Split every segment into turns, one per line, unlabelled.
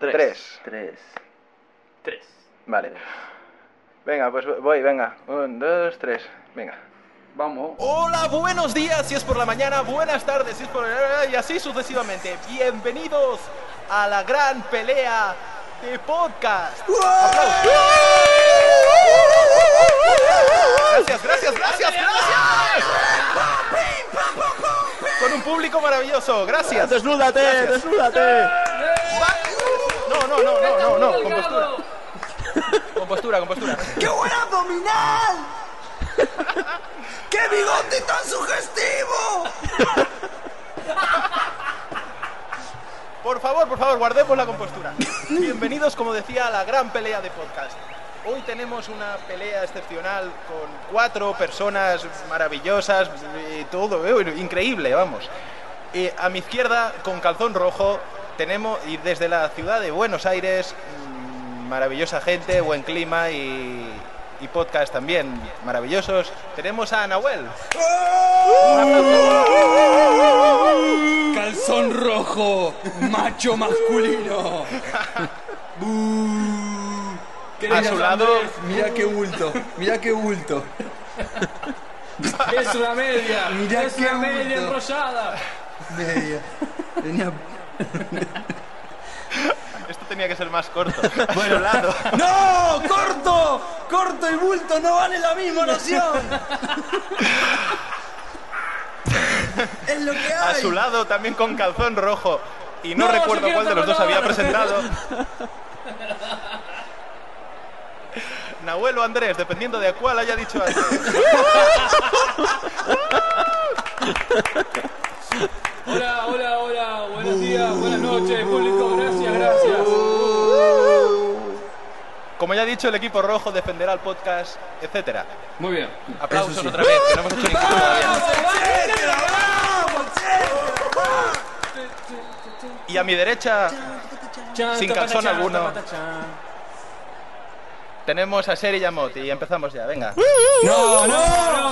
Tres.
Tres.
Tres.
Tres.
Vale. Venga, pues voy, venga. Un, dos, tres. Venga.
Vamos.
Hola, buenos días si es por la mañana, buenas tardes si es por eh, y así sucesivamente. Bienvenidos a la gran pelea de podcast. Aplausos. Gracias, gracias, gracias, gracias. Con un público maravilloso, gracias.
¡Desnúdate! ¡Desnúdate!
No, no, no, no, no, no, con postura. Con postura, con postura.
¡Qué buen abdominal! ¡Qué bigote tan sugestivo!
Por favor, por favor, guardemos la compostura. Bienvenidos, como decía, a la gran pelea de podcast. Hoy tenemos una pelea excepcional con cuatro personas maravillosas y todo, eh, bueno, increíble, vamos. Eh, a mi izquierda, con calzón rojo, tenemos, y desde la ciudad de Buenos Aires, mm, maravillosa gente, buen clima y, y podcast también maravillosos, tenemos a Nahuel.
Calzón rojo, macho masculino. Buh. Queridas
su lado-
Andrés, Mira qué bulto, mira qué bulto.
Es una media.
Mirá
es
qué
una media
bruto.
enrollada.
Media. Tenía-
Esto tenía que ser más corto.
Bueno, ¡No! ¡Corto! ¡Corto y bulto! ¡No vale la misma noción!
¡Es lo que
a
hay!
su lado también con calzón rojo. Y no,
No,
recuerdo
yo quiero
cuál de los dos
otra
había
palabra.
presentado. Nahuel o Andrés, dependiendo de a cuál haya dicho antes.
Hola, hola, hola. Buenos días, buenas noches, público. Gracias, gracias.
Como ya ha dicho, el equipo rojo defenderá el podcast, etcétera.
Muy bien.
Aplausos
Eso sí.
otra vez, que no hemos hecho ninguno todavía. Y a mi derecha
Chan,
Sin
ta, ta,
calzón
chan,
alguno.
ta, ta, chan.
tenemos a Seri Yamot y empezamos ya,
¡Uh,
venga.
¡No, no!
No,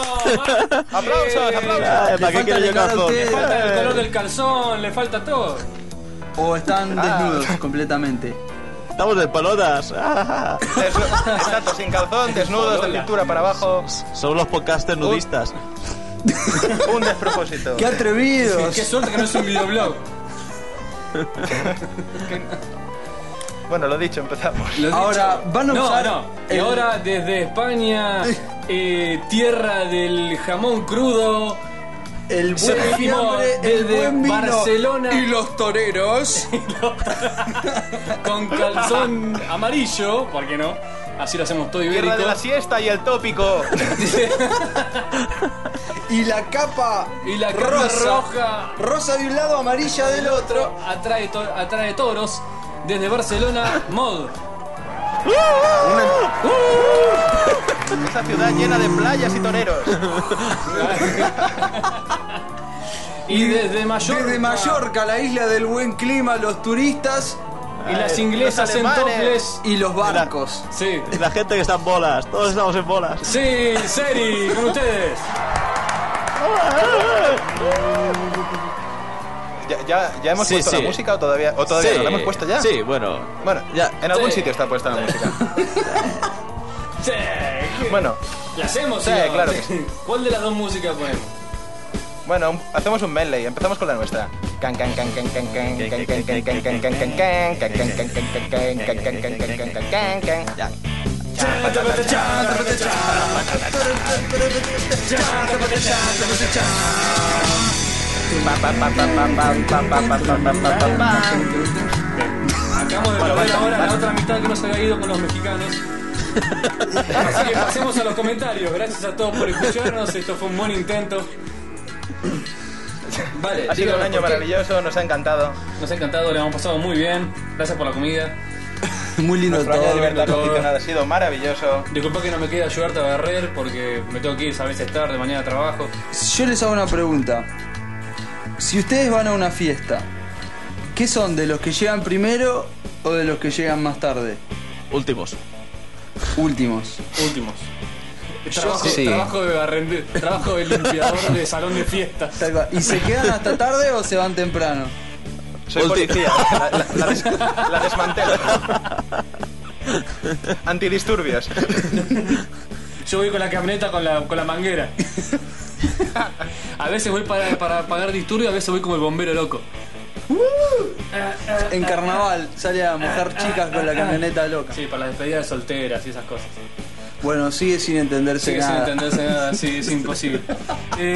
¡Aplausos,
Eh,
Ay,
aplausos!
¿Para qué
falta
quiero yo
llegar a
calzón?
usted.
falta el color del calzón, le falta todo.
O están desnudos completamente.
Estamos de pelotas. Ah,
Desnu- Exacto, sin calzón, desnudos de cintura para abajo.
Son los podcasters nudistas.
Un despropósito.
¡Qué atrevidos!
Qué suerte que no es un videoblog.
Bueno, lo dicho, empezamos.
Lo dicho.
Ahora, van a
No,
usar
no. Y
el-
ahora desde España, eh, tierra del jamón crudo,
El
Se
buen
filmó
fiambre, el
desde
buen vino.
Barcelona
Y los toreros.
con calzón amarillo, ¿por qué no? Así lo hacemos todo ibérico.
Tierra de la siesta y el tópico.
y la capa.
Y la capa roja.
Rosa de un lado, amarilla del otro.
Atrae, to- atrae toros desde Barcelona, Mod.
Esa ciudad llena de playas y toreros.
Y desde Mallorca.
Desde Mallorca, la isla del buen clima, los turistas
Y las inglesas
Los
en
alemanes.
topless.
y los barcos.
Sí.
Y la gente que está en bolas. Todos estamos en bolas.
Sí, Seri, con ustedes.
¿Ya, ya, ya hemos
Sí,
puesto
sí.
la música o todavía, o todavía no la hemos puesto ya?
Sí, bueno.
Bueno,
Ya.
en algún
Sí.
sitio está puesta la música.
Sí.
Bueno,
¿La hacemos?
Sí,
señor?
claro que sí.
¿Cuál de las dos músicas ponemos?
bueno, un- hacemos un medley. Empezamos con la nuestra. Can, can, can, can, can, can, can, can, can, can, can, can, can, can, can, can, can, can, can, can, can, can, can, can, can, can, can, can. Ya. Pa, pa, pa, pa, pa, pa, pa, pa, pa, pa, pa, pa, pa.
Acabamos de perder ahora la otra mitad que nos había ido con los mexicanos. Así que pasemos a los comentarios. Gracias a todos por escucharnos. Esto fue un buen intento. Vale,
Ha sido un
díganos
año
por qué.
maravilloso, nos ha encantado.
Nos ha encantado, le hemos pasado muy bien. Gracias por la comida.
Muy lindo
Nuestro año de
todo.
libertad
todo.
condicionada ha sido maravilloso.
Disculpa que no me quede ayudarte a barrer porque me tengo que ir a veces tarde, mañana trabajo.
Yo les hago una pregunta. Si ustedes van a una fiesta, ¿qué son? ¿De los que llegan primero o de los que llegan más tarde?
Últimos.
Últimos.
Últimos. Trabajo,
Sí.
trabajo de barrende- trabajo de limpiador de salón de fiestas.
Tal cual. ¿Y se quedan hasta tarde o se van temprano?
Soy
Ulti-
policía. La, la- la des- la desmantelo. Antidisturbios.
Yo voy con la camioneta con la, con la manguera. a veces voy para, para apagar disturbios, a veces voy como el bombero loco.
En carnaval sale a mojar chicas con la camioneta loca.
Sí, para las despedidas de solteras y esas cosas.
Bueno, sigue sin entenderse
Sí, sin
nada.
entenderse nada, sí, es imposible. Eh,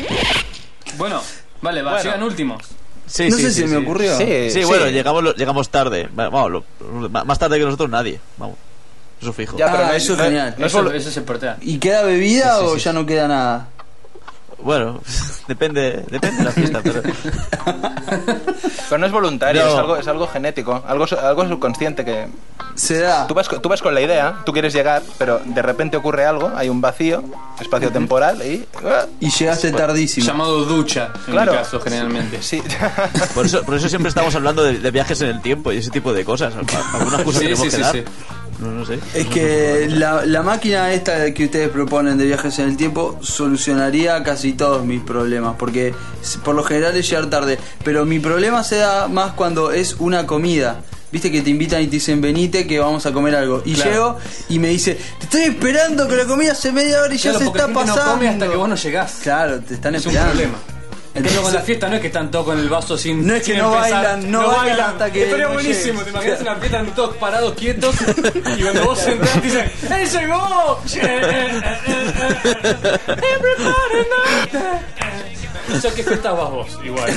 bueno, vale, va,
Bueno.
llegan últimos.
Sí,
no
sí,
sé
sí,
si
sí.
me ocurrió.
Eh,
Sí, bueno, llegamos, lo- llegamos tarde. Va- Vamos, lo- ma- más tarde que nosotros nadie. Vamos, eso fijo.
Ya, pero
Ah,
no es-
eso es
no es-
genial.
no es
eso,
solo-
eso se portea.
¿Y queda bebida
Sí, sí,
o
sí.
ya no queda nada?
Bueno, depende, depende de la fiesta, pero...
Pero no es voluntario,
No.
es, algo, es algo genético, algo, su- algo subconsciente que...
Se da.
Tú vas, co- tú vas con la idea, tú quieres llegar, pero de repente ocurre algo, hay un vacío espacio-temporal y... ah,
Y llegaste tardísimo.
Llamado ducha, en
Claro.
mi caso, generalmente.
Sí.
Por eso, por eso siempre estamos hablando de, de viajes en el tiempo y ese tipo de cosas. Al- Algunas cosas
Sí,
tenemos
sí,
que
sí,
dar.
sí.
No, no sé.
Es que la, la máquina esta que ustedes proponen de viajes en el tiempo solucionaría casi todos mis problemas, porque s- por lo general es llegar tarde. Pero mi problema se da más cuando es una comida. Viste que te invitan y te dicen venite que vamos a comer algo. Y
Claro.
llego y me dice, te estoy esperando que la comida hace media hora y ya
Claro,
se
porque
está
la gente
pasando.
no come hasta que vos no llegás.
Claro, te están
es un
esperando.
problema. En cambio, con la
Entonces-
fiesta no es que están todos con el vaso sin.
No es que
sin
no bailan, no bailan hasta que
Estaría
no
buenísimo,
llegues.
te imaginas una fiesta están todos parados quietos y cuando vos entras te dicen ¡Eh, llegó! ¡Everybody now! O sea, ¿qué fiesta vas vos? Igual.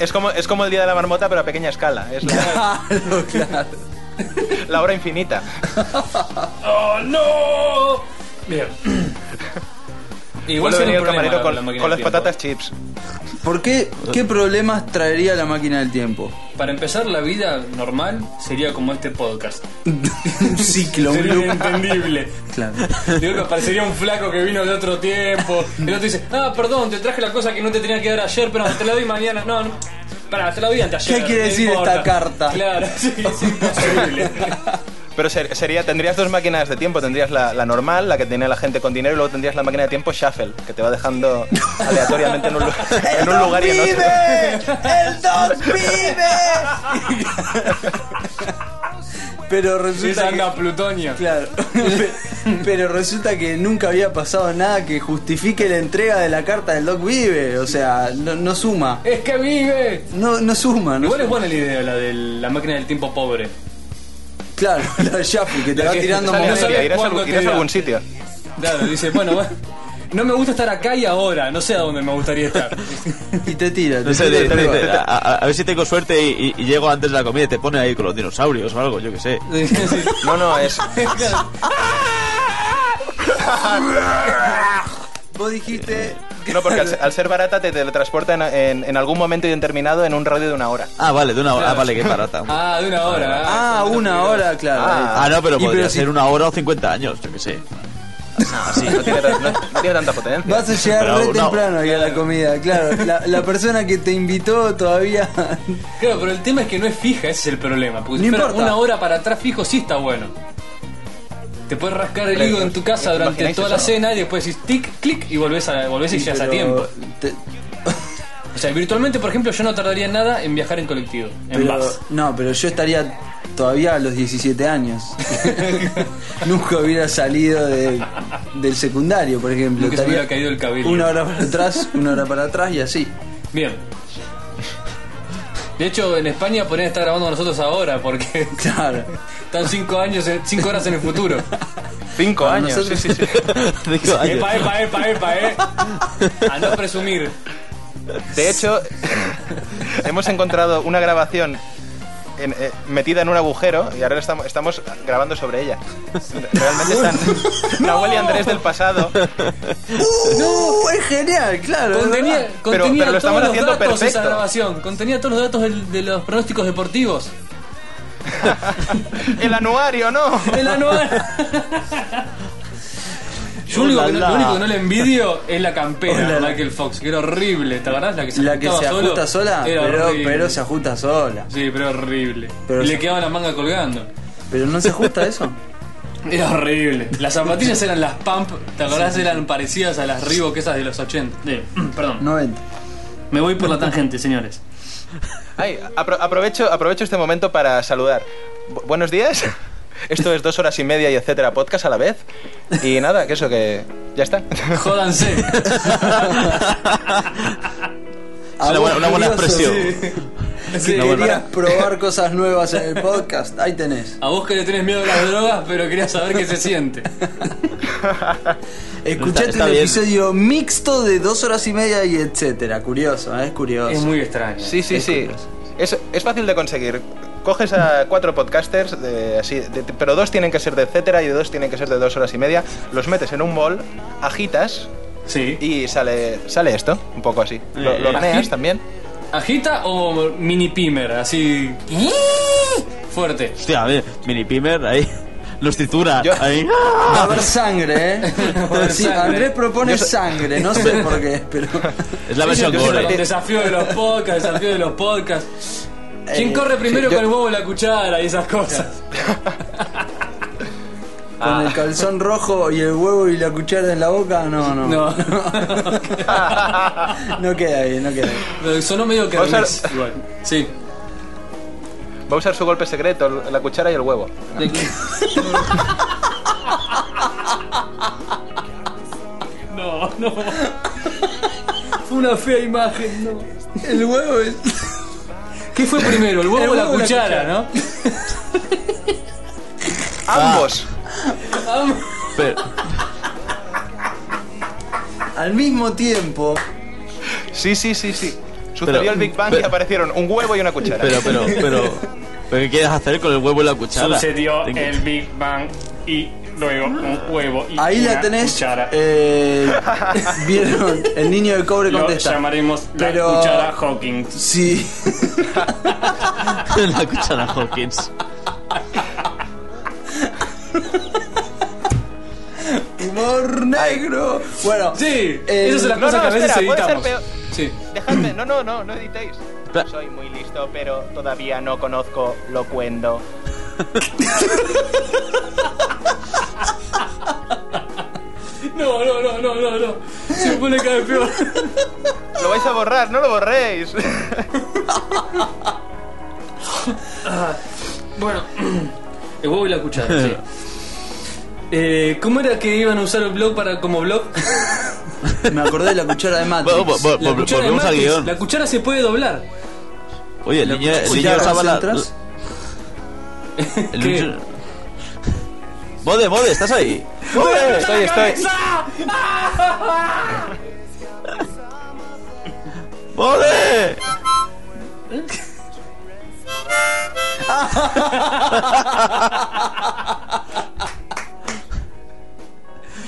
es, como, es como el Día de la Marmota, pero a pequeña escala. Es la,
Claro, claro.
la hora infinita.
¡Oh, no! Bien. Igual
Vuelve a venir
sería
el
un problema
camarero
la-
con,
la máquina
con
del
las
tiempo.
patatas chips.
¿Por qué? ¿Qué problemas traería la máquina del tiempo?
Para empezar, la vida normal sería como este podcast.
un ciclo, un
Sería
loop.
inentendible.
Claro.
Digo que aparecería un flaco que vino de otro tiempo. El otro dice, ah, perdón, te traje la cosa que no te tenía que dar ayer, pero te la doy mañana. No, no. Pará, te la doy antes ayer.
¿Qué quiere
no
decir
importa.
esta carta?
Claro, sí, es imposible.
Pero ser- sería, tendrías dos máquinas de tiempo, tendrías la, la normal, la que tiene la gente con dinero, y luego tendrías la máquina de tiempo Shuffle, que te va dejando aleatoriamente en un, lu- en un lugar y en otro.
¡El dos vive! Pero
Esa
resulta
anda
que,
plutonio.
claro, pero resulta que nunca había pasado nada que justifique la entrega de la carta del Doc Vive, o sea, no, no suma,
¡Es que vive!
no, no suma, no
Igual es
suma.
buena la idea, la de la máquina del tiempo pobre.
claro, la Shuffle que te
La
va
que
tirando
sale
Sale, tía,
monedas.
No sabes
irás, a,
cuándo te
irás a
da.
algún sitio.
Claro, dice, bueno, bueno, no me gusta estar acá y ahora, no sé a dónde me gustaría estar.
y te tira, te
No sé,
tira,
de-
te
de-
tira.
de- a, a- a ver si tengo suerte y, y- y llego antes de la comida y te pone ahí con los dinosaurios o algo, yo que sé.
Sí.
No, no, es.
Vos dijiste que
No, porque al, al ser barata te teletransporta en, en- en algún momento indeterminado en un radio de una hora.
Ah, vale, de una hora. Ah, vale, qué barata. Ah,
Ah, de una hora.
Ah, una hora, claro.
Ah,
no, pero
Y
podría
si
ser una hora o 50 años, yo que sé.
Sí, no tiene, tan- no- no tiene tanta potencia.
Vas a llegar
Pero
re
no.
temprano ahí a la comida, claro. La, la persona que te invitó todavía.
Claro, pero el tema es que no es fija, ese es el problema. Porque si
No
fuera
importa.
una hora para atrás fijo sí está bueno. Te puedes rascar el
Pero,
higo en tu casa
¿os
durante
imagináis
toda la
eso?
cena y después decís tic, clic y volvés, a, volvés y llegas a
Pero
tiempo.
te-
O sea, virtualmente, por ejemplo, yo no tardaría nada en viajar en colectivo, en
pero-
bus.
no, pero yo estaría todavía a los 17 años. Nunca hubiera salido de- del secundario, por ejemplo.
Nunca se
Estaría
me hubiera caído el cabello.
Una hora para atrás, una hora para atrás y así.
Bien. De hecho, en España podrían estar grabando con nosotros ahora porque
Claro.
están cinco años, en- cinco horas en el futuro.
Cinco
Para
años.
nosotros-
sí, sí, sí.
Digo, ay,
Epa, epa, epa, epa, eh. A no presumir.
De hecho, hemos encontrado una grabación en- eh, metida en un agujero y ahora estamos, estamos grabando sobre ella. Realmente están Nahuel y Andrés del pasado,
¡Uh! Es genial, claro. es
Contenía,
verdad.
contenía
Pero- pero lo
todos
estamos
los
haciendo
datos esa
perfecto.
grabación. Contenía todos los datos del- de los pronósticos deportivos.
el anuario, ¿no?
El anual. Yo único que no- lo único que no le envidio es la campera de Michael Fox, que era horrible. ¿Te acordás? La que se,
La que se
ajustaba
ajusta
solo?
sola,
Era
pero,
horrible.
pero se ajusta sola.
Sí, pero horrible.
Pero
y le
se-
quedaba la manga colgando.
Pero no se ajusta eso.
Era horrible. Las zapatillas eran las pump, ¿te acordás? Eran parecidas a las Reebok esas de los 80. de- perdón.
90.
Me voy por la tangente, señores.
Ay, apro- aprovecho, aprovecho este momento para saludar. Bu- buenos días. Esto es dos horas y media y etcétera podcast a la vez. Y nada, que eso que ya está.
Jódanse.
A
una
vos,
buena- una buena
curioso,
expresión.
que
Sí,
querías probar cosas nuevas en el podcast, ahí tenés.
A vos que le tenés miedo a las drogas, pero querías saber qué se siente.
Escuchate
está
el
bien.
episodio mixto de dos horas y media y etcétera. Curioso, ¿eh? es curioso.
Es muy extraño.
Sí, sí, sí. Es, es fácil de conseguir. Coges a cuatro podcasters, de- así, de- pero dos tienen que ser de etcétera y dos tienen que ser de dos horas y media. Los metes en un bol, agitas
Sí.
y sale, sale esto, un poco así. Lo, lo
Eh,
horneas
ají-
también.
¿Agita o mini pimer? Así. Fuerte.
Hostia, a ver, mini pimer ahí. Los tritura
Yo-
ahí.
Va a haber sangre, ¿eh? Sí,
sangre.
Andrés propone sangre, no sé por qué, pero.
Es la versión
yo soy
gore.
la-
El desafío de los podcasts, desafío de los podcasts. ¿Quién corre primero
sí, yo-
con el huevo y la cuchara y esas cosas?
Con el calzón rojo y el huevo y la cuchara en la boca, no, no.
No.
No queda bien, no queda bien.
Sonó medio que
Vamos a-
igual. Sí.
Va a usar su golpe secreto, la cuchara y el huevo.
De- No, no. Fue una fea imagen, no.
El huevo es.
¿Qué fue primero, el huevo,
El
o la
huevo o la
cuchara, no?
Ah.
Ambos.
Pero-
Al mismo tiempo.
Sí, sí, sí, sí. Sucedió
Pero-
el Big Bang y
pero-
aparecieron un huevo y una cuchara.
Pero, pero, pero. ¿Pero qué quieres hacer con el huevo y la cuchara?
Sucedió
Tengo-
el Big Bang y luego un huevo y
Ahí
una
la tenés.
cuchara.
eh, Vieron, el niño de cobre
Lo
contesta.
llamaremos la
Pero-
cuchara Hawkins.
Sí.
la cuchara Hawkins.
Humor negro. Bueno.
Sí,
Eh,
esas son las
no,
cosas
no,
que a veces
espera, puede ser
editamos.
peor.
Sí.
Dejadme, no, no, no, no editéis.
Pero-
Soy muy listo, pero todavía no conozco Locuendo.
No, no, no, no, no, no. Se pone cada vez peor.
Lo vais a borrar, no lo borréis.
Bueno, el huevo y la cuchara, sí. Eh, ¿Cómo era que iban a usar el blog para como blog?
Me acordé de la cuchara de Matrix.
Vol- vol- vol-
La cuchara, de
volvemos al
Matrix,
guión.
la cuchara se puede doblar.
Oye, el niño, el niño
Cuchara,
usaba la.
¿entras?
el
¿Qué?
niño- Mode, mode, ¿estás ahí?
estoy, estoy.
¡Mode!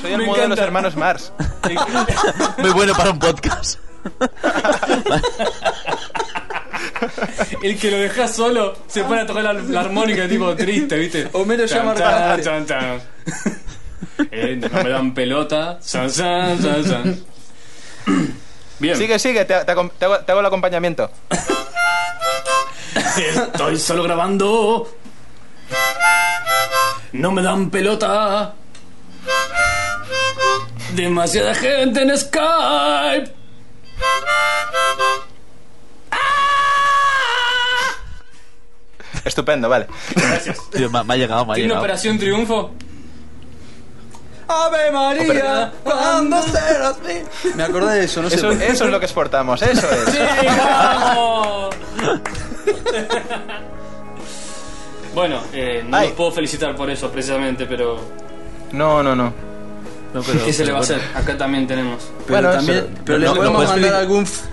Soy el
Me
modo de los
encanta.
hermanos Mars.
Muy bueno para un podcast.
El que lo deja solo se pone a tocar la, la armónica tipo triste, ¿viste?
Homero
Chan,
llama
chan,
a
chan, chan. Eh, no me dan pelota. San, san, san, san. Bien.
Sigue, sigue, te, te acom- te hago, te hago el acompañamiento.
Estoy solo grabando. No me dan pelota. Demasiada gente en Skype.
Estupendo, vale.
Tío, me, me ha llegado, me ha
¿Tiene una
llegado.
operación triunfo?
Ave María,
Opera-
cuando serás mí. Me acordé de eso, no sé.
Eso,
por qué.
eso es lo que exportamos, eso es.
¡Vamos! bueno, eh, no
Ay.
los puedo felicitar por eso precisamente, pero.
No, no, no.
¿Qué se le va a hacer? Acá también tenemos.
Pero
Bueno,
también,
eso-
pero
no,
le
no
podemos
puedes
mandar
pedir-
algún f-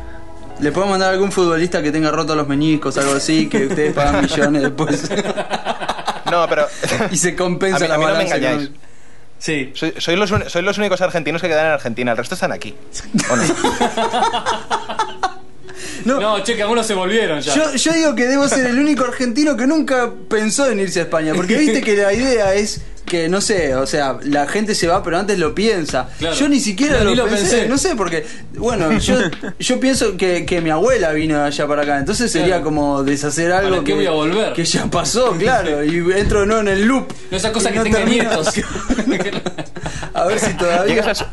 le podemos mandar algún futbolista que tenga rotos los meñiscos, algo así, que ustedes pagan millones después
No, pero.
y se compensa
A mí- a
la
mí no me
balanza con-
engañáis.
Sí.
Soy, soy los, un- soy los únicos argentinos que quedan en Argentina, el resto están aquí. ¿O no?
No, che, que algunos se volvieron ya.
Yo, yo digo que debo ser el único argentino que nunca pensó en irse a España, porque viste que la idea es que no sé, o sea, la gente se va pero antes lo piensa.
Claro.
Yo ni siquiera
Yo
lo,
ni lo
pensé.
pensé.
no sé porque bueno, yo yo pienso que, que mi abuela vino allá para acá, entonces sería
Claro.
como deshacer algo
qué
que
voy a volver?
que ya pasó, claro, y entro de nuevo en el loop.
No esa cosa
y
que
no
tenga
termino.
nietos.
A ver si todavía
Llegas a, su-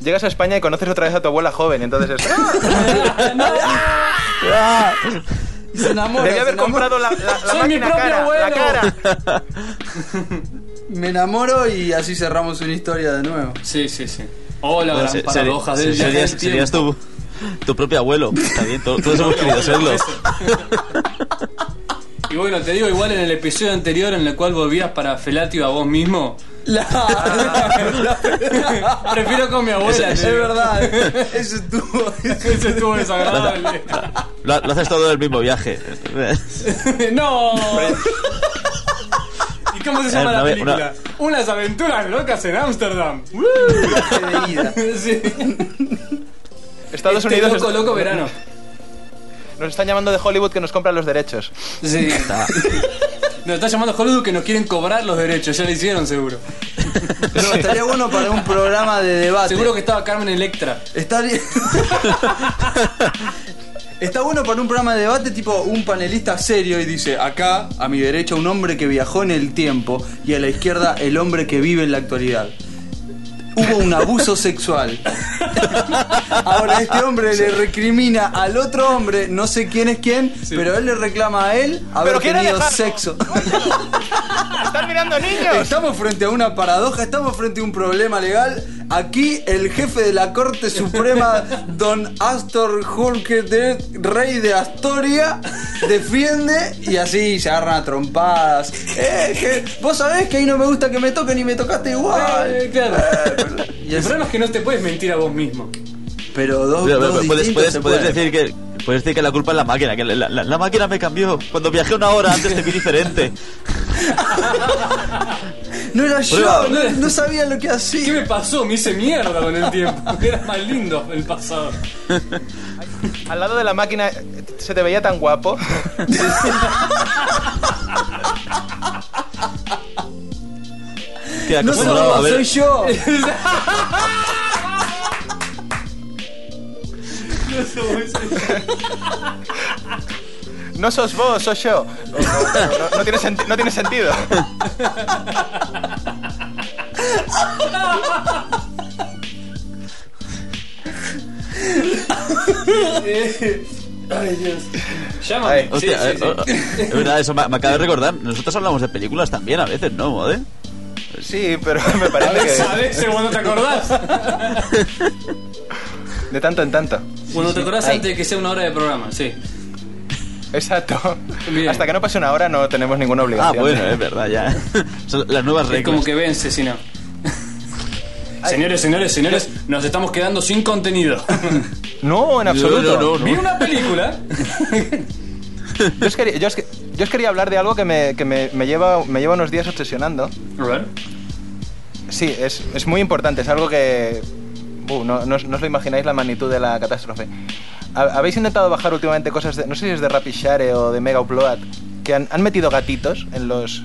Llegas a España y conoces otra vez a tu abuela joven, entonces es... "Ah,
Y se enamora.
Debí
se
haber
enamora.
comprado la, la- la
Soy mi
máquina
propio
cara, la
abuelo.
cara.
Me enamoro y así cerramos una historia de nuevo.
Sí, sí, sí. Oh, la
Bueno,
gran
se-
paradoja
seri-
del
se- serías,
del
serías
tiempo.
tu, tu propio abuelo. Está bien, to- todos hemos querido serlo.
Y bueno, te digo, igual en el episodio anterior en el cual volvías para Felatio a vos mismo,
La,
prefiero con mi abuela.
es
te digo.
verdad, eso estuvo.
Eso estuvo desagradable.
Lo, lo haces todo en el mismo viaje.
¡No! ¿Y cómo se llama
Eh,
la
una vez-
película? Unas aventuras locas en Ámsterdam.
de ida.
Sí.
Estados
Este
Unidos
loco,
est-
loco verano.
nos están llamando de Hollywood que nos compran los derechos.
Sí. Nos está llamando Hollywood que nos quieren cobrar los derechos. Ya lo hicieron, seguro.
Pero estaría bueno para un programa de debate.
Seguro que estaba Carmen Electra.
Está bien. Está bueno para un programa de debate tipo un panelista serio y dice, acá a mi derecha un hombre que viajó en el tiempo y a la izquierda el hombre que vive en la actualidad. Hubo un abuso sexual. Ahora este hombre le recrimina al otro hombre, no sé quién es quién, pero él le reclama a él haber
Pero quiere
tenido
dejarlo.
sexo.
¡Están mirando niños!
Estamos frente a una paradoja, estamos frente a un problema legal. Aquí el jefe de la Corte Suprema, don Astor Jorge, de- rey de Astoria, defiende y así se agarran a trompadas. Eh, je- vos sabés que ahí no me gusta que me toquen y me tocaste
Eh,
igual.
claro.
Y
El
es-
problema es que no te puedes mentir a vos mismo.
pero dos,
Pero,
dos
pero, puedes,
distintos
puedes-
se
puedes
pueden.
decir que puedes decir que la culpa es la máquina, que la, la- la máquina me cambió. Cuando viajé una hora antes te vi diferente.
No era yo,
Prueba.
no, no sabía lo que
¿Qué
hacía.
me pasó? Me hice mierda con el tiempo. Era más lindo el pasado.
Al lado de la máquina eh, se te veía tan guapo.
Que
No
acostumbrado a
solo
ver-
soy yo.
No sos vos, sos yo. No, no, no, no tiene, senti- no tiene sentido.
Llámame.
Ay,
Hostia,
Sí, sí,
eh,
sí.
oh, oh, es verdad, eso me, me acabo de recordar. Nosotros hablamos de películas también a veces, ¿no, Mode?
Sí, pero me
A
parece
veces, a
que
veces cuando te acordás.
de tanto en tanto.
Cuando te acordás antes de que sea una hora de programa, sí.
Exacto.
Bien.
Hasta que no pase una hora no tenemos ninguna
Ah,
obligación.
bueno, es verdad, ya. Son las nuevas
Es como
reglas.
que vence, si no. Señores, señores, señores, nos estamos quedando sin contenido.
No, en absoluto.
No, no, no.
Vi una película.
Yo, os quería, yo os que- yo os quería hablar de algo que, me, que me- me lleva, me lleva unos días obsesionando.
A ver.
Sí, es, es muy importante, es algo que... buh, no, no os- no os lo imagináis la magnitud de la catástrofe. Ha- Habéis intentado bajar últimamente cosas de... No sé si es de Rapishare o de Mega Upload, que han, han metido gatitos en los...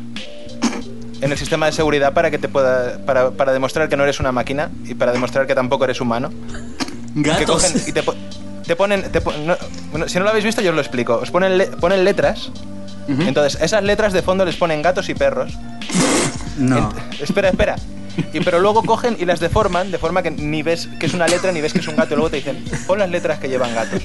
En el sistema de seguridad para que te pueda para, para demostrar que no eres una máquina y para demostrar que tampoco eres humano. Que
Gatos.
cogen y te, po- te ponen... te po- no- bueno, si no lo habéis visto, yo os lo explico. Os ponen, le- ponen letras. Entonces, a esas letras de fondo les ponen gatos y perros.
No.
Espera, espera. Y, pero luego cogen y las deforman de forma que ni ves que es una letra ni ves que es un gato. Luego te dicen, pon las letras que llevan gatos.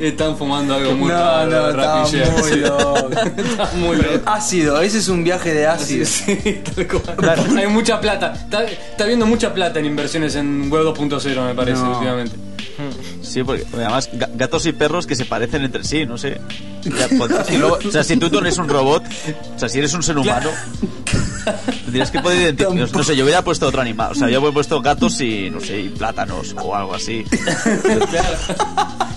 Están fumando algo muy
No,
raro.
no, estaba
rapillero,
muy
sí.
loco.
Está muy loco.
Ácido, ese es un viaje de ácido.
Sí, tal cual. Hay mucha plata. Está, está habiendo mucha plata en inversiones en Web 2.0, me parece,
No.
últimamente.
Sí, porque porque además ga- gatos y perros que se parecen entre sí, no sé. Ya, pues, y luego, o sea, si tú no eres un robot, o sea, si eres un ser humano, tendrías que poder identificar. No sé, yo hubiera puesto otro animal. O sea, yo hubiera puesto gatos y, no sé, y plátanos o algo así.
Claro.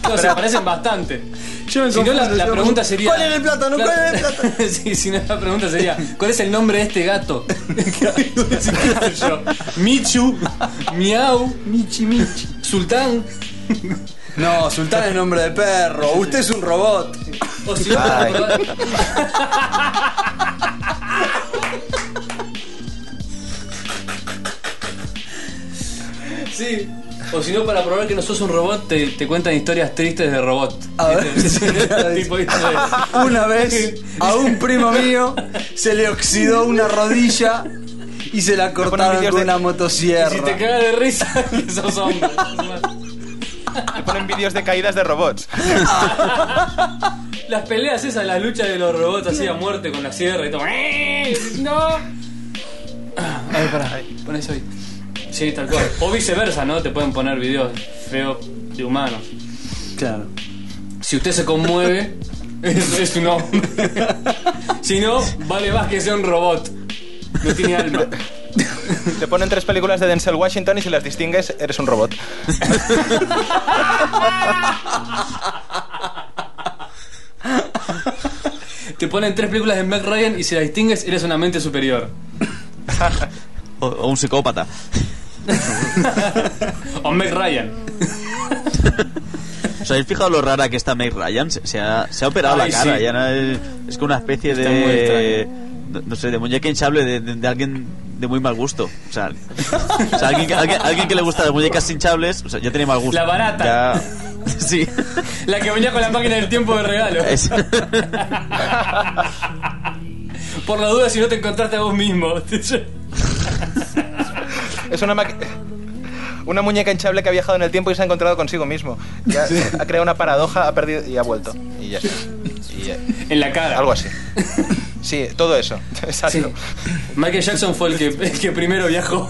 No, se parecen bastante. si no, la,
confundo,
la
yo me
pregunta sería.
¿Cuál era el plátano? ¿Cuál era el plátano?
sí, si no, la pregunta sería: ¿Cuál es el nombre de este gato? Sí, qué sé yo. Michu, Miau, Michi Michi, Sultán.
No, Sultán es nombre de perro. Usted es un robot.
O si no,
Ay.
Sí. O si no, para probar que no sos un robot, te, te cuentan historias tristes de robot. Este,
A ver.
Tipo, historias.
Una vez a un primo mío se le oxidó una rodilla y se la
ponen
cortaron
vídeos
con
de-
una motosierra.
Si te cagas de risa, que sos hombre.
Te ponen vídeos de caídas de robots.
Las peleas esas, las luchas de los robots así a muerte con la sierra y todo. ¡Eh! ¡No! A ver, pará, pon eso ahí. Sí, tal cual. O viceversa, ¿no? Te pueden poner videos feos de humanos.
Claro.
Si usted se conmueve, es, es un hombre. si no, vale más que sea un robot. No tiene alma.
Te ponen tres películas de Denzel Washington y si las distingues, eres un robot.
Te ponen tres películas de Mac Ryan y si la distingues, eres una mente superior.
O, o un psicópata.
O Mac Ryan.
¿Os habéis fijado lo rara que está Meg Ryan? Se, se ha, se ha operado
Ay,
la cara.
sí.
ya no es, es como una especie
Está muy
de. No, no sé, de muñeca hinchable de, de- de alguien de muy mal gusto. O sea, o sea, alguien, que- alguien- alguien que le gusta las muñecas hinchables, o sea, ya tiene mal gusto.
La barata.
Ya- Sí.
La que venía con la máquina del tiempo de regalo.
Es-
Por la duda, si no te encontraste a vos mismo.
Es una maqui- Una muñeca hinchable que ha viajado en el tiempo y se ha encontrado consigo mismo. Ya ha creado una paradoja, ha perdido y ha vuelto. Y ya está. Y ya-
en la cara.
Algo así. Sí, todo eso.
Sí.
Exacto.
Michael Jackson fue el que, el que primero viajó.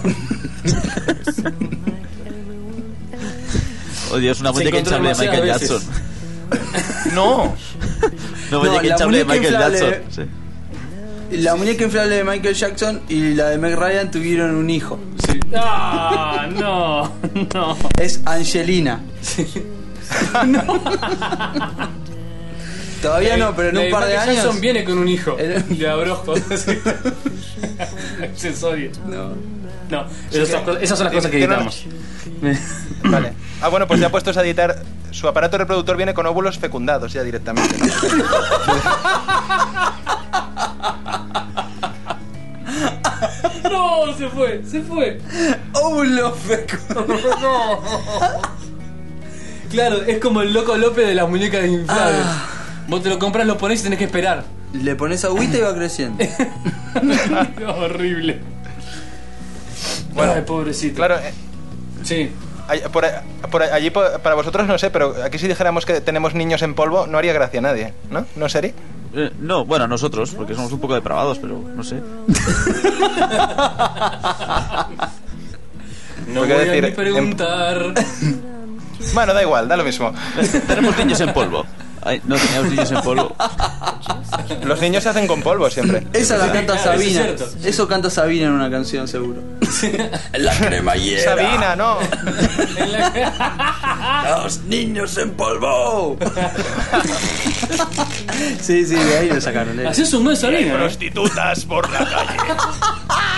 Oh Dios, una
Se
muñeca
encontró
hinchable de Michael
demasiadas
Jackson.
veces.
No.
Una
No,
muñeca
la
hinchable de
muñeca
Michael
inflable-
Jackson. Sí.
La muñeca inflable de Michael Jackson y la de Meg Ryan tuvieron un hijo.
Ah, no, no.
Es Angelina. No. Todavía no, pero en
La
un par de
Eh, Michael
años.
Jackson viene con un hijo.
El-
Le abrojo. Accesorio. No. No, esas, son las cosas- esas son las cosas que
Tiene una-
editamos.
Vale. Ah, bueno, pues ya puestos a editar, su aparato reproductor viene con óvulos fecundados ya directamente.
No, se fue, se fue.
Óvulo fecundado.
Claro, es como el loco López de las muñecas inflables.
Ah.
Vos te lo compras, lo pones y tenés que esperar.
Le pones agüita y va creciendo.
Horrible.
Bueno.
Ay, pobrecito.
Claro, eh,
Sí.
ay- por, a- por a- allí po- para vosotros no sé, pero aquí si dijéramos que tenemos niños en polvo no haría gracia a nadie, ¿no? ¿No sería?
Eh, no, bueno, a nosotros, porque somos un poco depravados, pero no sé.
No voy
Porque
a
decir,
ni
em-
preguntar.
Bueno, da igual, da lo mismo.
Tenemos niños en polvo. Ay, no teníamos niños en polvo.
Los niños se hacen con polvo siempre.
Esa la canta
claro, eso es
Sabina.
cierto.
Eso canta Sabina en una canción, seguro.
La cremallera.
Sabina, no.
En la-
Los niños en polvo.
Sí, sí, de ahí lo sacaron. eh.
Así es un mes Sabina, ¿no?
Prostitutas por la calle.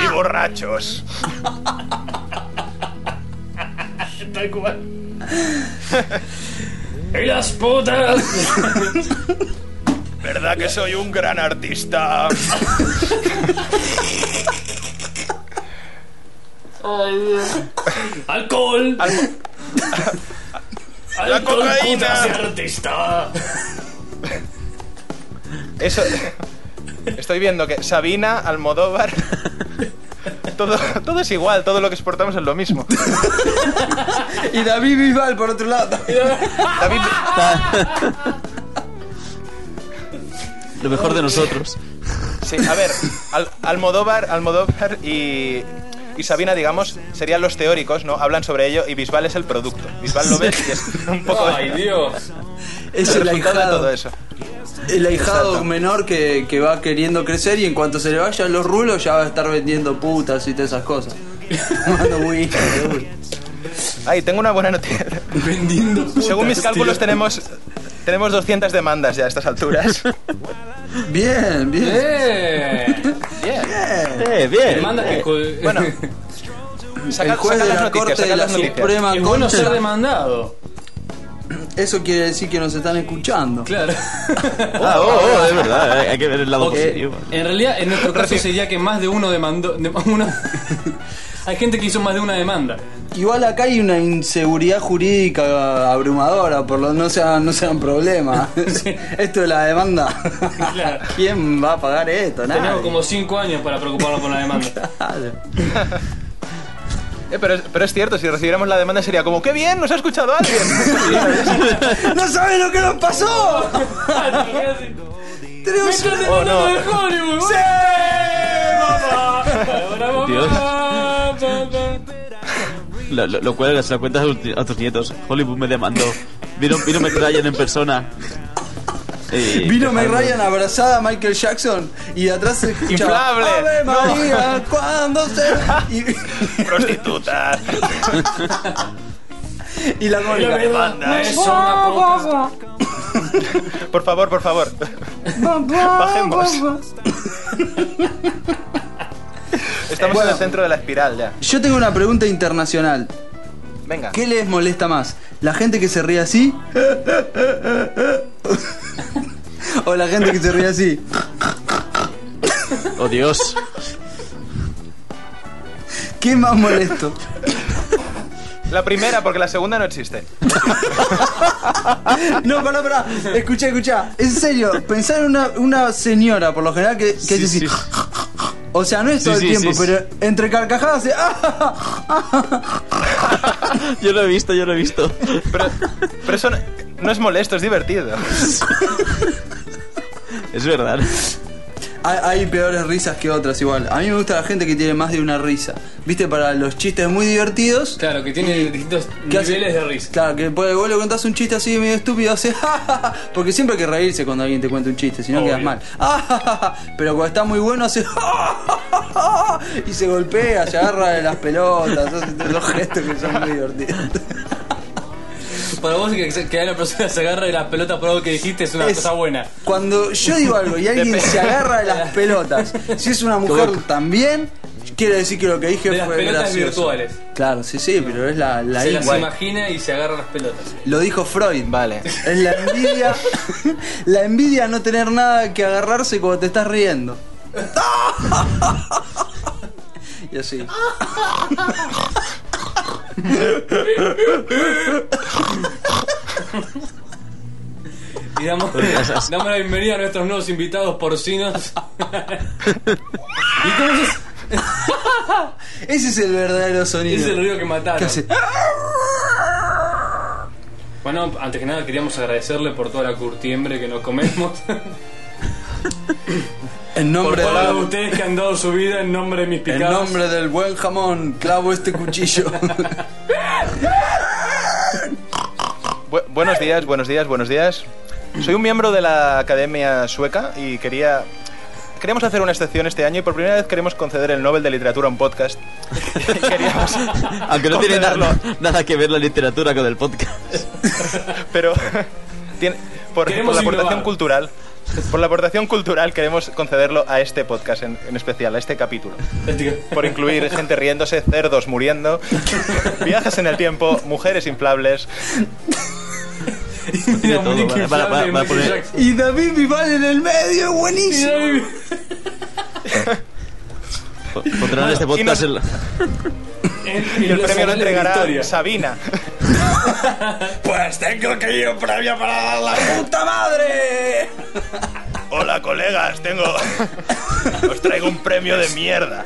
Y borrachos.
¡Y las putas!
¿Verdad que soy un gran artista?
¡Alcohol!
La cocaína.
artista!
Eso. Estoy viendo que Sabina, Almodóvar. Todo, todo es igual, todo lo que exportamos es lo mismo.
Y David Bisbal, por otro lado.
David,
Lo mejor de nosotros.
sí, a ver, Al- Almodóvar, Almodóvar y, y Sabina, digamos, serían los teóricos, ¿no? Hablan sobre ello y Bisbal es el producto. Bisbal lo ve y es un poco
¡Ay, Dios!
Es
el
el
resultado de todo
ahijado.
eso.
El ahijado menor que, que va queriendo crecer y en cuanto se le vayan los rulos ya va a estar vendiendo putas y todas esas cosas. Tomando whisky, seguro.
Ay, tengo una buena noticia.
Vendiendo putas,
Según mis cálculos
tío.
tenemos tenemos 200 demandas ya a estas alturas.
Bien, bien.
¡Eh!
Eh, bien.
Demandas que. col-
Bueno,
El
saca,
juez
saca las
de la
noticias,
Corte
saca
de la
las noticias.
Suprema
es bueno ser
Corte.
demandado.
Eso quiere decir que nos están escuchando.
Claro.
Ah, oh, oh, es verdad, eh, hay que ver el lado
Ok.
positivo.
En realidad, en nuestro caso sería que más de uno demandó. de- uno- Hay gente que hizo más de una demanda.
Igual acá hay una inseguridad jurídica abrumadora, por lo no sean, no sean problema. Esto de la demanda.
Claro.
¿Quién va a pagar esto? Nadie.
Tenemos como 5 años para preocuparnos por la demanda.
Claro.
Eh, pero, es, pero es cierto, si recibiéramos la demanda sería como, ¡qué bien! ¡Nos ha escuchado alguien!
¡No sabes lo que nos pasó! Tenemos una-
Oh, no.
Dios. Lo, lo, lo cuelgas, se lo cuentas a tus- a tus nietos. Hollywood me demandó. Vino, vino Meg Ryan en persona. Y-
Vino Meg Ryan abrazada a Michael Jackson y de atrás se escuchaba
Inflable.
Ave María, cuando se... Y,
¡Prostituta!
y la Mónica,
demanda!
Es una puta.
eh". Por favor, por favor. Bajemos. Estamos en el centro de la espiral ya.
Yo tengo una pregunta internacional.
Venga.
¿Qué les molesta más? ¿La gente que se ríe así? ¿O la gente que se ríe así?
Oh Dios.
¿Qué es más molesto?
La primera, porque la segunda no existe.
No, pará, pará. Escuchá, escuchá. En serio, pensar en una, una señora, por lo general, que, que
Sí,
es decir...
sí.
O sea, no es todo
Sí,
el
sí,
tiempo,
sí,
pero entre carcajadas... eh, ah, se-
Yo lo he visto, yo lo he visto.
Pero, pero eso no, no es molesto, es divertido.
Es verdad.
Hay, hay peores risas que otras igual. A mí me gusta la gente que tiene más de una risa. ¿Viste? Para los chistes muy divertidos.
Claro, que tiene distintos
¿Qué hace?
niveles de risa.
Claro, que pues, vos le contás un chiste así medio estúpido, hace ah, "Ja, ja, ja". porque siempre hay que reírse cuando alguien te cuenta un chiste, si no quedas mal. "Ah, ja, ja, ja". Pero cuando está muy bueno hace ah, "Ja, ja, ja, ja", ah. y se golpea, se agarra de las pelotas, hace todos los gestos que son muy divertidos.
Para vos que, que una persona se agarra de las pelotas por algo que dijiste es una
Es-
cosa buena.
Cuando yo digo algo y alguien se agarra de las pelotas, si es una mujer también, quiere decir que lo que dije
De las
fue
pelotas
gracioso.
virtuales.
Claro, sí, sí, pero es la, la
Se las
igual.
imagina y se agarra las pelotas.
Lo dijo Freud.
Vale.
Es la envidia. la envidia no tener nada que agarrarse cuando te estás riendo. y así.
Y damos, damos la bienvenida a nuestros nuevos invitados porcinos. ¿Y cómo se-
Ese es el verdadero sonido.
Ese es el ruido que mataron.
que hace.
Bueno, antes que nada queríamos agradecerle por toda la curtiembre que nos comemos.
En
por
nombre,
todos
del,
ustedes que han dado su vida en nombre de mis
en
picados.
nombre del buen jamón, clavo este cuchillo.
Bu- buenos días, buenos días, buenos días. Soy un miembro de la Academia Sueca y quería... Queríamos hacer una excepción este año y por primera vez queremos conceder el Nobel de Literatura a un podcast. queríamos...
Aunque no tiene
concederlo,
nada, nada que ver la literatura con el podcast.
Pero... tiene- por, por
Queremos
la aportación
innovar.
cultural... Por la aportación cultural queremos concederlo a este podcast en- en especial, a este capítulo. por incluir gente riéndose, cerdos muriendo, viajes en el tiempo, mujeres inflables.
Mira,
todo,
Monique
para- para-
Inflable,
para
Michael
poner-
Jackson.
y David Vival en el medio, es
Y
buenísimo.
ahí-
Po- Pondrán este
y nos-
podcast en la-
en-
Y el
los
premio lo
anales de
entregará
historia.
Sabina.
Pues tengo que ir a un premio para dar la puta madre.
Hola, colegas, tengo. Os traigo un premio de mierda.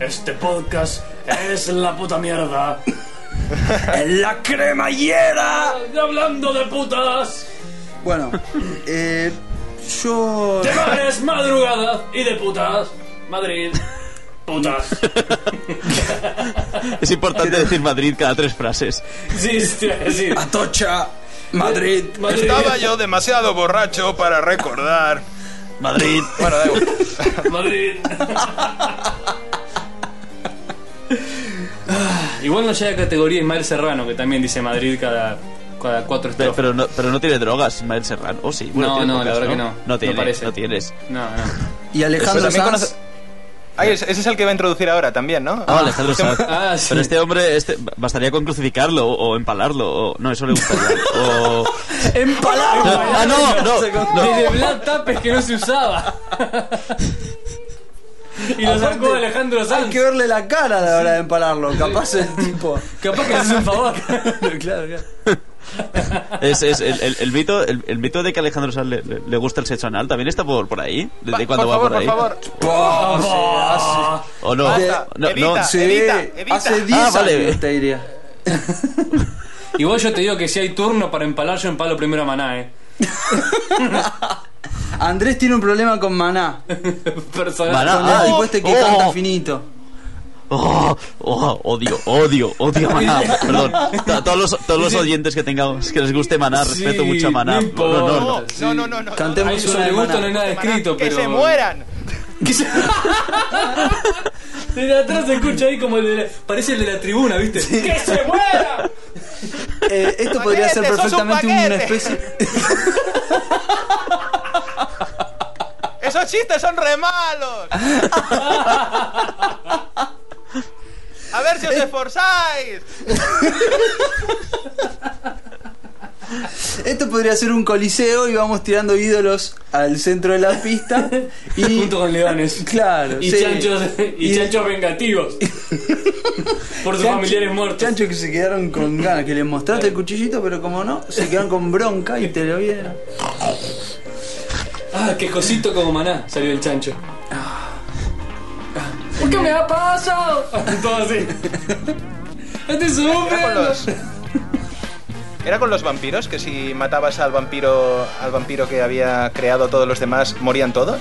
Este podcast es la puta mierda.
En la cremallera.
Hablando de putas,
Bueno, eh, yo.
de bares, madrugadas y de putas. Madrid, putas.
Es importante decir Madrid cada tres frases.
Sí, sí, sí.
Atocha, Madrid.
Madrid.
Estaba yo demasiado borracho para recordar.
Madrid.
Bueno, da igual.
Madrid. Ah, Igual no llega a categoría Ismael Serrano, que también dice Madrid cada, cada cuatro
Pero,
estrofas.
pero no, pero no tiene drogas, Ismael Serrano. Oh, sí. Bueno,
No, no,
tiene
la
pocas,
verdad que no.
No
No
tienes,
parece.
no tienes.
No, no.
Y
Pero
Alejandro
también
Sanz.
conoce- Ahí es- ese es el que va a introducir ahora también, ¿no?
Ah, Alejandro Sanz.
Ah, sí.
Pero este hombre, este, bastaría con crucificarlo o, o empalarlo. O, no, eso le gustaría. O...
¡Empalado!
Ah, no, no.
Desde Black Tapes que no se usaba. y lo sacó
Aparte,
Alejandro
Hay
Sanz.
que verle la cara a la hora de empalarlo. Capaz el tipo.
Capaz que haces un favor.
claro, claro.
Es, es el, el- el mito, el, el mito de que a Alejandro Sanz le, le- le gusta el sexo anal también está por, por ahí.
Va,
¿Desde cuándo
por
va
favor,
por ahí?
por favor.
Po, sí, hace-
¿O no?
Basta,
no, no.
evita.
Sí,
Evita, evita.
hace 10
Ah, vale.
años te diría.
Igual yo te digo que si hay turno para empalar, yo empalo primero a Maná, eh.
Andrés tiene un problema con Maná.
Personal.
Maná.
con
Ah,
el tipo este que
oh.
canta finito.
Oh, oh, odio, odio, odio a Maná. Perdón. To- Todos los, todos los oyentes que tengamos que les guste Maná,
Sí,
respeto mucho a Maná.
no
No, no, no.
importa.
No, no, no, no.
Cantemos
Ahí
una
sobre
de
el gusto
Maná.
no hay nada escrito,
que
pero.
se mueran.
Desde atrás se escucha ahí como el de la- parece el de la tribuna, ¿viste? ¡Que se muera!
Eh, esto podría ser
Paquete, sos un
perfectamente una
paquete.
especie.
Esos chistes son re malos. A ver si os esforzáis.
Esto podría ser un coliseo y vamos tirando ídolos al centro de la pista. Y,
Junto con leones.
Claro,
Y
sí.
chanchos, y,
Y-
chanchos vengativos. Por sus
Chancho-
familiares muertos.
Chanchos que se quedaron con ganas, que les mostraste el cuchillito, pero como no, se quedaron con bronca y te lo vieron.
Ah, qué cosito como maná salió el chancho.
Ah.
¿Por qué me ha pasado? Todo así. Este es
Era con los. Era con los vampiros que si matabas al vampiro al vampiro que había creado a todos los demás morían todos.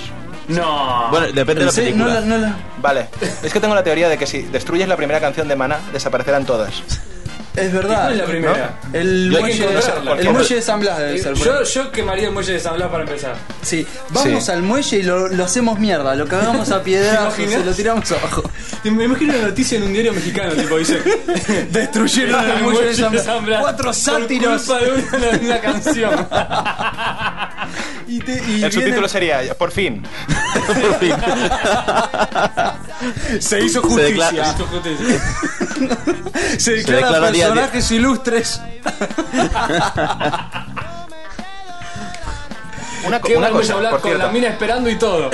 No.
Bueno, depende de la
Sí, no
película.
la, no la.
Vale. Es que tengo la teoría de que si destruyes la primera canción de Mana desaparecerán todas.
Es verdad.
¿Cuál es la primera?
El
Yo-
muelle, de,
no sé por
el
qué.
muelle de San Blas debe ser. por
Yo,
ahí.
yo quemaría el muelle de San Blas para empezar.
Sí. Vamos
Sí.
al muelle y lo, lo hacemos mierda, lo cagamos a piedra
¿Te
y
imaginas?
se lo tiramos abajo.
Me imagino una noticia en un diario mexicano, tipo, dice...
Destruyeron el muelle de San Blas. Cuatro
por
sátiros.
culpa de una, de una canción.
Y te- y
El
vienen-
subtítulo sería por fin.
Por fin.
se hizo
Se declara,
Esto, justicia.
Se
declara
declara
día a día.
personajes ilustres.
Una, co-
Qué
una
bueno
cosa,
hablar
por
con la
cierto.
mina esperando y todo.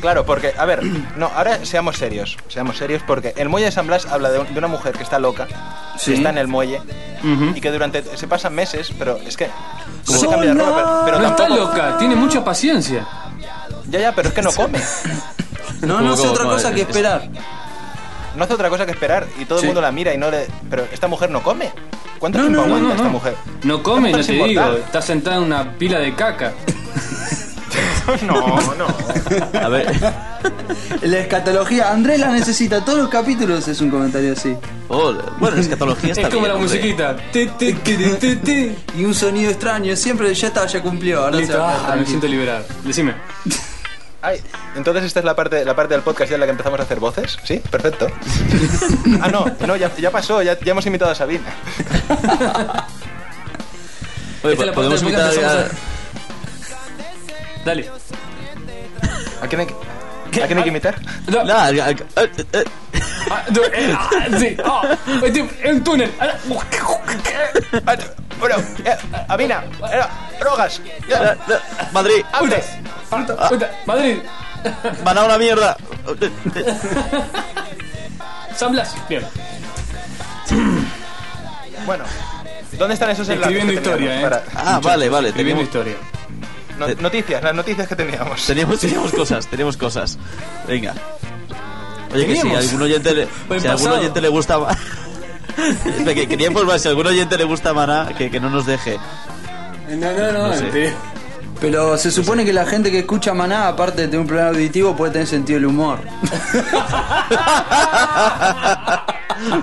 Claro, porque, a ver, no, ahora seamos serios, seamos serios porque el muelle de San Blas habla de, un- de una mujer que está loca, que está en el muelle y que durante, se pasan meses, pero es que, como se cambia de ropa, pero, pero
No está
tampoco,
loca, tiene mucha paciencia.
ya, ya, pero es que no come,
No, no hace
Como-
otra
como-
cosa que
es-
esperar.
no hace otra cosa que esperar y todo
Sí.
el mundo la mira y no le, pero esta mujer no come, ¿cuánto
No,
tiempo
no, no,
aguanta
no,
esta
no.
mujer?
No come,
Esta mujer
no
es
te digo.
inmortal.
Está sentada en una pila de caca.
No, no,
a ver.
La escatología, Andrés la necesita. Todos los capítulos es un comentario así.
Oh, bueno, es catología está
Es como
bien,
la
hombre.
musiquita. Ti, ti, ti, ti, ti, ti.
Y un sonido extraño. Siempre ya está, ya cumplió. Ahora se
Listo,
va a
ah,
quedar
me
tranquilo.
siento liberado. Decime.
Ay, entonces esta es la parte, la parte del podcast ya en la que empezamos a hacer voces, ¿sí? Perfecto. Ah, no, no, ya, ya pasó, ya, ya hemos invitado a Sabina.
Oye,
Esta es la parte del
podemos invitar
podcast,
a-
Dale.
¿A quién hay que, ¿a quién hay que imitar?
No,
No, al- al- al- eh,
ah, no, eh, ah, sí, ah, eh, tío, en un túnel. Ah,
Ah, Bueno, eh, Avina, eh, drogas,
eh,
ya,
eh, Madrid,
antes.
ah, puta, Madrid,
van a una mierda.
San Blas. Bien.
Bueno, ¿dónde están esos enlaces? que
Escribiendo
teníamos
historia, eh.
Ah, vale, vale.
Escribiendo historia.
Teníamos,
para- no- noticias, las noticias que teníamos.
teníamos, teníamos cosas, teníamos cosas. Venga. Oye, que si a
Teníamos.
algún oyente le,
Buen
si a algún
pasado.
oyente le gusta más. que, queríamos más, si a algún oyente le gusta Maná, que, que no nos deje. Eh,
No, no, no. este,
No sé.
te-
Pero se supone que la gente que escucha Maná, aparte de tener un problema auditivo, puede tener sentido del humor.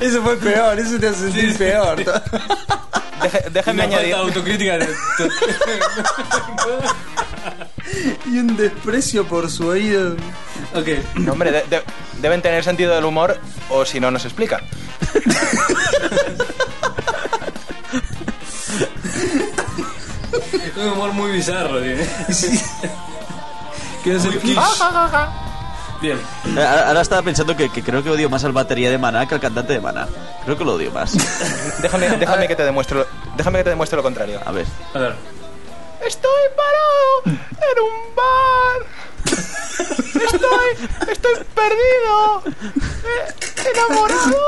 eso fue peor, eso te hace sentir peor.
Deje- déjenme
Una falta
añadir.
de autocrítica. de-
y un desprecio por su oído.
ok.
No, hombre, de- de- deben tener sentido del humor o si no nos explica.
Un humor muy bizarro tiene.
Que es el
Bien.
Ahora ahora estaba pensando que, que creo que odio más al batería de Maná que al cantante de Maná. Creo que lo odio más.
Déjame, déjame que te demuestre lo, déjame que te demuestre lo contrario.
A ver.
A ver.
Estoy parado en un bar. Estoy, estoy perdido. eh, enamorado.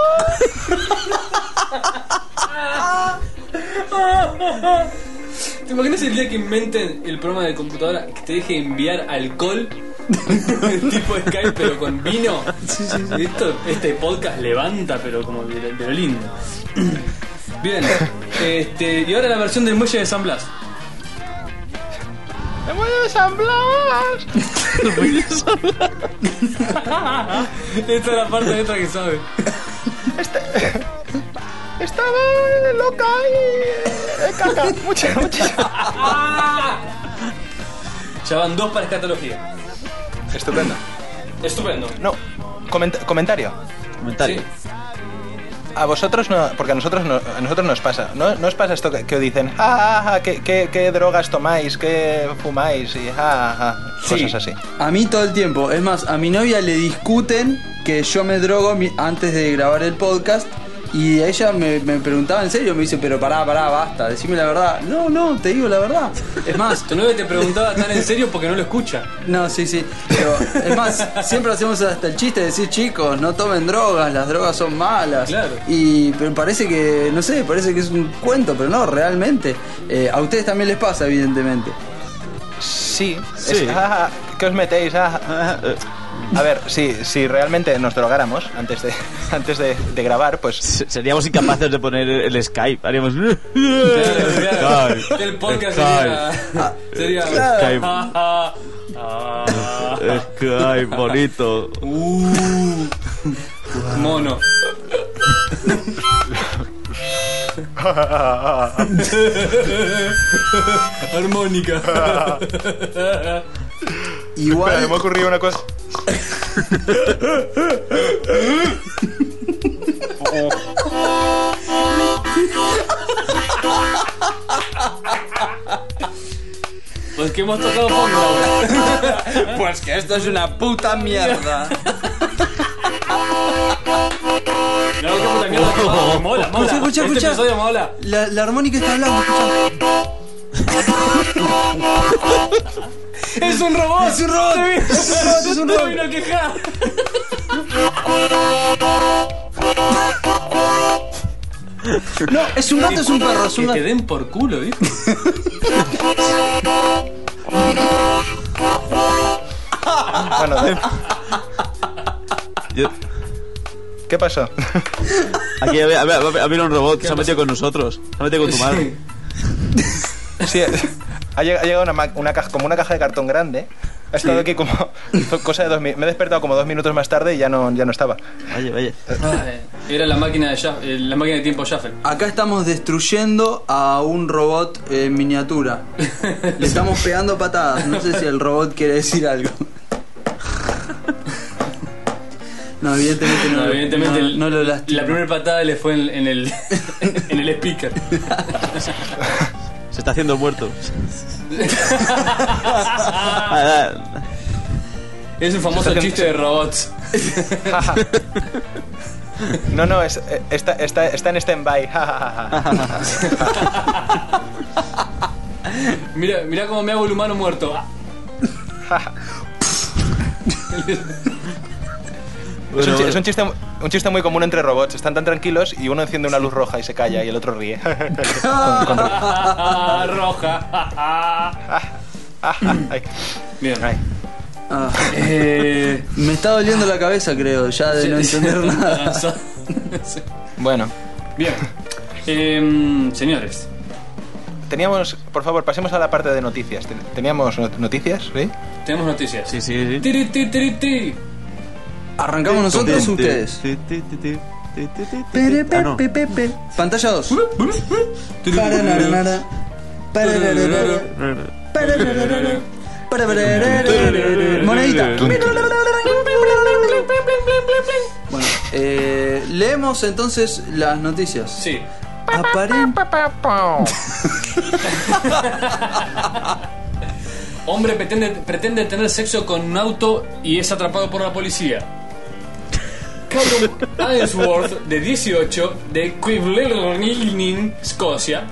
¿Te imaginas el día que inventen el programa de computadora que te deje enviar alcohol? tipo Skype pero con vino. Esto- este podcast levanta pero como de, lo- de lo lindo. Bien, este, y ahora la versión del muelle de San Blas.
Me voy de San Blas.
Esta es la parte de esta que sabe.
Estaba loca y eh, caca. Mucha, mucha.
Ya van dos para escatología.
Estupendo.
Estupendo.
No. coment- comentario.
Comentario.
A vosotros no, porque a nosotros no, a nosotros nos pasa. No, no os pasa esto que, que os dicen, ja, ja, ja, ¿qué, qué, qué drogas tomáis, qué fumáis y ja, ja, ja, cosas así.
A mí todo el tiempo. Es más, a mi novia le discuten que yo me drogo mi- antes de grabar el podcast. Y ella me, me preguntaba en serio, me dice, pero pará, pará, basta, decime la verdad. No, no, te digo la verdad. Es más,
Tu novia te preguntaba tan en serio porque no lo escucha.
no, sí, sí. Pero, es más, siempre hacemos hasta el chiste de decir, chicos, no tomen drogas, las drogas son malas.
Claro.
Y pero parece que, no sé, parece que es un cuento, pero no, realmente. Eh, a ustedes también les pasa, evidentemente.
Sí, es,
Sí.
"Ah, ¿qué os metéis? Ah, ah".
Ah, eh,
A ver, si, si realmente nos drogáramos antes de, antes de, de grabar, pues
se- Seríamos incapaces de poner el Skype. Haríamos.
Claro, claro.
Skype,
El podcast
Skype.
sería. sería.
Skype.
Ah, ah, ah.
Skype, bonito.
Mono. Armónica.
Igual,
me ha ocurrido una cosa.
Pues que hemos tocado fondo ahora.
pues que esto es una puta mierda.
No, qué puta mierda. que va. Mola, mola.
Escucha, escucha,
este
escucha.
episodio mola.
La, la armónica está hablando, escuchá.
Es un robot. Es un robot. Es un robot. Es un robot. vino a quejar.
No, es un gato, es un perro, es un
Que te
gato.
den por culo, ¿viste?
Bueno, de-
Yo-
¿qué pasó?
Aquí ha ha- ha- ha habido un robot que se ha metido con nosotros. Se ha metido con tu madre.
Sí, ha lleg- ha llegado una, ma- una caja, como una caja de cartón grande. Ha estado aquí como cosa de dos mi- Me he despertado como dos minutos más tarde y ya no, ya no estaba.
Vaya, vaya.
Ah, Era la máquina de Schaff- eh, la máquina de tiempo Jaffe.
Acá estamos destruyendo a un robot en miniatura. Le estamos pegando patadas. No sé si el robot quiere decir algo. No, evidentemente no,
No,
lo-
evidentemente
no-
el-
no lo lastima.
la primera patada le fue en, en el en el speaker.
Se está haciendo muerto. Ah, ah,
Es un famoso chiste de robots.
No, no, es- eh, está, está, está en stand-by. ja, ja, ja, ja.
Mira, mira cómo me hago el humano muerto.
Es un,
Bueno,
chi- es
bueno.
un chiste, un chiste muy común entre robots. Están tan tranquilos y uno enciende una luz roja y se calla y el otro ríe.
Ah, roja.
Ah, Ay,
Bien.
ay.
Ah,
Eh,
me está doliendo la cabeza, creo, ya de no entender nada.
Bueno,
Bien. Em, señores,
teníamos, por favor, pasemos a la parte de noticias. Ten- Teníamos no- noticias, ¿sí?
tenemos noticias.
Sí, sí, sí.
Tiri, tiri, tiri, tiri.
Arrancamos nosotros o ustedes.
Ti, ti, ti, ti, ti, ti, ti, ti.
Pere,
Ah, no.
pe, pe, pe. Pantalla 2. Paranarara. Paranarara. Paranarara. Paranarara. Monedita. Bueno, eh, leemos entonces las noticias.
Sí.
Aparen-
Hombre pretende, pretende tener sexo con un auto y es atrapado por la policía. Callum Ainsworth, de 18, de Quiblerning, Escocia,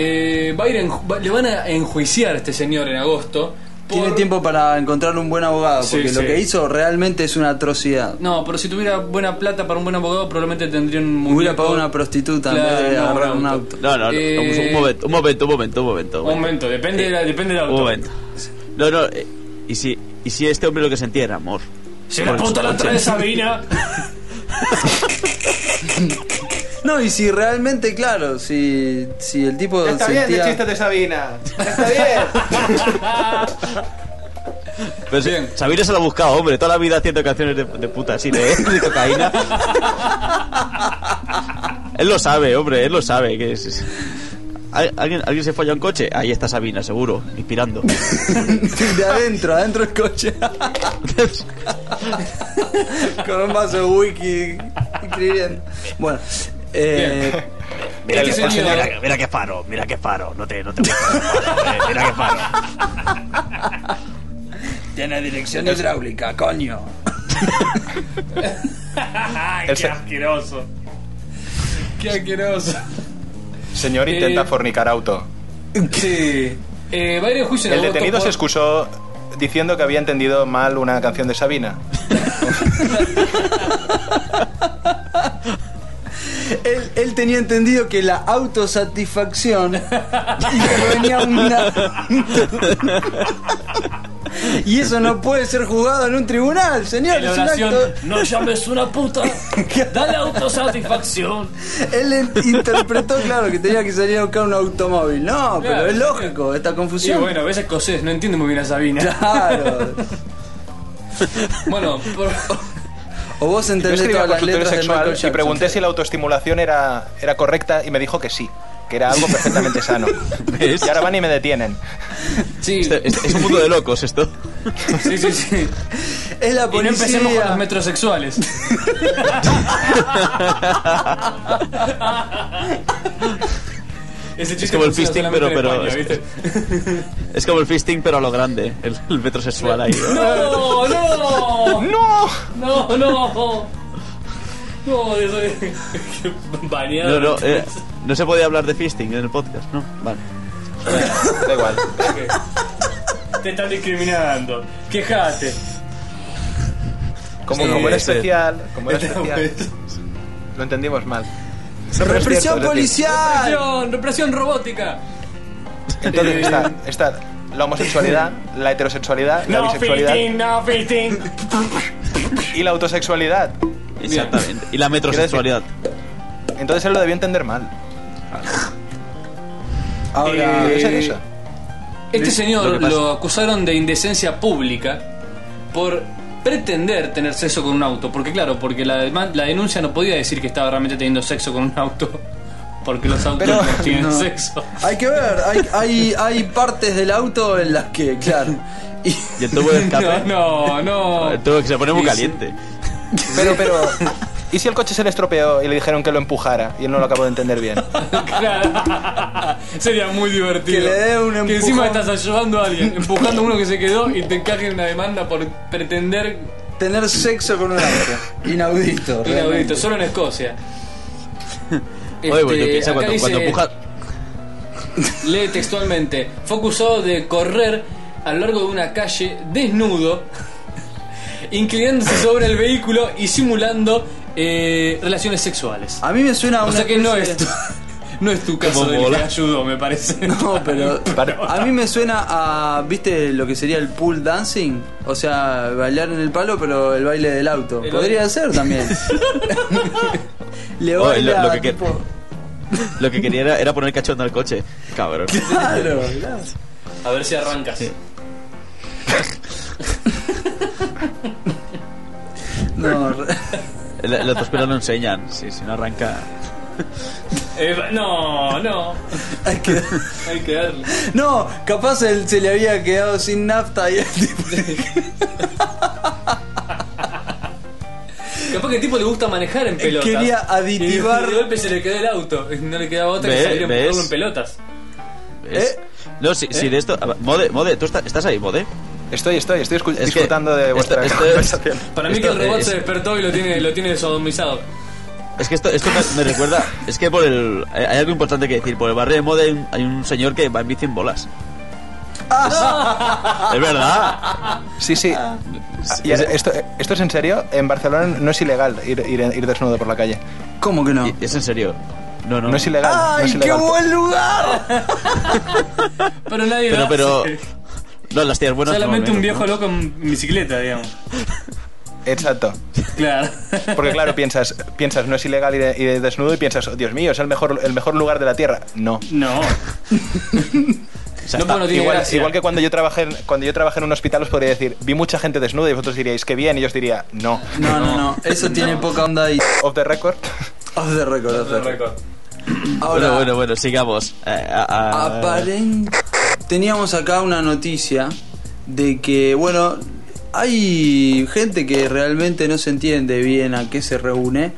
eh, va a ir en- va- le van a enjuiciar a este señor en agosto. por-
Tiene tiempo para encontrar un buen abogado,
Sí,
porque lo
sí.
que hizo realmente es una atrocidad.
No, pero si tuviera buena plata para un buen abogado, probablemente tendría un.
Hubiera
muñeco-
pagado una prostituta en
Claro,
vez de
no,
agarrar
un
un
auto.
auto.
No, no, no,
Eh,
un momento, un momento, un momento, un momento.
Un momento, depende, de la- depende del auto.
Un momento. No, no, eh, y si, y si este hombre lo que sentía era amor.
Si la puta la trae Sabina,
No, y si realmente, claro, si, si el tipo
Ya está bien el
sentía...
chiste de Sabina. Ya está bien.
Pero si-
Bien.
Sabina se lo ha buscado, hombre, toda la vida haciendo canciones de, de puta así, de, de cocaína. él lo sabe, hombre, él lo sabe. Que es- es- ¿Al- ¿Alguien, ¿Alguien se folla un coche? Ahí está Sabina, seguro, inspirando.
de adentro, adentro del coche. Con un vaso de wiki escribiendo. Bueno, eh,
Mira,
Este
qué faro,
señor-
mira, mira qué faro, mira qué faro. No te, no te eh, Mira qué faro.
Tiene dirección hidráulica, coño.
¡ay, qué asqueroso!
Qué asqueroso.
Señor
intenta Eh,
fornicar auto.
Sí. Eh, va a ir en juicio en
El
agosto
detenido
por-
se excusó diciendo que había entendido mal una canción de Sabina.
él, él tenía entendido que la autosatisfacción y que venía una... Y eso no puede ser juzgado en un tribunal, señor. Es un
Elaboración.
acto-
No llames una puta, dale autosatisfacción.
Él en- interpretó, claro, que tenía que salir a buscar un automóvil. No, pero
Claro.
es lógico, esta
Sí,
confusión.
bueno, a veces escocés, no entiende muy bien a Sabina.
Claro.
bueno, por...
O vos
Yo
entendés
escribí a
todas las
consultorio
letras de Michael
sexual
Jackson.
y pregunté si la autoestimulación era, era correcta y me dijo que sí, que era algo perfectamente sano.
¿Ves?
Y ahora van y me detienen.
sí,
Esto- Este, es, es un mundo de locos esto.
sí, sí, sí.
Es la
Y no
policía.
empecemos con los metrosexuales. Ese chiste
como el
funciona
fisting,
solamente
pero- pero-
en España, ¿viste?
Es como el fisting, pero a lo grande. El, el metrosexual ahí.
¡No! ¡No! ¡No! ¡No, no! No, eso es...
No,
Bañado.
no, eh, no se podía hablar de fisting en el podcast, ¿no? Vale.
Da igual.
Te están discriminando. Quejate.
Como,
Sí,
como era
sí.
especial, como
Este
era especial, lo entendimos mal. Pero es
Este ¡Represión
cierto, es decir,
policial!
Represión, represión robótica.
Entonces
Eh.
está, está la homosexualidad, la heterosexualidad, la bisexualidad
no fitting.
y la autosexualidad.
Exactamente. Y la metrosexualidad.
Entonces él lo debió entender mal.
Ahora,
Debe ser eso.
Este
Lo
señor
que pasa-
lo acusaron de indecencia pública por pretender tener sexo con un auto. Porque claro, porque la, dema- la denuncia no podía decir que estaba realmente teniendo sexo con un auto. Porque los autos
Pero-
no tienen
no.
sexo.
hay que ver, hay, hay, hay partes del auto en las que, claro. Y,
Y el tubo de escape.
No, no,
El
no.
tubo que se pone muy
Sí, sí.
caliente.
Pero, pero. ¿Y si el coche se le estropeó y le dijeron que lo empujara? Y él no lo acabó de entender bien.
Claro. Sería muy divertido.
Que le dé un
Que encima
empujón.
estás ayudando a alguien, empujando a uno que se quedó y te encajen una demanda por pretender
tener sexo con un auto. Inaudito.
Mira,
realmente.
Brito, solo en Escocia.
Oye, bueno,
Este,
piensa
acá
cuando, cuando
dice-
empuja.
Lee textualmente. Fue acusado de correr a lo largo de una calle desnudo, inclinándose sobre el vehículo y simulando eh, relaciones sexuales.
A mí me suena a
O
Ah, una
sea que no es
especie
tu, no es tu caso
Como
del que
bola.
ayudó, me parece.
No, pero a mí me suena a, ¿viste lo que sería el pool dancing? O sea, bailar en el palo, pero el baile del auto.
El
Podría
baile-
ser también. Le
Oh, lo-
baila
lo que quer-
tipo-
Lo que quería era, era poner cachondo al coche. Cabrón.
Claro, claro.
A ver si arrancas.
No, re-
La- Los dos pelos no enseñan. Si, si no arranca.
Eh, no, no.
hay que-
Hay que darle.
no, capaz él se le había quedado sin nafta y el tipo-
Capaz que el tipo le gusta manejar en pelotas.
Quería aditivar-
Y de golpe se le quedó el auto. No le quedaba otra que
¿Ves?
salir a empujarlo
¿Ves?
en pelotas.
¿ves?
¿Eh?
No, si, si de esto. Mode, Mode, ¿tú está- estás ahí, Mode?
Estoy, estoy, estoy escu-
que-
disfrutando de
esto-
vuestra
esto es-
conversación.
Para mí
Esto
que el robot
es-
se despertó y lo tiene, lo tiene sodomizado.
Es que esto, esto me, me recuerda. Es que por el. eh, Hay hay algo importante que decir. Por el barrio de Mode hay un, hay un señor que va en bici en bolas. Es, es verdad.
Sí, sí.
Ah.
Ah, Y ahora, esto, esto es en serio. En Barcelona no es ilegal ir, ir, ir desnudo por la calle.
¿Cómo que no?
Y- Es en serio. No, no.
No es ilegal. no es
¡Ay, qué
ilegal.
buen lugar!
Pero nadie
Pero,
lo
pero.
hace.
No, las tías buenas. no,
Solamente un
menos,
viejo
¿no?
loco en bicicleta, digamos.
Exacto.
Claro.
Porque claro, piensas, piensas no es ilegal ir, ir desnudo y piensas, "Oh, Dios mío, es el mejor, el mejor lugar de la tierra. No.
No.
O sea,
No,
está-
bueno, tiene
Igual,
gracia.
igual que cuando yo trabajé en, cuando yo trabajé en un hospital os podría decir, vi mucha gente desnuda y vosotros diríais que bien y yo os diría, no.
No, no, no. Eso tiene poca onda y.
Off the record.
Off the record, off the record. Ahora,
bueno, bueno, bueno, sigamos. Eh, a-
Ah,
a-
aparen- Teníamos acá una noticia de que, bueno, hay gente que realmente no se entiende bien a qué se reúne.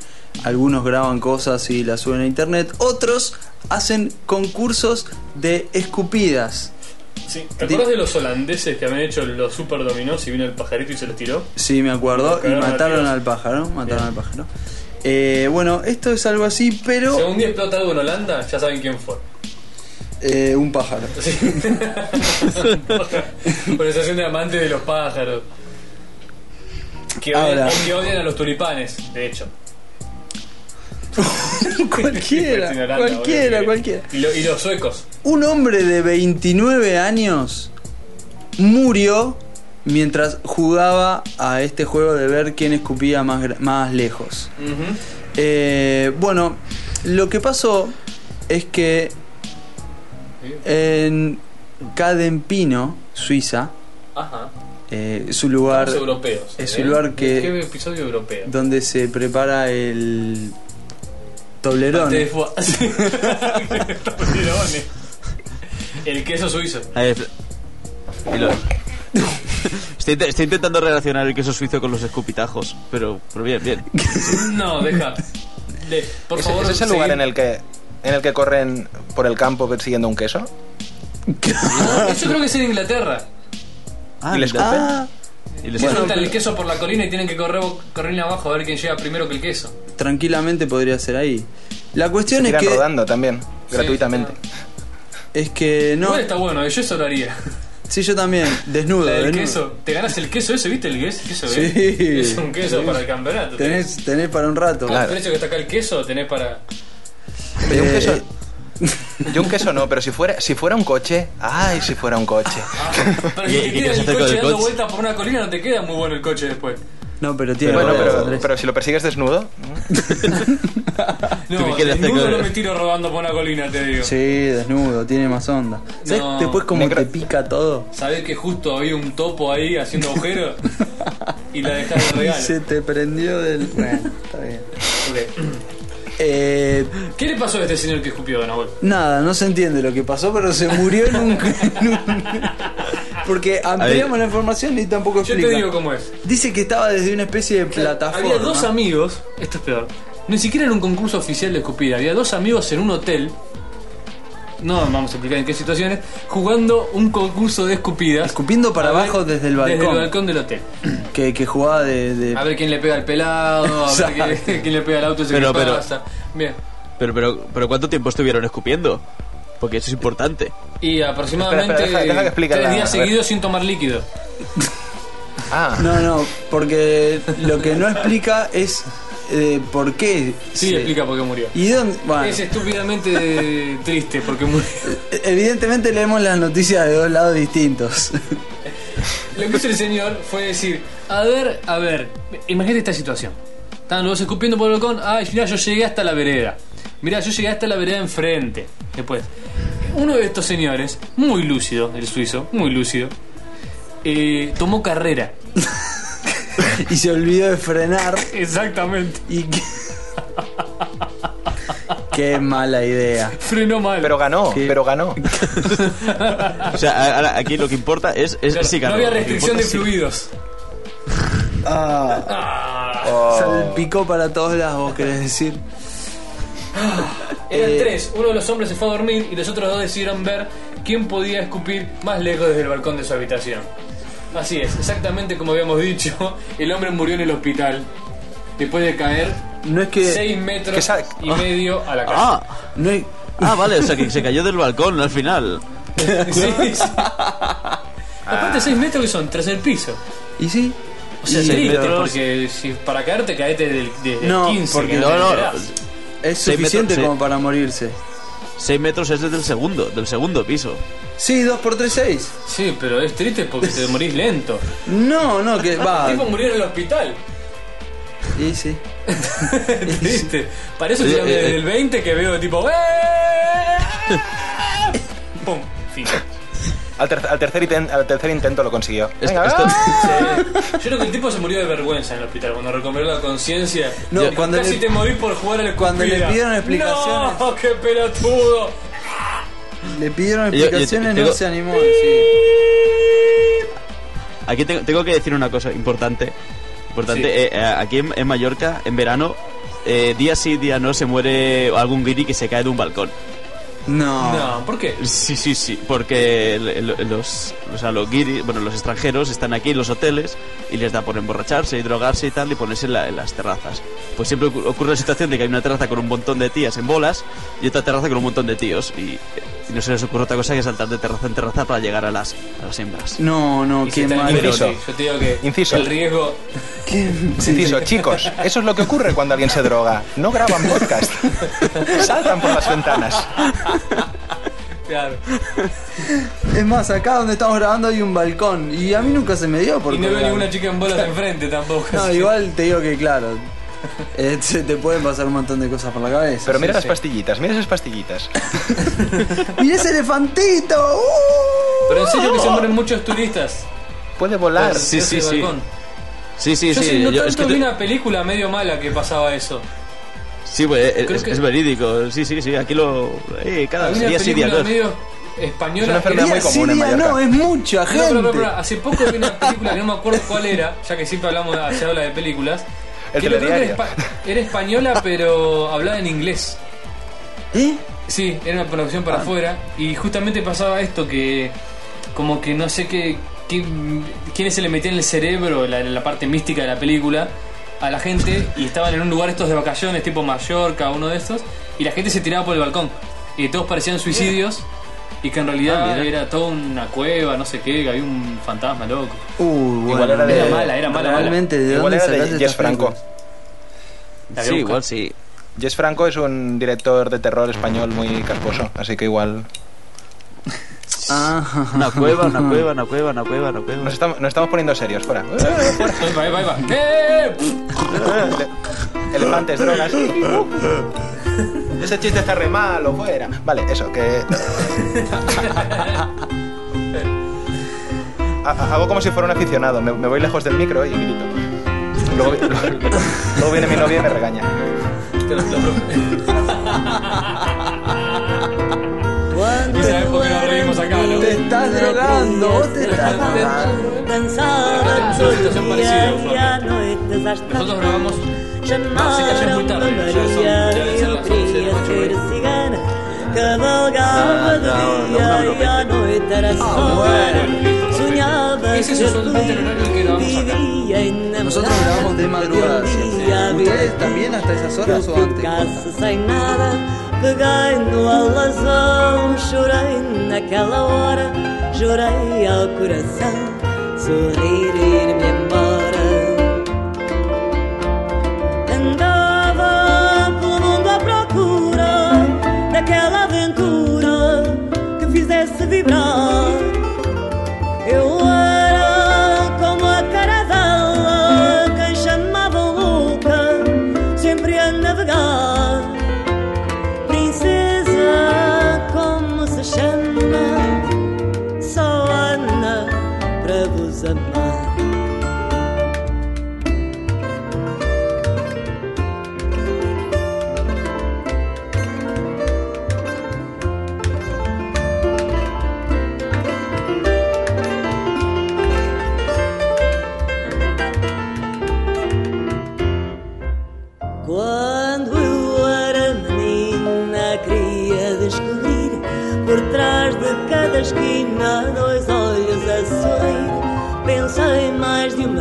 Algunos graban cosas y las suben a internet. Otros hacen concursos de escupidas.
Sí. ¿Te acuerdas de los holandeses que habían hecho los super dominós y vino el pajarito y se los tiró?
Sí, me acuerdo.
Los
Y
cagaron a
mataron
tiros.
al pájaro. Mataron al pájaro. Eh, bueno, esto es algo así,
Si
pero
algún día explota algo en Holanda, ya saben quién fue.
eh, un pájaro.
Sí. Organización de amantes de los pájaros. Que odian,
Ahora.
que odian a los tulipanes, de hecho.
cualquiera,
Pues en Holanda,
cualquiera,
boludo.
cualquiera.
Y, lo- y los suecos.
Un hombre de 29 años murió mientras jugaba a este juego de ver quién escupía más, gra- más lejos. Eh, bueno, lo que pasó es que en Cadempino, Suiza,
Ajá.
eh, es un lugar
Los europeos.
es
¿eh?
un lugar que-
¿Qué episodio europeo?
donde se prepara el toblerón.
Te fue- Sí. Tablerones. El queso suizo.
a ver, y lo- Estoy, inte- estoy intentando relacionar el queso suizo con los escupitajos, pero, pero bien, bien.
No, deja. De- por
¿Ese,
favor,
ese es el
seguid.
lugar en el que en el que corren por el campo persiguiendo un queso?
No, Eso creo que es en Inglaterra.
Ah,
¿Y le escupen?
y les-
Se sueltan el queso por la colina y tienen que correr correrle abajo a ver quién llega primero que el queso.
Tranquilamente podría ser ahí. La cuestión es
Tiran
que,
rodando también, gratuitamente.
es que no.
Igual está bueno, yo eso lo haría.
Sí, yo también, desnudo.
La del
desnudo.
queso. Te ganas el queso ese, ¿viste el queso? queso
Sí.
eh? Es un queso para el campeonato.
Tenés, tenés para un rato.
Con el precio que está acá el queso, tenés para.
Yo un
Eh,
queso. Yo un queso no, pero si fuera, si fuera un coche, ay, si fuera un coche.
Ah,
Para
¿Y-
que
y
te quede
qué quieres
el coche
hacer con el
dando
coche?
vueltas por una colina, no te queda muy bueno el coche después.
No, pero tiene
bueno,
ruedas,
pero,
Andrés.
pero si lo persigues desnudo,
¿Tú
No,
qué quieres hacer
desnudo
con-
no me tiro robando por una colina, te digo.
Sí, desnudo, tiene más onda. ¿Sabés
No.
después cómo
Negro-
te pica todo?
Sabés que justo había un topo ahí haciendo agujeros y la dejaron de
Y
regalo.
se te prendió del. Bueno, está bien.
Ok.
Eh,
¿Qué le pasó a este señor que escupió, Nahuel?
nada, no se entiende lo que pasó, pero se murió en un. en un- Porque ampliamos la información y tampoco
Yo
explica.
te digo cómo es.
Dice que estaba desde una especie de plataforma.
Había dos amigos, esto es peor, ni siquiera era un concurso oficial de escupida, había dos amigos en un hotel, no vamos a explicar en qué situaciones, jugando un concurso de escupidas.
Escupiendo para
A ver,
abajo desde el balcón.
Desde el balcón Ah, del hotel.
Que, que jugaba de. de-
A ver quién le pega al pelado, a ver
Exacto.
quién, quién le pega al auto, ese
Pero,
que
pero-
pasa. Bien.
Pero, pero, pero ¿cuánto tiempo estuvieron escupiendo? Porque eso es importante.
Y aproximadamente
Espera, espera, deja- deja que explique
tres
la-
días
a ver.
seguidos sin tomar líquido.
ah,
No, no, porque lo que no explica es eh, por qué.
Sí,
se-
explica por qué murió.
¿Y dónde? Bueno,
Es estúpidamente triste porque murió.
evidentemente leemos las noticias de dos lados distintos.
Lo que hizo el señor fue decir, a ver, a ver, imagínate esta situación. Estaban los dos escupiendo por el balcón, ay, mirá, yo llegué hasta la vereda. Mirá, yo llegué hasta la vereda enfrente. Después, uno de estos señores, muy lúcido, el suizo, muy lúcido, eh, tomó carrera.
y se olvidó de frenar.
Exactamente.
Y que... Qué mala idea.
Frenó mal.
pero ganó,
Sí.
pero ganó.
O sea, ahora aquí lo que importa es, es
Claro,
si
no
ganó.
había
Lo que
restricción de
importa es si-
fluidos.
Salpicó para todos lados, vos querés decir.
Eran
Eh,
tres. Uno de los hombres se fue a dormir y los otros dos decidieron ver quién podía escupir más lejos desde el balcón de su habitación. Así es, exactamente como habíamos dicho, el hombre murió en el hospital después de caer
No es que.
6 metros
que sa-
y medio a la calle.
Ah,
No es-
ah, vale, o sea que se cayó del balcón al final.
Sí, sí. Aparte 6 metros que son tras el piso.
¿Y sí?
O sea,
Y-
sí,
seis metros.
porque si para caerte caete del, desde
No,
el 15.
porque
que
no,
te
no,
enterás.
Es
Seis
suficiente
metros, sí.
como para morirse.
6 metros es desde el segundo, del segundo piso.
Sí, 2 por 3 6
Sí, pero es triste porque te morís lento.
No, no, que va.
El tipo murió en el hospital.
Y sí.
Triste. Para eso tirame
Eh, eh,
desde el 20 que veo tipo. ¡eh! ¡Pum! Fin.
Al, ter- al tercer, inten- al tercer intento lo consiguió.
Es-
Venga, ¡ah!
esto-
va.
¡ah! Yo creo que el tipo se murió de vergüenza en el hospital cuando recobró la conciencia.
No,
Dijo,
cuando
casi
le-
te morís por jugar al
cuando le pidieron explicaciones.
¡No! ¡Qué pelotudo!
Le pidieron
Yo- yo
explicaciones,
tengo-
no se animó. Sí.
Aquí te- tengo que decir una cosa importante. Importante,
Sí.
eh, eh, aquí en, en Mallorca, en verano, eh, día sí, día no, se muere algún guiri que se cae de un balcón.
No.
Ah.
No, ¿por qué?
Sí, sí, sí, porque el- el- los, o sea, los guiris, bueno, los extranjeros están aquí en los hoteles y les da por emborracharse y drogarse y tal y ponerse en, la- en las terrazas. Pues siempre ocu- ocurre la situación de que hay una terraza con un montón de tías en bolas y otra terraza con un montón de tíos y, y no se les ocurre otra cosa que saltar de terraza en terraza para llegar a las, a las hembras.
No, no,
Y si
qué
está en
mal.
el
Inciso.
bote, Yo te digo que
Inciso.
el riesgo.
Qué- sí, sí.
Inciso, chicos, eso es lo que ocurre cuando alguien se droga. No graban podcast. Saltan por las ventanas.
Claro.
Es más, acá donde estamos grabando hay un balcón. Y a mí nunca se me dio
Y
porque.
no veo ninguna chica en bolas de enfrente tampoco.
No, igual te digo que, claro. eh, se te pueden pasar un montón de cosas por la cabeza.
Pero mira
sí,
las pastillitas, mira esas pastillitas.
sí. ¡Mirá ese elefantito! ¡Uh!
Pero en serio que se mueren muchos turistas.
Puede volar.
Pues
Sí,
Ese
sí, sí.
balcón.
Sí, sí,
Yo
sí.
sé, no
yo-
tanto
es que
vi
te-
una película medio mala que pasaba eso.
Sí, pues, eh,
Creo
es,
que-
es verídico. Sí, sí, sí. Aquí lo. eh, cada
Había una
día sí, día
película
no.
medio española.
Es una
que-
enfermedad
Día
muy
sí,
común en
día
Mallorca.
no, es mucha
No,
gente.
pero, pero, pero, hace poco vi una película que no me acuerdo cuál era, ya que siempre hablamos de- se habla de películas.
El
que yo creo que era,
telediario.
espa- era española, pero hablaba en inglés.
¿Eh?
Sí, era una producción para afuera. Y justamente pasaba esto que. Como que no sé qué. qué- quiénes se le metían en el cerebro, la, la parte mística de la película, a la gente. Y estaban en un lugar estos de vacaciones, tipo Mallorca, uno de estos. Y la gente se tiraba por el balcón. Y todos parecían suicidios. Y que en realidad era toda una cueva, no sé qué, que había un fantasma loco.
Uh, bueno.
Igual era de-
Era mala, era mala, mala.
Realmente, ¿de
Eh, Igual era
dónde
de
sacaste
Jess
estas
Franco.
películas?
La
Sí,
voy a
igual sí.
Jess Franco es un director de terror español muy casposo, así que igual.
Ah,
Una cueva, una cueva, una cueva, una cueva, una cueva.
Nos estamos, nos estamos poniendo serios, fuera.
Ahí va, ahí va, ahí va. ¡Eh!
Elefantes, drogas. Ese chiste está re malo, fuera. Vale, eso, que. Ha- ha- Hago como si fuera un aficionado, me, me voy lejos del micro y grito. Luego, luego- luego viene mi novia y me regaña.
Y sabes por qué nos reímos acá, ¿no?
Te estás drogando, vos te estás drogando.
Pensar
Tenemos una situación parecida, Flor. Nosotros
Nosotros
grabamos. No, se cayó muy tarde. Ya son, ya deben ser las 11 de la noche. Ah, por ahí. Ese es usualmente el horario en que grabamos acá.
Nosotros grabamos de madrugada siempre. ¿Ustedes también hasta esas horas o antes?
casa sem nada Peguei no alazão Chorei naquela hora Jurei ao coração Sorrir e ir-me embora Andava pelo mundo à procura Daquela aventura Que fizesse vibrar eu era como a cara dela, quem chamavam louca, sempre a navegar. Princesa, como se chama? Só Ana para vos amar. Quando eu era menina, queria descobrir por trás de cada uma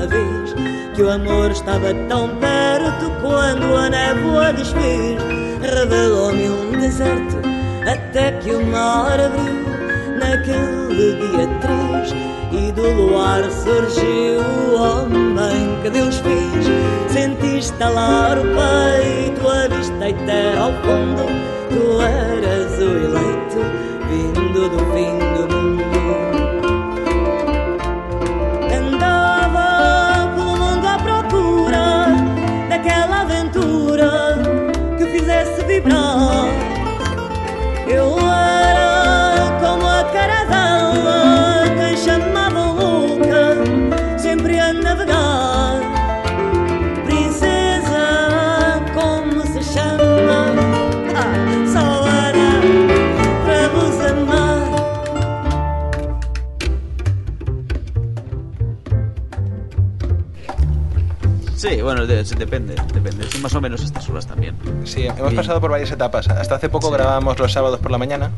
vez que o amor estava tão perto quando a névoa desfez. Revelou-me um deserto até que uma hora abriu naquele dia três e do luar surgiu o homem que Deus fez. Senti estalar o peito, a vista e terra ao fundo. Tu eras o eleito vindo do fim do mundo. Andava pelo mundo à procura daquela aventura que fizesse vibrar. Eu era como a cara dela que chamavam louca, sempre a navegar. Princesa, como se chama? Ah, só era para vos amar.
Sí, bueno, de- depende, depende. Es más o menos estas horas también.
Sí, hemos pasado por varias etapas. Hasta hace poco grabábamos los sábados por la mañana,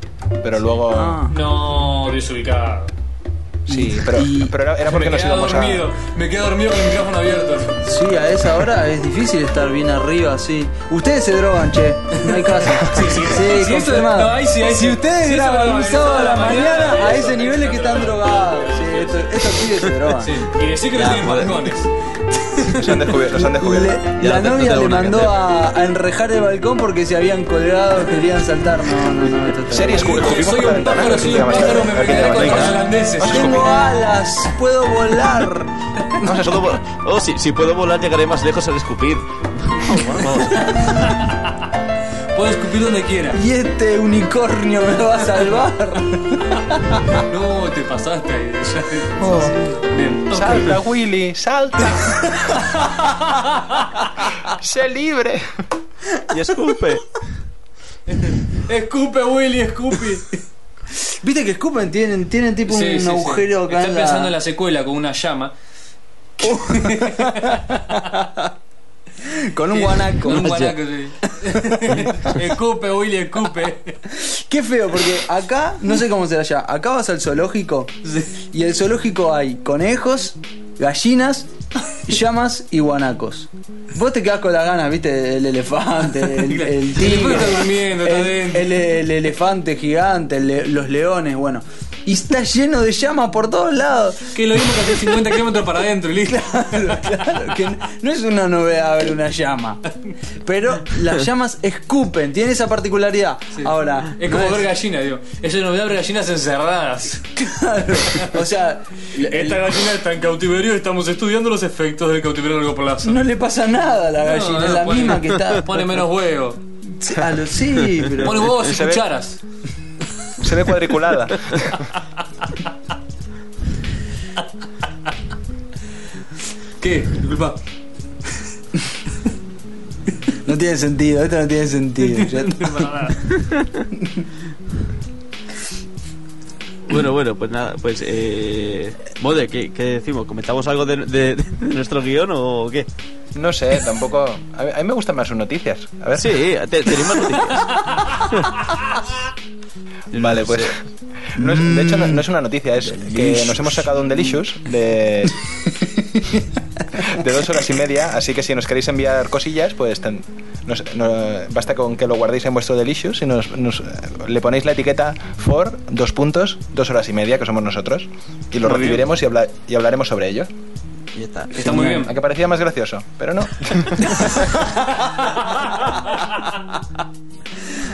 pero luego...
Ah.
Ah. No, desubicado.
Sí, pero, pero era, era porque
me
nos
quedaba
íbamos a...
dormido, me quedé dormido con el micrófono abierto.
Sí, a esa hora es difícil estar bien arriba, sí. Ustedes se drogan, che. No hay caso. Sí, sí,
Si eso-
confirmado.
no, ahí sí, ahí
si
sí.
ustedes
Si eso
graban
lo
un
organizó
sábado a la
la mañana,
mañana, a
eso
ese
sí
nivel es que están drogados. Sí, esto- estos pibes se drogan.
Sí. Y decir que no
Ya,
tienen
joder.
balcones.
Nos han descubierto. Nos han descubierto.
Le-
Ya
la
no te- no
novia
tengo
le
nada que
mandó
hacer.
a, a enrejar el balcón porque se habían colgado, querían saltar. No, no, no, esto está
Serie, escu- escupimos
Soy
por la
un
ventana.
pájaro, soy un
Vamos a-
pájaro, me
a ver quién
pelearé
levanta.
con los
Venga.
holandeses.
Vamos a
Tengo
escupir.
alas, puedo volar.
Vamos a
Puedo
escupir.
vol- Oh, si, si puedo volar, llegaré más lejos al escupir. Vamos, vamos.
Puedo escupir donde quiera.
Y este unicornio me va a salvar.
No, te pasaste ahí. ya. Bien.
Salta, Willy, salta. sé libre.
Y escupe.
Escupe, Willy, escupe.
Viste que escupen, tienen, tienen tipo un agujero acá.
Están pensando en la secuela con una llama.
Con un guanaco.
Con un guanaco, sí. escupe, Willy, escupe.
Qué feo, porque acá, no sé cómo será allá, acá vas al zoológico y el zoológico hay conejos, gallinas, llamas y guanacos. Vos te quedás con las ganas, viste, el elefante, el,
Claro.
el
El
tigre,
elefante está durmiendo, está
el-
dentro.
el- el elefante gigante, el le- los leones, bueno. Y está lleno de llamas por todos lados.
Que lo vimos casi 50 kilómetros para adentro, y listo.
Claro, claro, que no es una novedad ver una llama. Pero las llamas escupen, tiene esa particularidad. Ahora,
Es como
no
ver gallinas, digo. Es una novedad ver gallinas encerradas.
Claro. O sea,
Esta gallina está en cautiverio y estamos estudiando los efectos del cautiverio a largo plazo.
no pues, le pasa nada a la
No,
gallina,
no,
es la
pone-
misma que está.
Pone menos huevo.
A lo- sí, pero.
Pone huevos y
Se ve-
cucharas.
Se ve cuadriculada.
¿Qué? Disculpa.
No tiene sentido, esto no tiene sentido. Ya-
Bueno, bueno, pues nada, pues eh. Mode, ¿qué, qué decimos? ¿Comentamos algo de, de- de nuestro guión o qué?
No sé, tampoco. A mí, a mí me gustan más sus noticias. A ver.
Sí, te- tenemos noticias.
Vale, pues. no es- de hecho, no, no es una noticia, es que nos hemos sacado un Delicious de. de dos horas y media. Así que si nos queréis enviar cosillas, pues. ten- nos- no- basta con que lo guardéis en vuestro Delicious y nos, nos- le ponéis la etiqueta for dos puntos, dos horas y media, que somos nosotros. Y lo
Muy bien.
recibiremos y, habla- y hablaremos sobre ello.
Y ya está.
Está muy bien.
Aunque parecía más gracioso, pero no.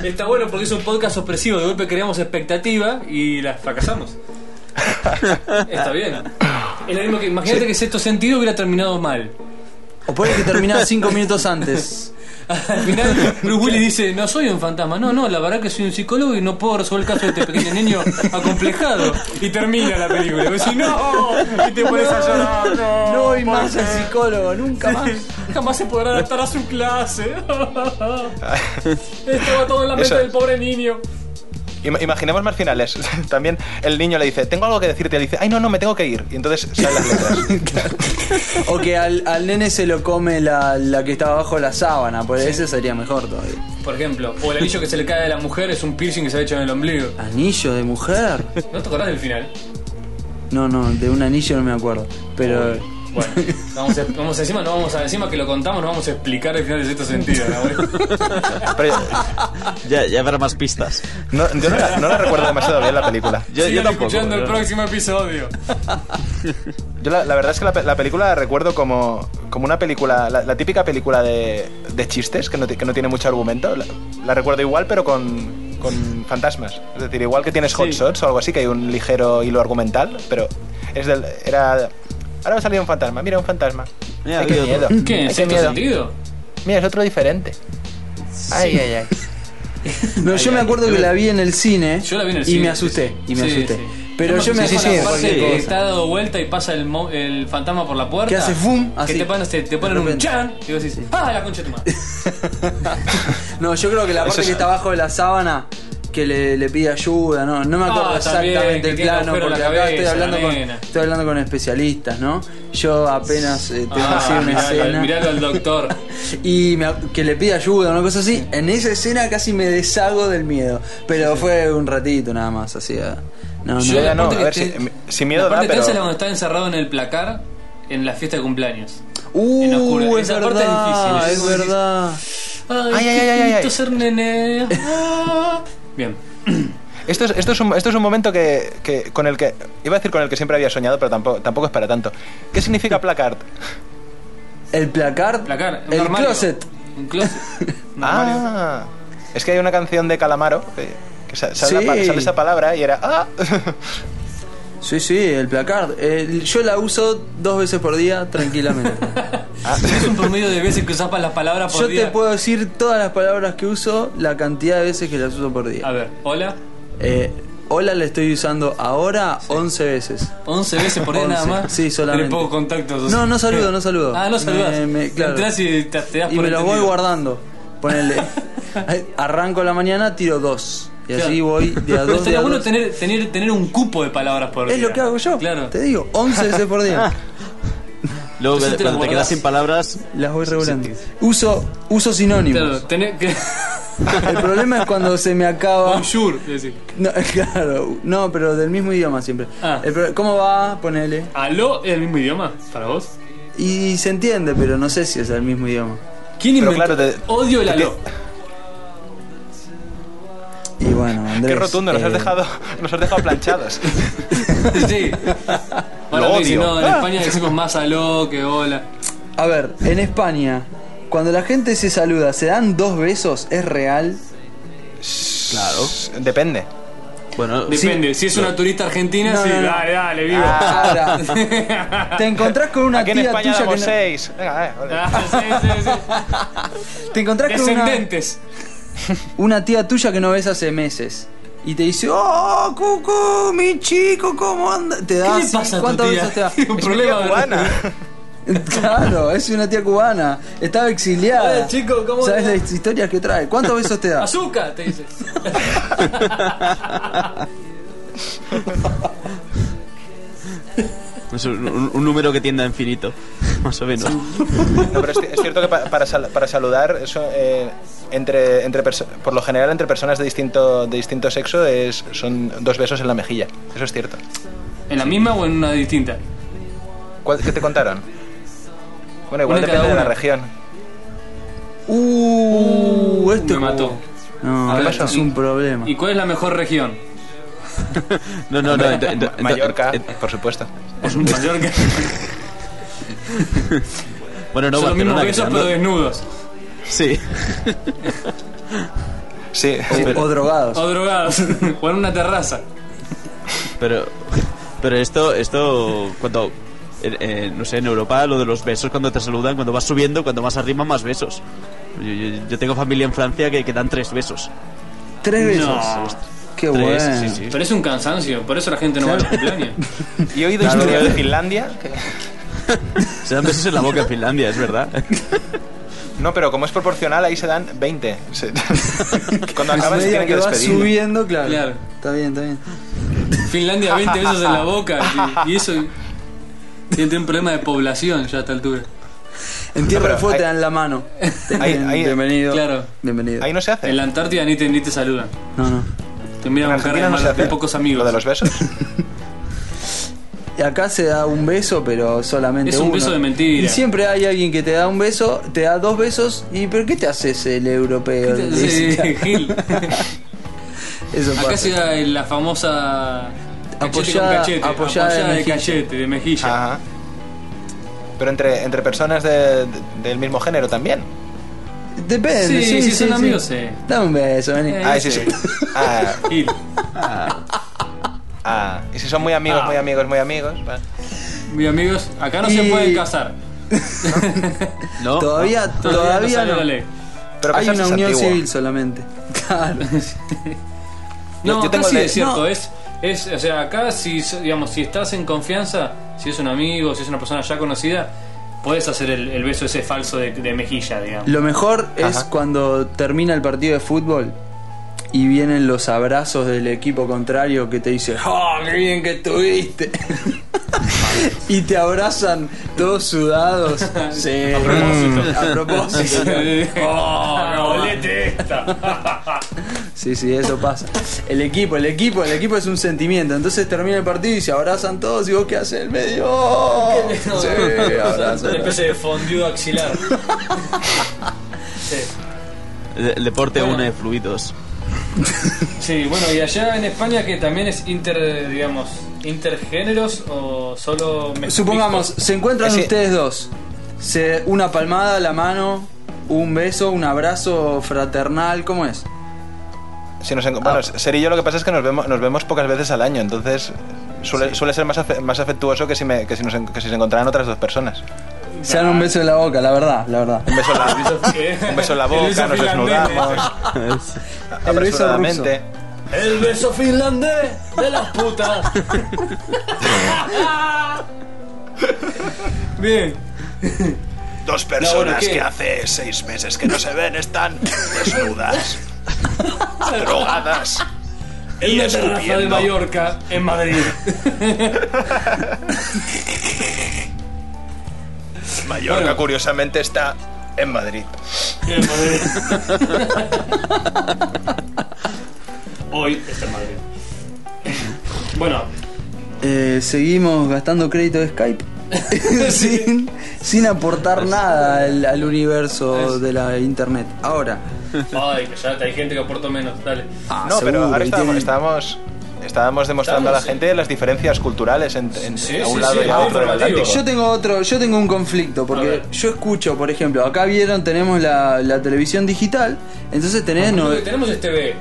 Está bueno porque es un podcast opresivo. De golpe creamos expectativa y las fracasamos. Está bien. Es lo mismo que. Imagínate que sexto sentido hubiera terminado mal.
O puede que terminaba cinco minutos antes.
Al final, Bruce Willis dice: No soy un fantasma. No, no, la verdad que soy un psicólogo y no puedo resolver el caso de este pequeño niño acomplejado. Y termina la película. Y vos decís, ¡No! Y te pones a llorar.
No voy más al psicólogo, nunca más.
Jamás se podrá adaptar a su clase. Estaba todo en la mente
Eso.
del pobre niño.
Ima- Imaginemos más finales. También el niño le dice, tengo algo que decirte. Y le dice, ay, no, no, me tengo que ir. Y entonces salen las letras.
O que al, al nene se lo come la, la que está abajo de la sábana, por ese sería mejor todavía.
Por ejemplo, o el anillo que se le cae a la mujer es un piercing que se ha hecho en el ombligo.
¿Anillo de mujer?
¿No te acordás del final?
No, no, de un anillo no me acuerdo. Pero.
Bueno, vamos, a- vamos encima, no vamos a, encima que lo contamos, no vamos a explicar el final de cierto sentido. ¿no, güey?
Ya, ya habrá más pistas.
No, yo no la, no la recuerdo demasiado bien la película.
Yo, yo
Sigan
tampoco.
escuchando el
pero-
próximo episodio.
Yo la, la verdad es que la, pe- la película la recuerdo como, como una película, la, la típica película de, de chistes, que no, ti- que no tiene mucho argumento. La, la recuerdo igual, pero con, con fantasmas. Es decir, igual que tienes Hot
Sí.
Shots o algo así, que hay un ligero hilo argumental, pero es del, era... Ahora va a salir un fantasma, mira un fantasma.
Mira,
Ay, qué
ha habido
miedo.
otro.
¿Qué?
Ay,
¿En
qué
cierto
miedo.
sentido?
Mira, es otro diferente. Ay, ay, ay.
No, yo me acuerdo que la vi en el cine.
Yo la vi en el
y
cine,
me asusté.
sí, sí.
Y me
Sí,
asusté.
sí.
Pero
Además,
yo me
sí, sí,
asusté.
sí,
por
aparte
cualquier
que
cosa.
está dado vuelta y pasa el, mo- el fantasma por la puerta.
Que hace fum,
Que
así.
te ponen, te, te ponen
De
un
repente.
chan y vos decís, ¡ah, la concha de tu madre!
No, yo creo que la parte
es-
que está abajo de la sábana que le, le pide ayuda, no, no me acuerdo
Ah, también,
exactamente
que
el
tiene
plano,
agujero en
porque
la
acá estoy
cabeza,
hablando,
la
con,
nena.
estoy hablando con especialistas, ¿no? Yo apenas eh, tengo así
Ah,
una
miralo,
escena
miralo al doctor.
y me ac- que le pide ayuda, una cosa así. En esa escena casi me deshago del miedo, pero fue un ratito nada más, así. ah, No, no.
Yo ya no,
aparte
a
que
ver, si,
te-
sin miedo
la
da,
parte
pero...
tensa es la cuando está encerrado en el placar en la fiesta de cumpleaños. en
Uh,
oscuro.
es
Esa parte es
verdad, es
difícil. Es
verdad.
Ay,
Ay, ay,
qué
ay, ay,
lindo
ay.
ser nene. Ah. Bien.
Esto es, esto es, un, esto es un momento que, que- con el que iba a decir con el que siempre había soñado, pero tampoco, tampoco es para tanto. ¿Qué significa placard?
El placard,
Placar. un
el
armario.
closet.
Un closet. Un armario.
Ah, es que hay una canción de Calamaro que, que sa- sale,
Sí.
la pa- sale esa palabra y era ah.
Sí, sí, el placard. Eh, yo la uso dos veces por día tranquilamente.
Es un promedio de veces que usas para las palabras por
Ah. yo
día.
te puedo decir todas las palabras que uso, la cantidad de veces que las uso por
A
día.
ver, hola.
Eh, hola la estoy usando ahora 11 veces.
11 veces por día nada
11,
más.
sí, solamente.
Tiene pocos contactos. o sea.
No, no saludo, no saludo.
Ah, no saludas.
Me- me- claro.
Entrás y te, te das
Y
por
me los voy
entendido.
guardando. Ponele. Arranco la mañana, tiro dos. Y así
Claro.
voy de a
Pero
dos. de
estaría
a
bueno
dos.
tener, tener, tener un cupo de palabras por día.
Es lo que hago yo.
Claro.
Te digo, 11 veces por día.
Luego,
Entonces te lo
cuando te
guardas.
quedas sin palabras,
Las voy regulando. Uso, uso sinónimos.
Claro, tener que.
El problema es cuando se me acaba.
Bonjour, decir.
No, claro, no, pero del mismo idioma siempre.
Ah.
El pro- ¿Cómo va? Ponele.
Ah.
¿Aló es el mismo idioma para vos?
Y se entiende, pero no sé si es el mismo idioma.
¿Quién
Pero
inventó?
claro, te-
Odio el aló.
Y bueno, Andrés.
Qué rotundo, nos has
eh,
dejado, nos has dejado planchados.
sí. Bueno,
Lo
ok, si
odio.
no, en
Ah.
España decimos más aló que hola.
A ver, en España, cuando la gente se saluda, ¿se dan dos besos? ¿Es real?
claro.
Depende.
Bueno,
Depende, si es una turista argentina,
No,
sí,
no, no.
dale, dale, vivo.
Ahora, te encontrás con una
Ah. Aquí en
tía
España
tuya
damos
que no-
seis. Venga, eh, ole.
Ah, sí, sí, sí.
Te encontrás con una,
Descendentes.
una tía tuya que no ves hace meses. Y te dice, oh, Cucu, mi chico, ¿cómo anda? Te da
¿Qué le
así,
pasa a tu
¿Cuántos
tía?
besos te da?
Tiene un problema
Tía cubana.
Claro, es una tía cubana. Estaba exiliada.
Hola, chico, ¿cómo
¿Sabes
andás?
las historias que trae? ¿Cuántos besos te da?
Azúcar, te dices.
Es pues un, un- un número que tiende a infinito, más o menos.
No, pero es, ci- es cierto que pa- para, sal- para saludar, eso, eh, entre, entre perso- por lo general entre personas de distinto, de distinto sexo es, son dos besos en la mejilla. Eso es cierto.
¿En la misma o en una distinta?
¿Cuál- ¿Qué te contaron? Bueno, igual
Una cada
depende de la
una.
región.
Uh, esto
Me mató.
No,
A ver,
esto es
y-
un problema.
¿Y cuál es la mejor región?
No, no, no. ento- ento- ento-
Mallorca,
ent-
por supuesto.
Pues Mallorca.
bueno, no,
Son los mismos
Barcelona, que
besos,
ando-
pero desnudos.
Sí.
Sí,
O-
sí, pero-
o drogados.
O drogados. o en una terraza.
Pero, pero esto, esto, cuando, eh, eh, no sé, en Europa lo de los besos cuando te saludan, cuando vas subiendo, cuando más arriba, más besos. Yo, yo- yo tengo familia en Francia que, que dan tres besos.
Tres besos.
No.
Qué
Tres,
bueno.
sí, sí.
Pero es un cansancio, por eso la gente no va a los cumpleaños.
Y he oído
Claro,
historias
¿eh?
de Finlandia. que-
Se dan besos en la boca en Finlandia, es verdad.
No, pero como es proporcional, ahí se dan 20. Se- Cuando acabas
medida
tienen que
que vas
despedir.
subiendo, claro.
Claro.
Está bien, está bien.
Finlandia 20 besos en la boca y, y eso tiene un problema de población ya a esta altura.
En tierra
pero
de fuego te
hay-
dan la mano. Te
Hay-
dicen,
hay-
bienvenido.
Claro.
Bienvenido.
Ahí no se
En
hace.
la Antártida ni te, ni te saludan.
No, no.
Te miran
En
con cara
Argentina
de
no se
mala-
hace.
de pocos amigos.
Lo de los besos.
Y acá se da un beso, pero solamente
Es un
uno.
beso de mentira.
Y siempre hay alguien que te da un beso, te da dos besos, y ¿pero qué te haces el europeo?
Sí, Gil.
Eso
Acá
pasa.
se da la famosa cachete con
Apoyada-
cachete,
apoyada de
de
mejilla.
cachete, de mejilla.
Ajá. Pero entre, entre personas de- de- del mismo género también.
Depende,
Sí,
sí,
si
sí,
son
sí.
amigos, sí.
Dame un beso, vení.
Eh.
Ah, sí, sí. Ah,
Gil.
ah. Y si son muy amigos, muy amigos, muy amigos. vale.
Mis amigos, acá no se
Y-
pueden casar.
No.
Todavía, todavía
salió
no.
la ley.
Pero
Hay
casarse
una
es
unión
antiguo.
civil solamente. Claro.
No,
Yo
acá
tengo
sí
la-
es cierto.
no.
Es, es, o sea, acá si, so- digamos, si estás en confianza, si es un amigo, si es una persona ya conocida, puedes hacer el, el beso ese falso de, de mejilla, digamos.
Lo mejor es
Ajá.
cuando termina el partido de fútbol y vienen los abrazos del equipo contrario que te dice, ¡Oh, qué bien que estuviste! y te abrazan todos sudados. Sí. A
propósito.
A propósito.
¡Oh, la bolete esta!
Sí, sí, eso pasa. El equipo, el equipo, el equipo es un sentimiento. Entonces termina el partido y se abrazan todos y vos qué haces en el medio. "Oh, sí, abrazos".
Una especie de fondue axilar.
El, el deporte
Bueno.
une fluidos.
Sí, bueno, y allá en España que también es inter, digamos, intergéneros o solo mez-
Supongamos,
mixtos.
se encuentran
Ese-
ustedes dos. Se, una palmada a la mano, un beso, un abrazo fraternal, ¿cómo es?
Si nos, enco- bueno,
Ah.
Ser y yo lo que pasa es que nos vemos, nos vemos pocas veces al año, entonces suele, suele ser más, afe- más afectuoso que si, me- que, si nos, en- que si se encontraran otras dos personas.
Se dan un beso en la boca, la verdad, la verdad.
Un beso en la,
¿Qué?
un beso en la
El
boca,
beso
nos
finlandés.
desnudamos
El beso
apresuradamente.
El beso finlandés de las putas. Bien.
Dos
personas No, ¿qué? que
hace seis meses que no se ven están desnudas, drogadas.
En la terraza de
escupiendo.
Mallorca, en Madrid.
Mallorca,
Bueno.
curiosamente, está en Madrid.
En Madrid. Hoy está en Madrid. Bueno,
Eh, seguimos gastando crédito de Skype sin, sin aportar nada al, al universo de la internet. Ahora,
Ay, callate, hay gente que aporta menos, dale.
ah,
no, pero
seguro,
ahora
y
estábamos,
tienen-
estábamos, estábamos demostrando a la
Estamos,
gente las diferencias culturales entre,
Sí,
a un
sí,
lado
sí,
y a otro
es
del
informativo.
Atlántico.
Yo tengo otro, yo tengo un conflicto,
A
porque
ver.
yo escucho, por ejemplo, acá vieron, tenemos la, la televisión digital, entonces tenés
Lo
no,
que tenemos este es TV.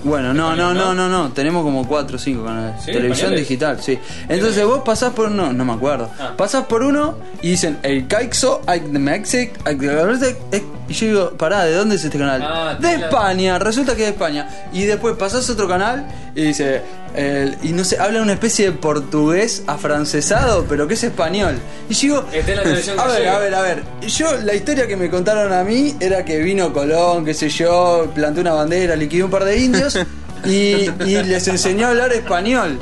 Bueno, no, no,
español,
no,
no?
no, no, tenemos como 4 o 5 canales.
Sí,
Televisión
españoles.
digital, sí. Entonces vos pasás por uno, no me acuerdo.
Ah.
Pasás por uno y dicen, el Caixo, el de Mexic, el de- eh", Y yo digo, pará, ¿de dónde es este canal?
Ah,
de
claro.
España, resulta que es de España. Y después pasás a otro canal y dice, el- y no sé, habla una especie de portugués afrancesado, pero que es español. Y yo digo,
Está en la televisión
a ver,
gallega.
a ver, a ver, yo la historia que me contaron a mí era que vino Colón, qué sé yo, plantó una bandera, liquidó un par de indios y, y les enseñó a hablar español.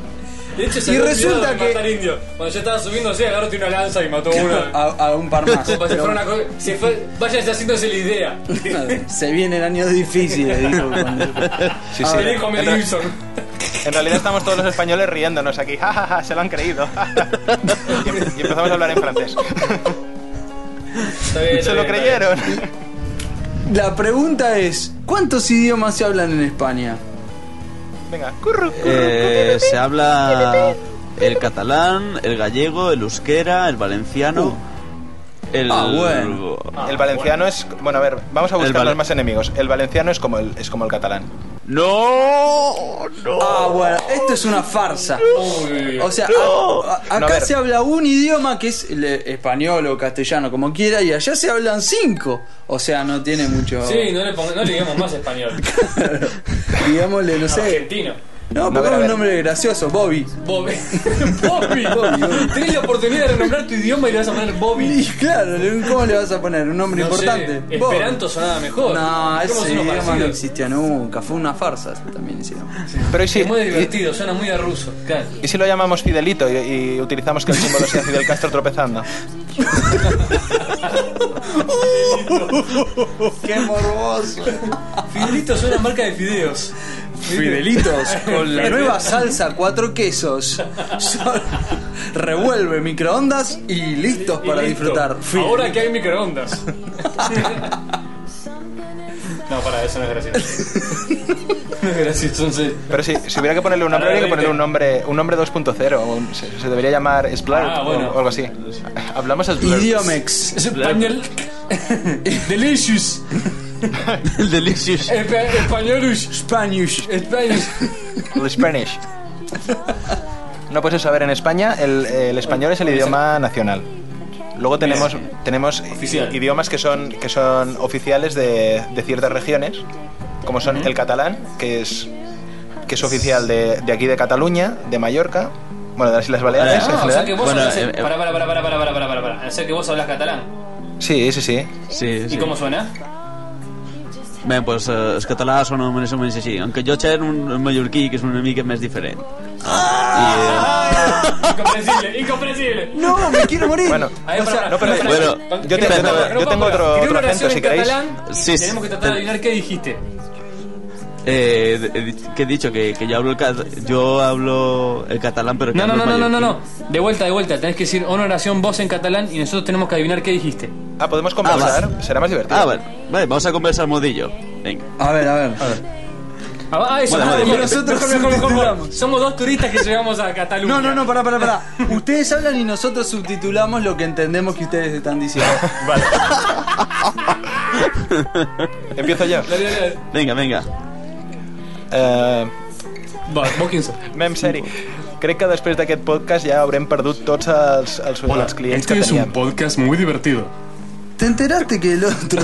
De hecho,
Y
sacó un video
resulta
de
que-
Matar indio. Cuando yo estaba subiendo así, agarraste una lanza y mató a uno.
A, a un par más.
Como si
Pero
fuera una co- si fue- Váyanse haciéndose la idea.
se vienen años difíciles, dijo.
Sí, sí.
Se dijo Mel
En re-
Gibson.
En realidad estamos todos los españoles riéndonos aquí. Ja, ja, ja, se lo han creído. y em- y empezamos a hablar en francés.
Está bien, está
se lo
bien, está bien.
creyeron.
La pregunta es, ¿cuántos idiomas se hablan en España?
Ah,
Venga, curru, curru.
Eh, se habla el catalán, el gallego, el euskera, el valenciano. El,
Ah, bueno.
El valenciano es. Bueno, a ver, vamos a buscar
vale-
los más enemigos. El valenciano es como el, es como el catalán.
No, no.
Ah, bueno, esto es una farsa.
Uy, uy, uy.
O sea, a- a-
No, a
acá
ver.
se habla un idioma que es el, eh, español o castellano, como quiera, y allá se hablan cinco. O sea, no tiene mucho.
Sí, no le, pong- no le digamos más español.
Digámosle, no sé.
Argentino.
No,
No, pero a
pongamos un
ver.
nombre gracioso, Bobby.
Bobby.
Bobby,
Bobby.
Bobby.
Tenés la oportunidad de renombrar tu idioma y le vas a poner
Y
Bobby.
claro, ¿cómo le vas a poner un nombre
No
importante?
sé,
Bobby.
Esperanto sonaba mejor.
No,
Somos
ese
unos
idioma no
parecidos.
existió nunca, fue una farsa también hicieron.
Pero ¿y si,
Es muy
y,
divertido, suena muy a ruso. Claro.
y si lo llamamos Fidelito y, y utilizamos que el símbolo sea Fidel Castro tropezando?
¡Qué morboso! Ah.
Fidelito suena a marca de fideos.
Fidelitos, con la nueva salsa cuatro quesos. Son- revuelve microondas y listos
Y
para
listo.
disfrutar. Fin.
Ahora que hay microondas. no, para, eso no es gracioso. no es gracioso, entonces.
Pero sí, si hubiera que ponerle un nombre,
Ahora
habría que ponerle
veinte.
un nombre, un nombre 2.0. o un- Se, se debería llamar Splurge
Ah, bueno.
o, o algo así. Hablamos Splurge.
Idiomex.
Es español. Delicious.
El delicious.
Espa- Españolus.
Spanish.
Españolus.
El Spanish. No, pues eso, a ver, en España el, el español es el idioma nacional. Luego tenemos, tenemos
Oficial.
idiomas que son, que son oficiales de, de ciertas regiones, como son el catalán, que es, que es oficial de, de aquí de Cataluña, de Mallorca, bueno, de las Islas Baleares en
Ah,
Ah, o sea
general.
que vos
Bueno,
hablas.
eh, eh.
Para, para, para, para, para, para, para, para, para. O sea que vos hablas catalán.
Sí, sí, sí.
Sí, sí.
¿Y cómo suena?
Bé, doncs eh, els catalans són més o menys així. Aunque jo xer un mallorquí, que és una mica més diferent. I, eh,
Incomprensible, incomprensible.
No, me quiero morir.
Bueno,
Ahí, para, para,
no, pero-
para,
bueno,
para, para,
yo
para,
te-
para,
yo
para,
tengo
para,
otro-
para.
otro
Tiene una
acento,
oración
si
en
queréis.
catalán y
Sí, sí,
tenemos que tratar de
te-
adivinar qué dijiste.
eh, eh, he dit- que he dicho que, que yo hablo el, cat- yo hablo el catalán, pero que
No, no,
hablo
no,
el
no, no, no, no.
mallorquí.
De vuelta, de vuelta. Tenés que decir una oración vos en catalán y nosotros tenemos que adivinar qué dijiste.
Ah, podemos conversar,
Ah, va.
será más divertido.
Ah, bueno, vale, vamos a conversar modillo. Venga.
A ver, a ver.
Ah, ah, eso.
Bueno,
ah,
bueno,
mejor,
nosotros
mejor, mejor, mejor, mejor.
subtitulamos.
Somos dos turistas que llegamos a Cataluña.
No, no, no, pará, pará, pará. Ustedes hablan y nosotros subtitulamos lo que entendemos que ustedes están diciendo.
Empiezo yo.
Dale, dale, dale.
Venga, venga.
Eh,
Va, vos quién sos.
Mem, seri. Crec que després d'aquest podcast ja haurem perdut tots els, els, els clients que teníem.
Este podcast muy divertido.
¿Te enteraste que el otro?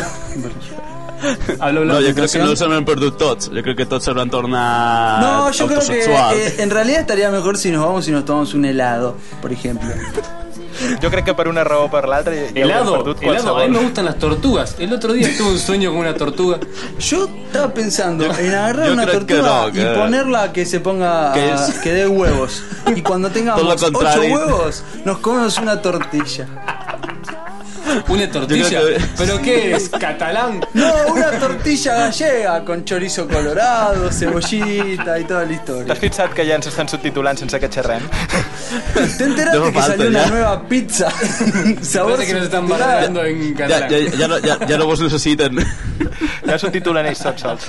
Hablo, hablo.
No, jo crec que no els han perdut tots. Jo crec que tots s'hauran tornat
No, yo creo que
autosexuals.
eh, en realidad estaría mejor si nos vamos y nos tomamos un helado, por ejemplo.
Jo crec que per una raó o per l'altra ja ja haurem
Helado,
perdut
helado. eh, A mí
qualsevol.
me gustan las tortugas. El otro día tuve un sueño con una tortuga.
Yo estaba pensando en agarrar
yo
una
creo que
tortuga
no, que-
y ponerla a que se ponga a-
Que es-
que dé huevos. Y cuando tengamos
Todo lo
ocho
contrario.
huevos, nos comemos una tortilla.
Una tortilla.
creo que-
¿Pero qué es? ¿Catalán?
No, una tortilla gallega con chorizo colorado, cebollita y toda la historia.
T'has fixat que ja ens estan subtitulant sense que xerrem?
¿Te enteraste
No
que
falta
salió una
ya.
nueva pizza? Sabor
Parece que nos están
subtitulada.
bardeando en
Ja,
catalán.
ja, ja, no, ja, ja no vos necessiten.
Eh,
Ja subtitulen ells tots sols.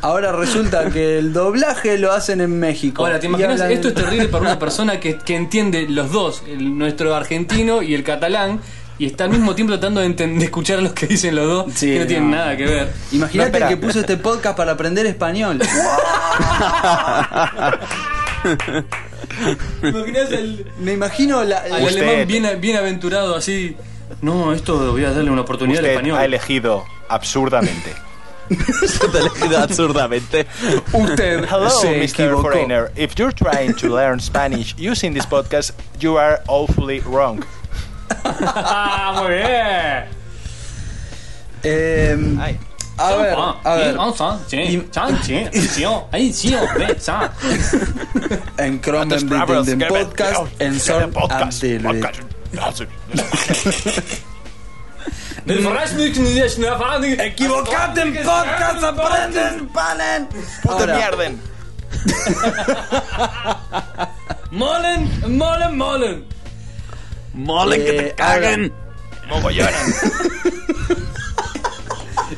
Ahora resulta que el doblaje lo hacen en México.
Ahora, ¿te
Y
imaginas?
hablan-
Esto es terrible para una persona que, que entiende los dos, el- nuestro argentino y el catalán, y está al mismo tiempo tratando de, enten- de escuchar los que dicen los dos,
Sí,
que no, tienen
no.
nada que ver.
No,
Imagínate
espera.
que puso este podcast para aprender español.
¿Imaginas al,
Me imagino la, la-
al
Usted.
alemán bien, bien aventurado así? No, esto voy a darle una oportunidad al
Usted ha
español.
elegido absurdamente.
S'ha elegido absurdamente.
usted
Hello,
se
Mr.
equivocó.
Foreigner. If you're trying to learn Spanish using this podcast, you are awfully wrong.
¡Ah, muy bien!
Eh,
Ai.
a ver,
ah,
a ver.
Vamos a- sí, chan, sí, sí, oh, ahí sí, oh, ve, sa.
En Cronben Podcast, en Sor Abdelvet.
Del Verraschung, ni de Schnafang.
¡Equivocate en podcast! ¡Aprenden, palen!
Puta
Ahora.
mierden.
Molen, molen, molen.
Molen que te
Eh,
caguen.
Mogollonen.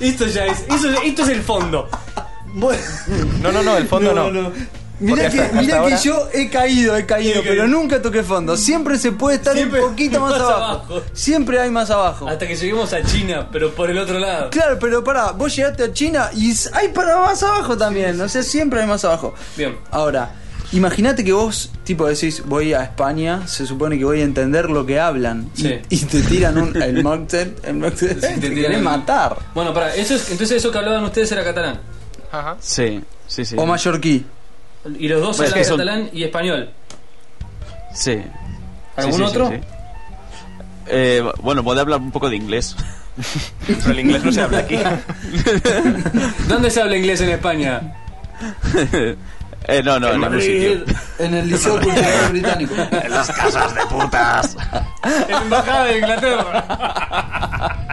Esto ya es, eso- esto es el fondo.
Bueno,
No, no, no, el fondo no.
Mirá
Porque
que,
hasta- hasta
mirá que
ahora-
yo he caído, he caído, pero nunca toqué fondo. Siempre se puede estar
Siempre
un poquito más,
más
abajo.
abajo. Ah.
Siempre hay más abajo.
Hasta que lleguemos a China, pero por el otro lado.
Claro, pero pará, vos llegaste a China y s- hay para más abajo también. O sea, siempre hay más abajo.
Bien.
Ahora, imagínate que vos, tipo, decís, voy a España, se supone que voy a entender lo que hablan. Y-
Sí.
Y, te tiran un. El mocktail. El mocktail.
Sí, te
te
tiran
quieren
el-
matar.
Bueno, para eso es, entonces eso que hablaban ustedes era catalán.
Sí, sí, sí.
O mallorquí.
Y los dos
Pues
hablan
que son-
catalán y español.
Sí.
¿Algún
Sí, sí, sí,
otro?
sí. Eh, bueno, puedo hablar un poco de inglés.
Pero el inglés no se habla aquí.
¿Dónde se habla inglés en España?
Eh, no, no, en ningún sitio.
En el Liceo Cultural Británico.
En la embajada de Inglaterra.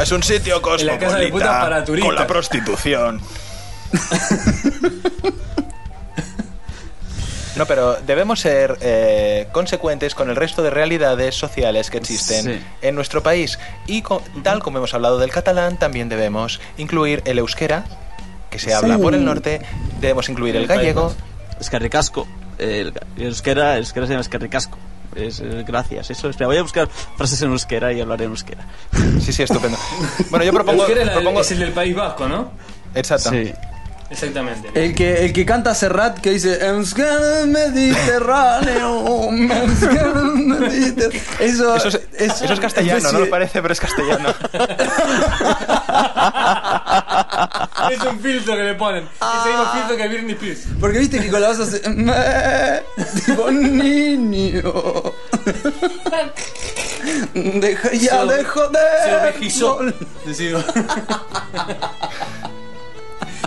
Es un sitio
En la casa de putas para
cosmopolita
turistas.
con la prostitución. No, pero debemos ser eh, consecuentes con el resto de realidades sociales que existen
Sí.
en nuestro país. Y co- tal como hemos hablado del catalán, también debemos incluir el euskera, que se habla
Sí.
por el norte, debemos incluir el gallego.
Es carricasco. El, el euskera, el euskera se llama escarricasco. Es, eh, gracias, eso. Espera, voy a buscar frases en euskera y hablaré en euskera.
Sí, sí, estupendo. Bueno, yo propongo.
Euskera es la del-
propongo-
es el del País Vasco, ¿no?
Exacto.
Exactamente.
El que, el que canta Serrat que dice Euskal Mediterráneo Euskal Mediterráneo". Eso,
Eso es, eso es castellano, no lo parece, pero es castellano.
Es
ah,
un filtro que le ponen. Es el mismo filtro que Britney Spears.
Porque viste que con la voz hace "Me", Tipo niño Deja ya
Sobre-
de
Se
joder
rejizó. Decido.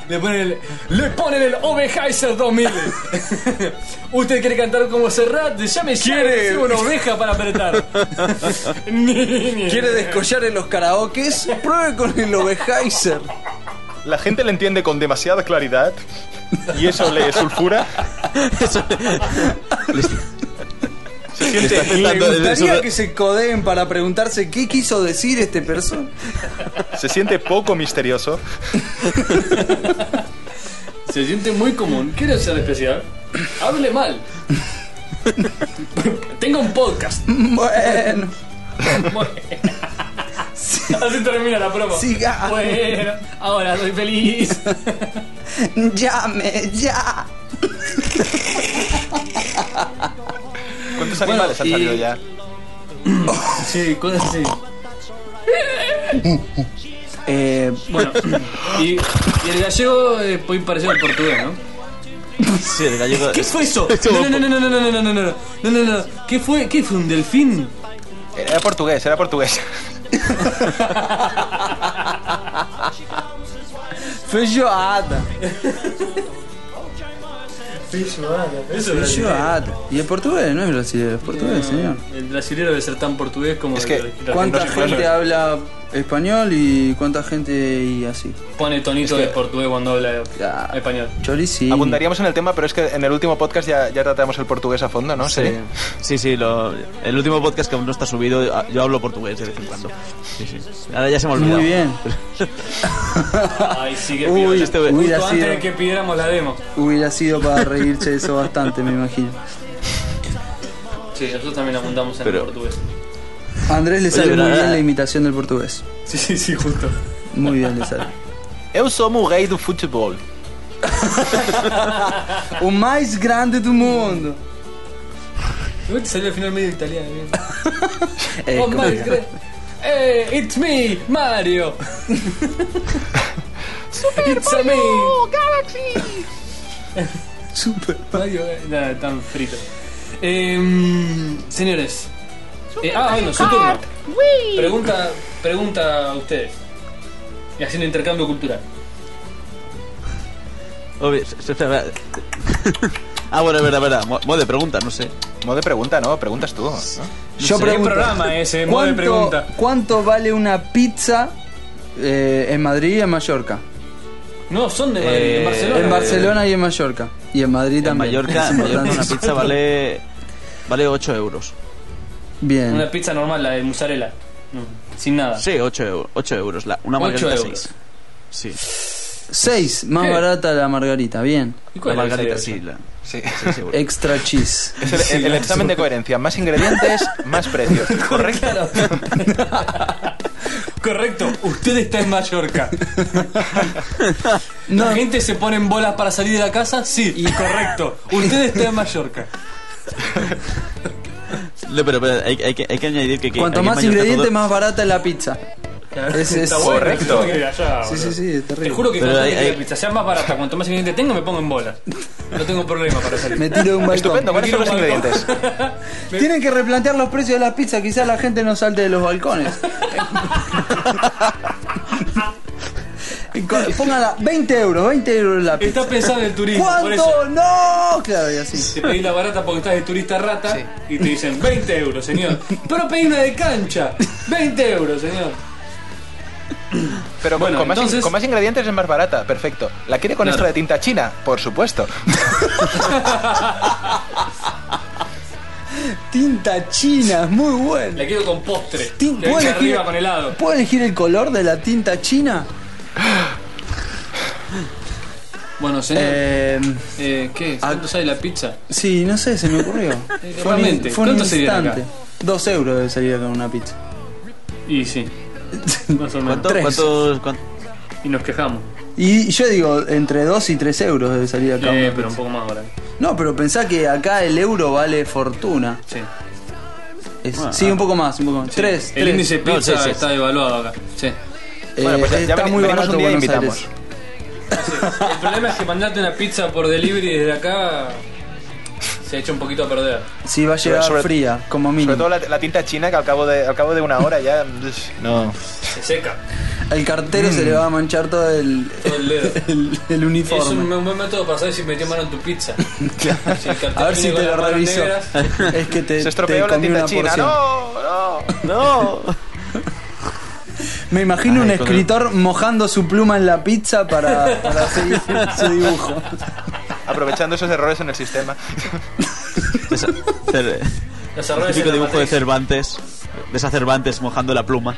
Le ponen el, le ponen el Ovejaiser 2000. ¿Usted quiere cantar como Serrat? Llame ya.
Quiere-
recibe una oveja para apretar.
¿Quiere descollar en los karaokes? Pruebe con el Ovejaiser
La gente le entiende con demasiada claridad y eso le sulfura. Se siente
Me gustaría que se codeen para preguntarse ¿Qué quiso decir este persona?
se siente poco misterioso.
Se siente muy común. ¿Quiere ser especial? Hable mal. Tenga un podcast.
Bueno
Así termina la promo.
Siga.
Bueno, ahora soy feliz.
Llame ya
¿Cuántos animales
Bueno,
han salido
y-
ya?
Sí, cosas así.
Eh,
Bueno, y, y el gallego eh, puede parecer al portugués, ¿no?
Sí, el gallego.
¿Qué fue eso?
Este
No, no, no, no, no, no, no, no, no, no, no, no, no. ¿Qué fue? ¿Qué fue un delfín?
Era portugués, era portugués.
Feijoada
Eso
Feijoada Y el portugués no es brasileño, es portugués, señor
El brasileño debe ser tan portugués como
Es que,
el- el-
¿Cuánta
No sé,
gente
claro.
habla español y cuánta gente y así?
pone tonito de portugués cuando habla
Ya.
español.
Chorici.
Abundaríamos en el tema, pero es que en el último podcast ya, ya tratamos el portugués a fondo, ¿no? Sí.
Sí, sí, lo- el último podcast que aún no está subido, ah, yo hablo portugués de vez en cuando. Sí, sí. Ahora ya se me ha olvidado.
Muy bien.
Ay, sí que
Uy,
piola.
este-
Uy,
Justo
ha
antes
sido-
de que pidiéramos la demo.
Hubiera sido para reírse de eso bastante, me imagino.
Sí, nosotros también apuntamos en
Pero-
el portugués.
Andrés le
Oye,
sale
pero
muy
ahora-
bien la imitación del portugués.
Sí, sí, sí, justo.
Muy bien le sale.
Eu sou o rei do futebol.
O más grande do mundo.
Uy, te salió al final medio italiano. bien.
Eh,
Oh,
¿cómo
my
era?
God. Eh, it's me, Mario. it's a me.
Oh,
Super.
Mario, eh, nada, tan frito. Em, señores. Eh, ah, bueno, su turno. Pregunta, pregunta a ustedes. Y haciendo intercambio cultural.
Obvio, se- se- verdad. ah, bueno, es verdad, verdad. Mo- Modo de pregunta, no sé.
Modo de pregunta, ¿no? Preguntas tú. ¿no?
Yo
¿Qué
pregunto.
programa es ese? Modo de
¿Cuánto,
pregunta.
cuánto vale una pizza eh, en Madrid y en Mallorca?
No, son de Madrid, de
Eh,
Barcelona.
En Barcelona y en Mallorca. Y en Madrid
En
también.
Mallorca,
Es
en Mallorca una
importante.
pizza vale, vale 8 euros.
Bien.
Una pizza normal, la de mozzarella. No, sin nada.
Sí, 8, euros. 8 euros. La, una
8
margarita
euros.
6. Sí,
Seis, más
¿Qué?
barata la margarita, bien.
¿Y
la
cuál es que
margarita
salió?
sí. La,
Sí.
sí, seguro.
Extra cheese.
Es el, el- el examen de coherencia. Más ingredientes, más precio. Correcto.
Correcto, usted está en Mallorca.
No,
¿La gente se pone en bolas para salir de la casa? Sí, correcto. Usted está en Mallorca.
No, pero, pero hay, hay que, hay que añadir que... que
cuanto
aquí en
más
Mallorca
ingredientes,
todo-
más barata es la pizza. Es, es-
Correcto.
Sí, sí, sí, es terrible.
Te juro que
Pero
cuanto
hay-
más la
hay-
pizza sea más barata, cuanto más ingredientes tengo, me pongo en bolas. No tengo problema para salir.
Me tiro de un balcón.
Estupendo, ¿cuáles son los ingredientes?
Tienen que replantear los precios de las pizzas, quizás la gente no salte de los balcones. Co- Póngala, 20 euros, 20 euros la pizza.
Está pensado en el turismo, por eso.
¿Cuánto? ¡No! Claro, y así.
Te pedís la barata porque estás de turista rata y te dicen 20 euros, señor. Pero pedí una de cancha. 20 euros, señor.
Pero con-
Bueno,
con, más in-
entonces-
con más ingredientes es más barata, perfecto. ¿La quiere con
Claro.
extra de tinta china? Por supuesto.
Tinta china, es muy bueno.
La quiero con postre.
Tin-
que venga arriba con helado.
¿Puedo elegir el color de la tinta china?
Bueno, señor.
Eh,
eh, ¿Qué? ¿Cuánto sale la pizza?
sí, no sé, se me ocurrió. Fue un,
Realmente,
in- fue un
¿cuánto sería acá?
instante. Dos euros debe salir con una pizza.
Y sí. Más o menos.
¿Cuánto,
Tres.
cuántos- cuán-
Y nos quejamos.
Y yo digo, entre 2 y 3 euros debe salir acá.
Eh,
una
pero un
pizza.
poco más ahora.
No, pero pensá que acá el euro vale fortuna.
Sí.
Es- sí, un poco más, un poco más. Tres,
Ah, El
tres.
índice
No,
pizza
sí, sí.
está devaluado acá. Sí.
Eh,
Bueno, pues ya
está
veni-
muy
venimos
barato
un día e
Buenos
invitamos.
Aires.
El problema es que mandarte una pizza por delivery desde acá se ha hecho un poquito a perder.
Sí, va a llegar
Sobre-
fría, como mínimo.
Sobre todo la, la tinta china que al cabo de, al cabo de una hora ya. No.
Se seca
Al cartero se le va a manchar todo el,
Mm. todo el dedo.
el, el uniforme.
Es un buen método para saber si metió mano en tu pizza. Si el cartel
A ver si
viene
te
con
lo
las manos
reviso.
negras,
Es que te,
Se estropeó
te
la
comí
tinta
una
china.
porción.
No, no, no.
Me imagino un
Ay, con el-
escritor mojando su pluma en la pizza para, para seguir su dibujo.
Aprovechando esos errores en el sistema.
esa- cer-
Los
el
errores
típico
en la
dibujo de
matriz.
Cervantes. De esa Cervantes mojando la pluma.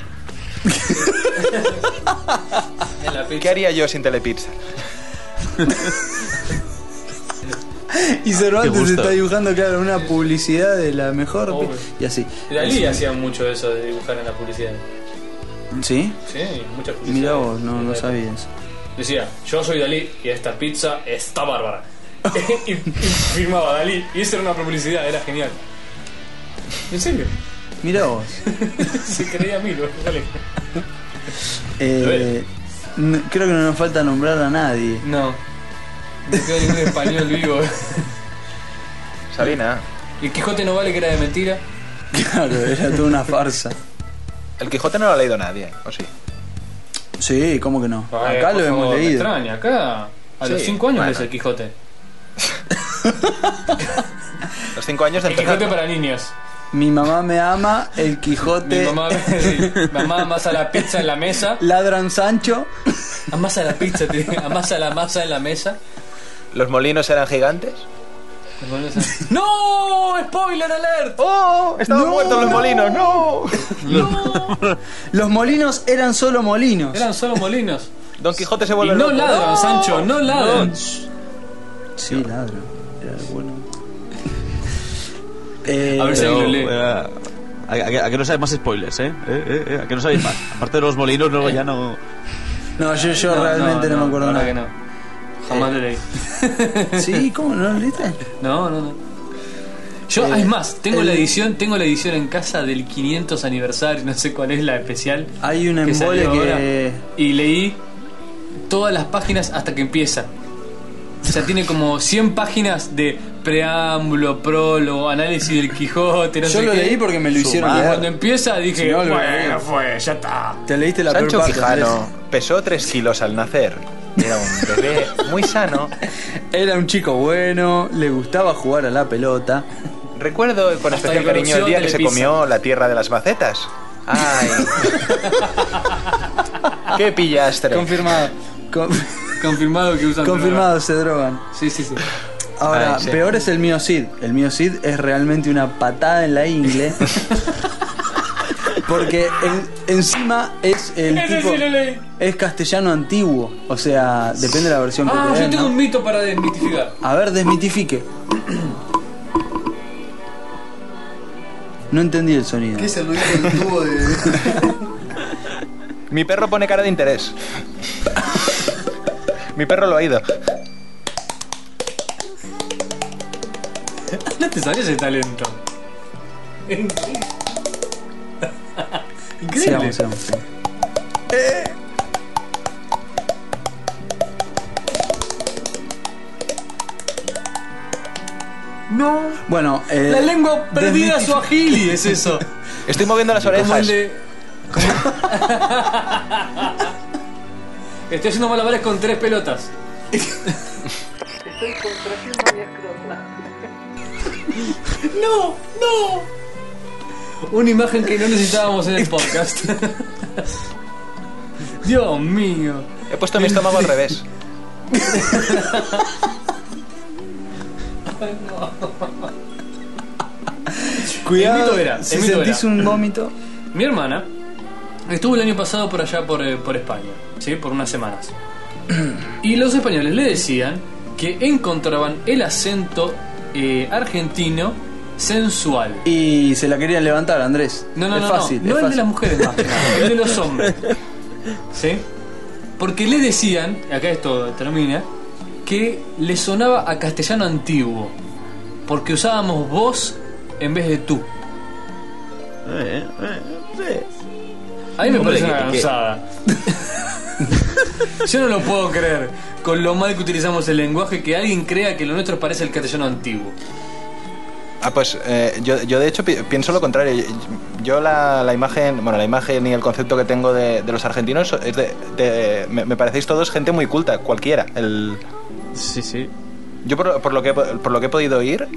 En la
¿Qué
pizza.
haría yo sin Telepizza?
Y
Qué
Cervantes
gusto.
está dibujando, claro, una publicidad de la mejor. pi-
Obvio.
Y así.
Dalí hacía mucho eso de dibujar en la publicidad.
¿Sí?
Sí, muchas publicidades.
Mira vos, no,
En
no
la-
sabía eso.
Decía, yo soy Dalí y esta pizza está bárbara. y, y firmaba Dalí. Y eso era una publicidad, era genial. ¿En serio?
Mira vos.
Se creía a mí, lo- dale.
Eh, n- creo que no nos falta nombrar a nadie.
No. No quedó ningún español vivo.
Sabina.
El Quijote no vale que era de mentira.
Claro, era toda una farsa.
El Quijote no lo ha leído nadie, ¿eh? ¿o sí?
Sí, ¿cómo que no?
Ay,
Acá
Ah, por
lo hemos
favor, me
leído.
extraña, acá. A los
Sí,
5 años
bueno.
lees el Quijote.
Los cinco años de
El Quijote
empezar.
para niños.
Mi mamá me ama, el
Mi
Quijote,
mamá, sí, mamá amasa la pizza en la mesa.
ladran Sancho.
Amasa la pizza, te- amasa la masa en la mesa.
Los molinos eran gigantes.
¡No! ¡Spoiler alert!
¡Oh! Estaban
No.
muertos los molinos, no.
Los molinos eran solo molinos.
Eran solo molinos.
Don Quijote se
Y
vuelve
no
loco.
ladran, Sancho, no ladran.
Sí, ladran. Era el bueno. Eh,
A ver si- Sí, lo leo.
eh, a, a- a que no sabéis más spoilers, ¿eh? Eh, eh, eh, A que no sabéis más. Aparte de los molinos, luego ya no.
No, yo, yo realmente no, me acuerdo
la
nada.
verdad que no. Jamás
Eh.
lo leí.
Sí, ¿cómo no lo leíste?
No, no, no. Yo,
Eh,
es más, tengo la
el-
edición, tengo la edición en casa del 500 aniversario, no sé cuál es la especial.
Hay un
que salió
embole
ahora,
que.
y leí todas las páginas hasta que empieza. O sea, tiene como 100 páginas de preámbulo, prólogo, análisis del Quijote, no
Yo
sé
lo
qué.
leí porque me lo hicieron
Y
leer.
cuando em- empieza dije,
Si no, lo-
Bueno, fue, ya está.
Te leíste la
Sancho
peor parte,
Quijano pesó 3 kilos al nacer. Era un bebé muy sano.
Andrés. Era un chico bueno, le gustaba jugar a la pelota.
Recuerdo con
Hasta
especial
la
cariño el
producción
día que se
Telepizza.
comió la tierra de las macetas. ¡Ay! ¡Qué pillastre!
Confirmado. Con-
confirmado que usan
Confirmado, se drogan.
droga. Sí, sí, sí.
Ahora,
Ay, sí.
peor es el miocid. El miocid es realmente una patada en la ingle. Porque en- encima es el
Ese
tipo.
sí lo leí.
Es castellano antiguo. O sea, depende de la versión que
Ah,
te
yo
den,
tengo
¿no?
un mito para desmitificar.
A ver, desmitifique. No entendí el sonido.
es el ruido del tubo de.?
Mi perro pone cara de interés. Mi perro lo ha ido.
No te salió ese talento. Increíble.
Sigamos, sigamos, sigamos.
No.
Bueno, eh,
La lengua perdida
desmiti-
su agili es eso.
Estoy moviendo las
Como el
orejas.
de. Estoy haciendo malabares con tres pelotas. Estoy contraciendo mi No, no. Una imagen que no necesitábamos en el podcast. Dios mío.
He puesto mi estómago al revés.
Cuidado,
El mito era,
si
el mito
sentís
era.
un vómito.
Mi hermana estuvo el año pasado por allá por, eh, por España, ¿sí? Por unas semanas. Y los españoles le decían que encontraban el acento eh, argentino sensual.
Y se la querían levantar, Andrés.
No, no,
es
no,
fácil,
no, no
es
el de
fácil.
las mujeres más que nada, el de los hombres. ¿Sí? Porque le decían, y acá esto termina, que le sonaba a castellano antiguo, porque usábamos vos en vez de tú.
Eh, eh, eh.
A mí me
Hombre,
parece una
que- que-
cansada. Yo no lo puedo creer con lo mal que utilizamos el lenguaje que alguien crea que lo nuestro parece el castellano antiguo.
Ah, pues eh, yo, yo de hecho pi- pienso lo contrario. Yo la, la imagen, bueno, la imagen y el concepto que tengo de, de los argentinos es de, de- me, me parecéis todos gente muy culta, cualquiera. El,
Sí, sí.
yo por, por lo que, he po- por lo que he podido oír,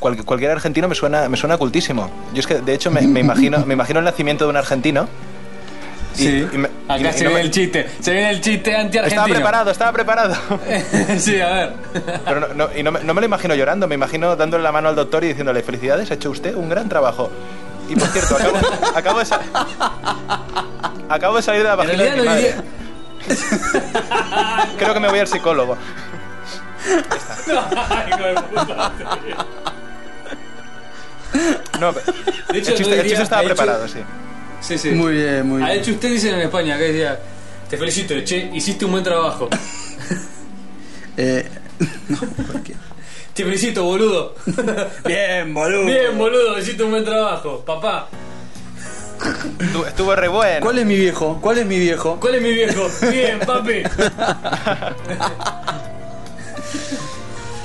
cual- cualquier argentino me suena, me suena cultísimo. Yo es que de hecho me, me imagino, me imagino el nacimiento de un argentino. y-
Sí.
y me- y-
Acá
y
se
no
viene
me-
el chiste, se viene el chiste
Estaba
anti-argentino.
preparado, estaba preparado.
sí, a ver.
Pero no, no- y no, me- no me lo imagino llorando, me imagino dándole la mano al doctor y diciéndole, felicidades, ha hecho usted un gran trabajo. Y por cierto, acabo, acabo de, sa- acabo de salir de la
En
vagina de
realidad
mi
lo
madre.
diría.
Creo que me voy al psicólogo.
Hijo de puta.
No, pe-
De
el
hecho,
chiste,
no
el
diría,
chiste estaba
ha hecho-
preparado, sí.
Sí, sí.
Muy bien, muy
Ha
bien.
hecho usted dicen en España, acá decía, te felicito, che, hiciste un buen trabajo.
Eh,
Te felicito, boludo.
Bien, boludo.
Bien, boludo, hiciste un buen trabajo, papá.
Estuvo, estuvo re bueno.
¿Cuál es mi viejo? ¿Cuál es mi viejo?
¿Cuál es mi viejo? Bien, papi.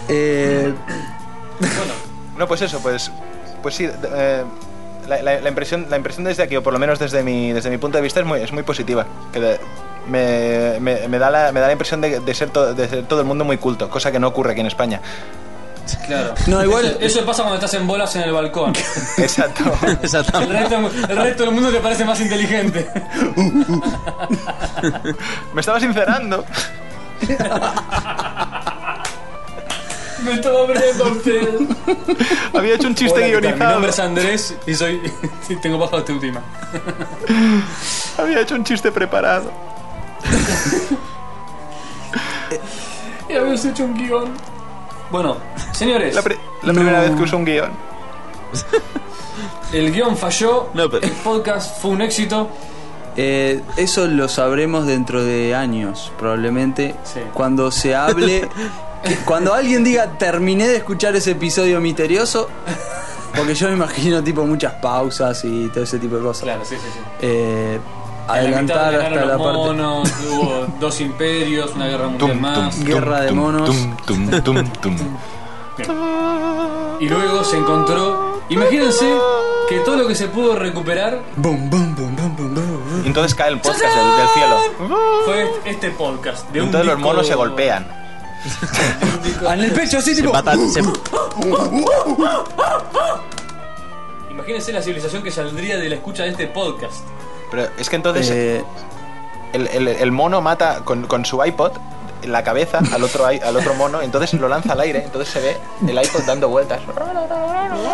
Eh,
No, pues eso, pues, pues sí. eh, la, la- la impresión, la impresión desde aquí, o por lo menos desde mi, desde mi punto de vista, es muy, es muy positiva. Que de- me, me- me da la, me da la impresión de, de ser to- de ser todo el mundo muy culto, cosa que no ocurre aquí en España.
Claro.
No, igual-
Eso, eso pasa cuando estás en bolas en el balcón.
Exacto.
El
Exactamente.
resto, el resto del mundo te parece más inteligente.
Me estaba sincerando.
Me estaba perdiendo usted.
Había hecho un chiste
Hola, ¿qué tal? Mi
guionizado.
nombre es Andrés y soy. y tengo bajo este última.
Había hecho un chiste preparado.
Y habías hecho un guión. Bueno, señores,
La, pri- la primera vez que uso un guión.
el guión falló.
No, pero-
El podcast fue un éxito.
eh, eso lo sabremos dentro de años, probablemente.
Sí.
Cuando se hable. que- cuando alguien diga terminé de escuchar ese episodio misterioso. Porque yo me imagino tipo muchas pausas y todo ese tipo de cosas.
Claro, sí, sí, sí.
Eh,
En la
adelantar
mitad
hasta
ganaron
la
los
parte.
monos, hubo dos imperios, una guerra mundial más.
Guerra de monos.
Y luego se encontró. Imagínense que todo lo que se pudo recuperar
Bum, bum, bum, bum, bum, bum, bum.
Y entonces cae el podcast del, del cielo.
fue este podcast. De
Y
un
entonces los
disco-
monos se golpean.
En el pecho así
Se
tipo.
empatan, se-
Imagínense la civilización que saldría de la escucha de este podcast.
Pero es que entonces
Eh,
el, el- el mono mata con, con su iPod en la cabeza al otro, i- al otro mono, entonces lo lanza al aire, entonces se ve el iPod dando vueltas.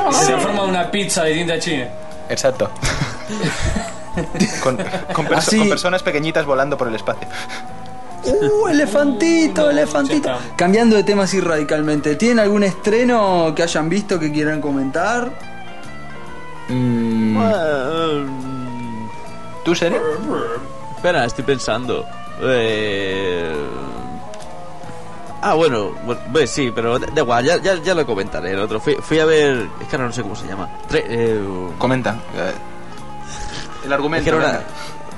Y se transforma en una pizza distinta a China.
Exacto. Con, con perso-
Así.
con personas pequeñitas volando por el espacio.
Uh, elefantito, elefantito.
ya está.
Cambiando de tema así radicalmente, ¿tienen algún estreno que hayan visto que quieran comentar?
¿Tú, serio?
Espera, estoy pensando. Eh... Ah, bueno, bueno, pues sí, pero da da igual, ya, ya, ya lo comentaré el otro. Fui, fui a ver. Es que ahora no sé cómo se llama. Tre- eh,
Comenta. eh, El
es
argumento.
que era una-
venga.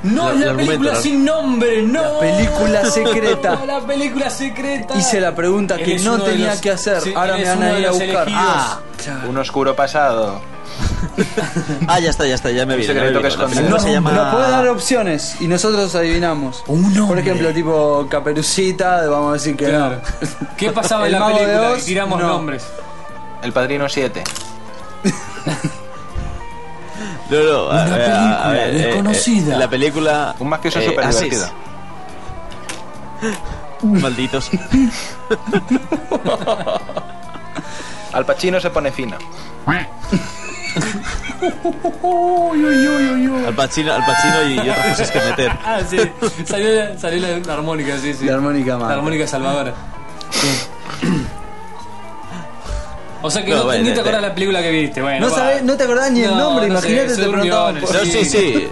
No,
La-
la,
la
película
argumento, la-
sin nombre, no.
Película secreta.
No, la película secreta.
Hice la pregunta que
Él es
no
uno de
tenía
los-
que hacer.
sí,
Ahora me
él es
van
uno
a
de
ir a
los
buscar.
elegidos.
Ah, claro.
Un oscuro pasado.
Ah, ya está, ya está, ya me
Un
vino. ya
secreto que
me vino. La
esconde.
película
No,
se llama.
Nos puede dar opciones y nosotros adivinamos. Por ejemplo, tipo Caperucita, vamos a decir que
Claro.
no.
¿Qué pasaba en
El
la
Mago de
película?
Oz,
Tiramos
no.
nombres.
El Padrino 7.
No, no, a-
Una
a- a- a-
película
eh, eh,
desconocida.
la película.
Un más que eso
eh,
súper
Asís.
divertido.
Malditos.
Al Pacino se pone fino.
Al Pacino, al Pacino y, y otras cosas que meter.
Ah, sí. Salió, salió la, la armónica, sí, sí.
La armónica
La
más.
armónica salvadora. O sea que
No,
no,
bueno,
ni te
eh,
acordás
eh.
la película que viste. Bueno,
No,
va.
sabés- no te acordás ni el
No,
nombre,
no sé,
imagínate, te
son
preguntaban
millones.
por-
No,
Sí.
sí, sí.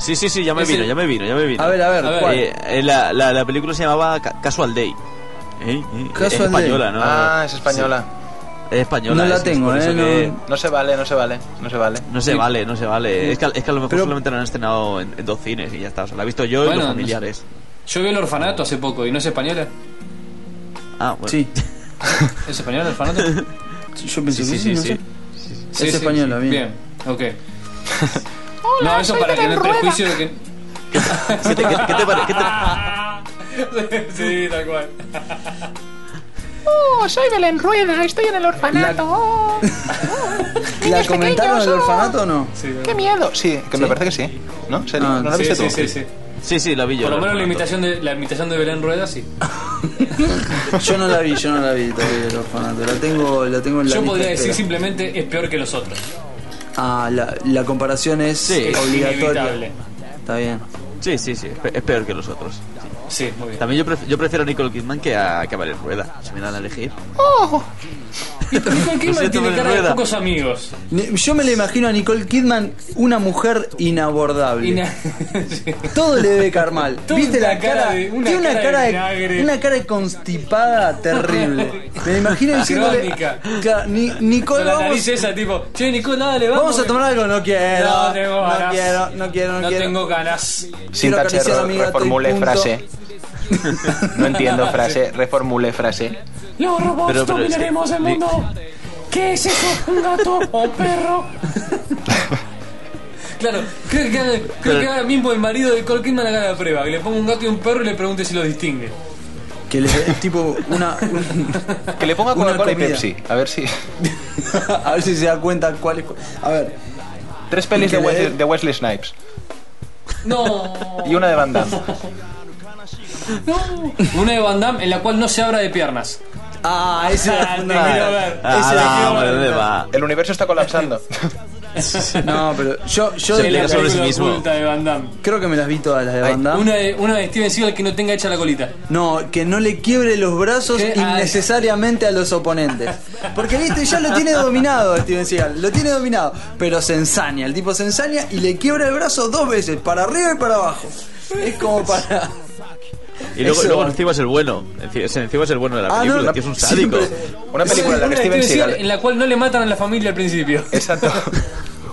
Sí, sí, sí, ya me
Es
vino,
el-
ya me vino, ya me vino.
A ver, a ver,
A ver.
¿cuál?
Eh, eh, la, la, la película se llamaba Ca- Casual Day. ¿Eh? eh,
Casual
es
Day.
española, ¿no?
Ah, es española.
Es española.
No la
es- es
tengo,
por eso
eh,
que-
no-
No se vale, no se vale, no se vale.
No se vale, no se vale. Es que, es que a lo mejor
Pero-
solamente la han estrenado en, en dos cines y ya está. O sea, la he visto yo y
Bueno,
los
no
familiares.
Yo vi el orfanato hace poco y no es española.
Ah, bueno.
Sí,
¿Es española el orfanato?
yo pensé
Sí, sí,
que
sí,
sí, no
sí.
sé. Es española, bien.
Bien, ok.
Ah,
no, eso para que no prejuicio de que.
¿Qué te, qué- qué te pare- qué te-
Ah.
sí, tal cual.
Oh, soy Belén Rueda, estoy en el orfanato. Oh,
¿La
Niños
comentaron
pequeños,
del
oh.
orfanato o no?
Sí,
¡Qué miedo!
Sí, que me parece que sí. ¿No? ¿Se-
Ah,
¿No la
sí,
viste
sí,
tú?
sí, sí.
Sí, sí, la vi yo.
Por lo
la
menos la
vi.
imitación de, la imitación de Belén Rueda, sí.
Yo no la vi, yo no la vi todavía el orfanato. La tengo, la tengo en la
Yo
lista
podría
de
decir
espera.
simplemente es peor que los otros.
Ah, la, la comparación es
Sí. Es
obligatoria.
inevitable.
Está bien.
Sí, sí, sí. es pe- Es peor que los otros.
Sí, muy bien.
También yo, pref- yo prefiero a Nicole Kidman que a, que a Valen Rueda. Si me dan a elegir.
Nicole Kidman
siento,
tiene
Belén
cara de
Rueda.
pocos amigos.
Ni- Yo me la imagino a Nicole Kidman, una mujer inabordable.
Y na- sí.
Todo le debe caer mal.
Toda
¿Viste
una
la cara?
cara de- una
tiene una
cara de
cara
vinagre.
una cara de constipada terrible. Me la imagino diciéndole.
Crónica.
Claro, ni, Nicole,
Con la nariz
vamos,
esa, tipo, che, Nicole, dale, vamos.
vamos a tomar algo. No quiero.
No tengo ganas.
quiero, no quiero, no,
No
quiero.
tengo ganas.
Sin
Quiero
tache,
acariciar a
re-
mi gato y
reformule
punto.
frase. No entiendo frase, reformule frase.
Los robots
Pero- pero es que-
dominaremos el
Ni-
mundo. ¿Qué es eso? ¿Un gato o un perro? Claro, creo que, creo
Pero-
que ahora mismo el marido de Cole Kidman haga la prueba. Que le ponga un gato y un perro y le pregunte si los distingue.
Que le tipo una. un-
Que le ponga
Una
Coca-Cola y
comida.
Pepsi. A ver si.
a ver si se da cuenta cuál es. cu- A ver.
Tres pelis de
Que le-
Wesley, de Wesley Snipes
No,
y una de Van Damme.
no. Una de Van Damme en la cual no se abra de piernas.
Ah, ese era
Ah, te
fundamental.
quiero ver.
Ese era
Ah,
fundamental.
hombre, ¿dónde va?
El universo está colapsando.
No, pero yo, yo
Se
de-
pelea
la
sobre sí
película
mismo.
oculta de Van Damme.
creo que me las vi todas las de banda.
Una de, una de Steven Seagal que no tenga hecha la colita.
No, que no le quiebre los brazos
Que- ay.
innecesariamente a los oponentes. Porque listo, ya lo tiene dominado Steven Seagal, lo tiene dominado. Pero se ensaña, el tipo se ensaña y le quiebra el brazo dos veces, para arriba y para abajo. Es como para.
Y luego,
Eso.
luego encima es el bueno. Enci- es- Encima es el bueno de la película, que es un sádico.
Ah, siempre-
Una película en la
Una
que
de
Steven
en
Seagal.
la cual no le matan a la familia al principio.
Exacto.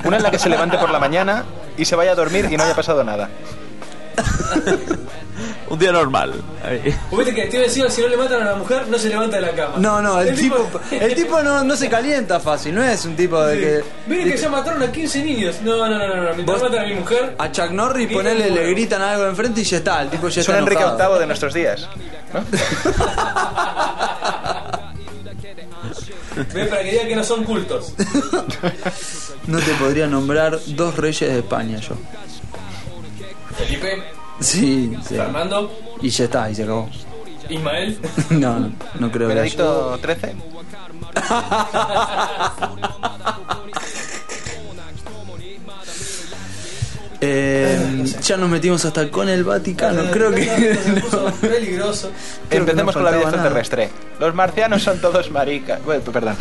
Una en la que se levante por la mañana y se vaya a dormir y no haya pasado nada.
Un día normal. Ahí.
Viste que Steven Seagal si no le matan a la mujer no se levanta de la cama.
No, no, el, tipo, el tipo no, no se calienta fácil, no es un tipo de que.
Miren que ya mataron a 15 niños. No, no, no, no, no. Mientras
Vos- Ah.
matan a mi mujer.
A Chuck Norris ponele, le gritan algo enfrente y ya está, el tipo ya
Es
está.
un Enrique
enojado.
VIII de nuestros días.
Ven para que digan que no son cultos.
No te podría nombrar dos reyes de España yo.
Felipe,
Sí, sí.
Fernando,
Y ya está, y se acabó.
Ismael.
No, no, no creo que haya.
Veredicto 13.
Eh, ya nos metimos hasta con el Vaticano, creo que.
Peligroso.
Creo que
Eh, Empecemos
no
con la vida
faltaba nada.
extraterrestre. Los marcianos son todos maricas. Bueno, perdón.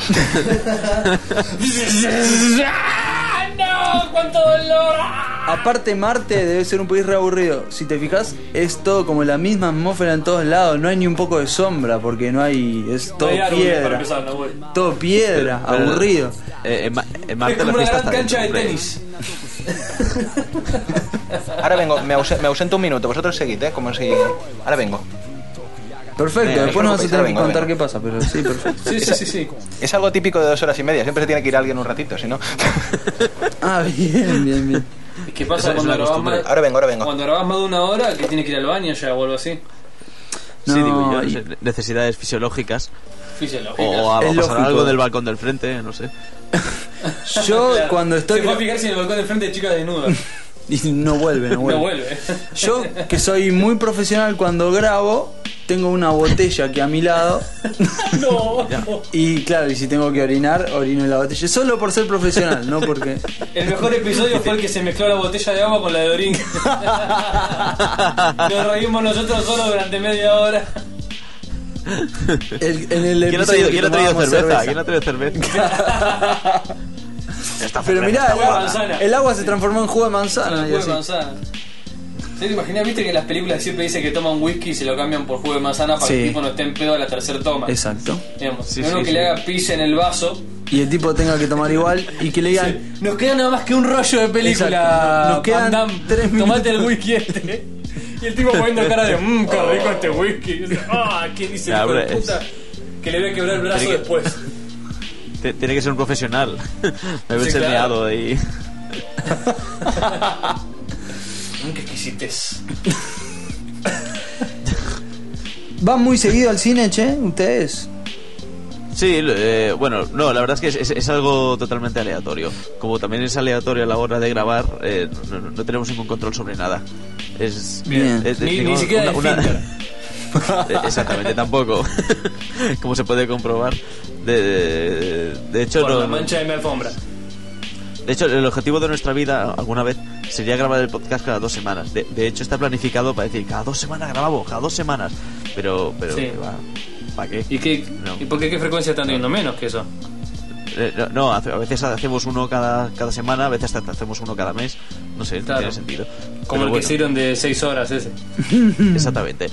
¡Ah, no! ¡Cuánto dolor! ¡Ah!
Aparte, Marte debe ser un país reaburrido. Si te fijas, es todo como la misma atmósfera en todos lados. No hay ni un poco de sombra porque no hay. Es todo
No hay árboles para
piedra.
empezar, no, güey.
Todo piedra,
Pero- pero-
aburrido.
Eh, en, Ma- en
Es
Marte
como
la
una
fiesta
gran
está
cancha de
dentro, hombre.
tenis.
Ahora vengo, me, ause- me ausento un minuto. Vosotros seguid, ¿eh? Como si... Ahora vengo.
Perfecto,
Eh, yo
después
no
nos vas a
pensaba,
tener que
venga,
contar
venga.
qué pasa, pero sí, perfecto.
Sí, sí, sí, sí.
Es algo típico de dos horas y media. Siempre se tiene que ir alguien un ratito, si no.
Ah, bien, bien, bien.
¿Qué pasa
Esa es
cuando
una
grabás
costumbre.
más,
Ahora vengo, ahora vengo.
cuando grabás más de una hora que tienes que ir al baño ya o algo así?
sí,
No,
digo yo, no
y-
sé, necesidades fisiológicas. O,
Fisiológico.
o a
Es
pasar
lógico.
algo del balcón del frente, no sé.
Yo
Claro.
cuando estoy.
Se va a fijar si en el balcón de frente hay chicas desnudas.
Y no vuelve, no vuelve.
No vuelve.
Yo, que soy muy profesional cuando grabo, tengo una botella aquí a mi lado.
no.
Y claro, y si tengo que orinar, orino en la botella. Solo por ser profesional, no porque.
El mejor episodio fue el que se mezcló la botella de agua con la de orín. Nos reímos nosotros solos durante media hora.
El- en el
¿Quién ha
episodio
traído,
que
¿quién ha traído
tomábamos
cerveza?
cerveza.
¿Quién ha traído cerveza? Esta
Pero
cerveza
mirá,
está
el
buena.
agua, el agua se transformó en jugo de manzana. y
Jugo de
así.
manzana. ¿Se te imaginas? ¿Viste que en las películas siempre dicen que toman whisky y se lo cambian por jugo de manzana para que
Sí.
el tipo no esté en pedo a la tercera toma?
Exacto.
Digamos,
Sí,
no
sí,
que
sí.
le haga pis en el vaso.
Y el tipo tenga que tomar igual y que le digan.
Nos queda nada más que un rollo de película.
Exacto. Nos quedan
Van Damme,
tres
Tomate el whisky este. Y el tipo poniendo cara de, mmm, qué rico este whisky. Ah, ¿quién dice
Ya,
hijo de
hombre,
puta? Que le voy a quebrar el brazo
Tiene que-
después.
Te- Tiene que ser un profesional. Me
Sí,
ves
claro.
meado ahí.
Mmm, qué exquisites.
¿Van muy seguido al cine, che? ¿Ustedes?
Sí, lo- eh, bueno, no, la verdad es que es, es- es algo totalmente aleatorio. Como también es aleatorio a la hora de grabar, eh, no, no- no tenemos ningún control sobre nada. Es, eh,
Bien.
es-
Ni- ni
tenemos
siquiera de
Eh, Exactamente, tampoco. Como se puede comprobar. De, de- de hecho,
Por
no-
la mancha de mi alfombra.
de hecho, el objetivo de nuestra vida alguna vez sería grabar el podcast cada dos semanas. De, de hecho, está planificado para decir cada dos semanas grabamos, cada dos semanas. Pero, pero,
Sí.
¿para qué?
¿Y, qué,
No.
¿Y por qué qué frecuencia están teniendo menos que eso?
Eh, No, no, hace- a veces hacemos uno cada, cada semana, a veces hasta hacemos uno cada mes. No sé,
Claro.
no tiene sentido.
Como
Pero
el que
bueno,
hicieron de 6 horas ese. Ah,
Exactamente.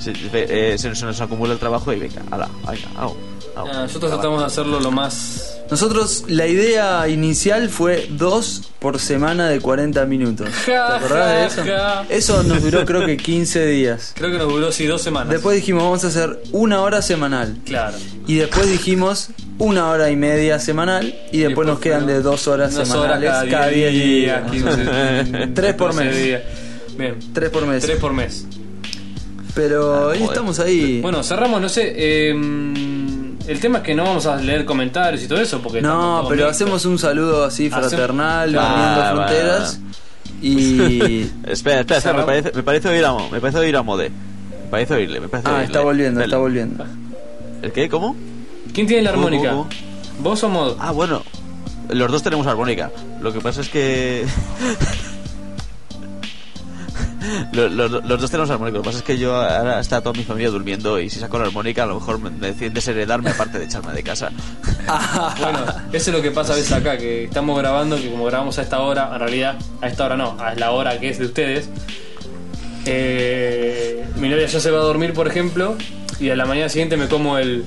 se, eh, se nos- se nos acumula el trabajo y venga, ala, venga, au, au.
Ah, Nosotros tratamos de hacerlo lo más.
Nosotros, la idea inicial fue dos por semana de 40 minutos. ¿Te acordás de eso?
Ja, ja.
Eso nos duró creo que 15 días.
Creo que nos duró sí dos semanas.
Después dijimos, vamos a hacer una hora semanal.
Claro.
Y después dijimos, una hora y media semanal. Y después nos quedan de dos horas
Dos horas
semanales
cada
cada 10
diez
días.
días, quince,
Tres por
12
mes.
días. Bien.
Tres por mes.
Tres por mes.
Pero ahí estamos ahí.
Bueno, cerramos, no sé. eh, el tema es que no vamos a leer comentarios y todo eso porque. estamos
No,
todos
pero
mixtos.
hacemos un saludo así
Hacemos-
fraternal,
Ah,
uniendo
va.
fronteras. Y.
espera, espera, espera,
Cerramos.
me parece, me parece oír a Mo- me parece oír a Mode. Me parece oírle, me parece
Ah,
oírle.
está volviendo,
Dale.
está volviendo.
¿El qué? ¿Cómo?
¿Quién tiene la
¿Cómo,
armónica?
cómo,
¿Vos o Mod?
Ah, bueno, los dos tenemos armónica. Lo que pasa es que. Lo- lo- los, dos tenemos armónica. Lo que pasa es que yo ahora está toda mi familia durmiendo y si saco la armónica, a lo mejor me, me deciden desheredarme aparte de echarme de casa.
Bueno, eso es lo que pasa a veces acá, que estamos grabando, que como grabamos a esta hora, en realidad, a esta hora no, a la hora que es de ustedes. eh, mi novia ya se va a dormir, por ejemplo, y a la mañana siguiente me como el.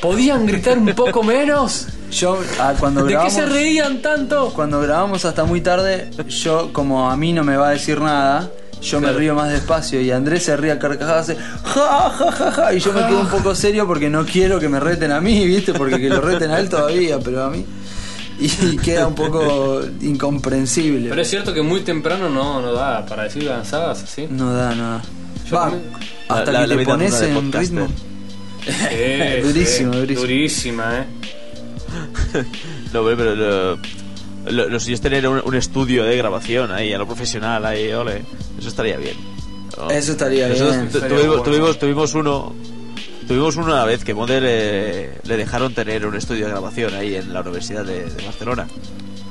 ¿Podían gritar un poco menos?
Yo, ah, cuando
¿De qué
grabamos,
se reían tanto?
cuando grabamos hasta muy tarde, yo, como a mí no me va a decir nada, yo me
Claro.
río más despacio y Andrés se ríe a carcajadas, hace ja, ja, ja, ja, y yo me quedo un poco serio porque no quiero que me reten a mí, ¿viste? Porque que lo reten a él todavía, pero a mí. Y queda un poco incomprensible.
Pero es cierto que muy temprano no, no da para decir lanzadas así.
No da, no da. Va,
también-
hasta
La- la-
que
la
te
vida
pones
dura de
en
podcaster.
ritmo.
Sí,
Durísimo,
sí,
durísimo.
Durísima, eh.
No, pero, pero lo, lo- lo suyo es tener un, un estudio de grabación ahí, a lo profesional, ahí, ole. Eso estaría bien. ¿no?
Eso estaría
Nosotros
bien.
tu-
Estaría
tuvimos,
bueno.
tuvimos, tuvimos uno. Tuvimos uno una vez que Model eh, le dejaron tener un estudio de grabación ahí en la Universidad de, de Barcelona.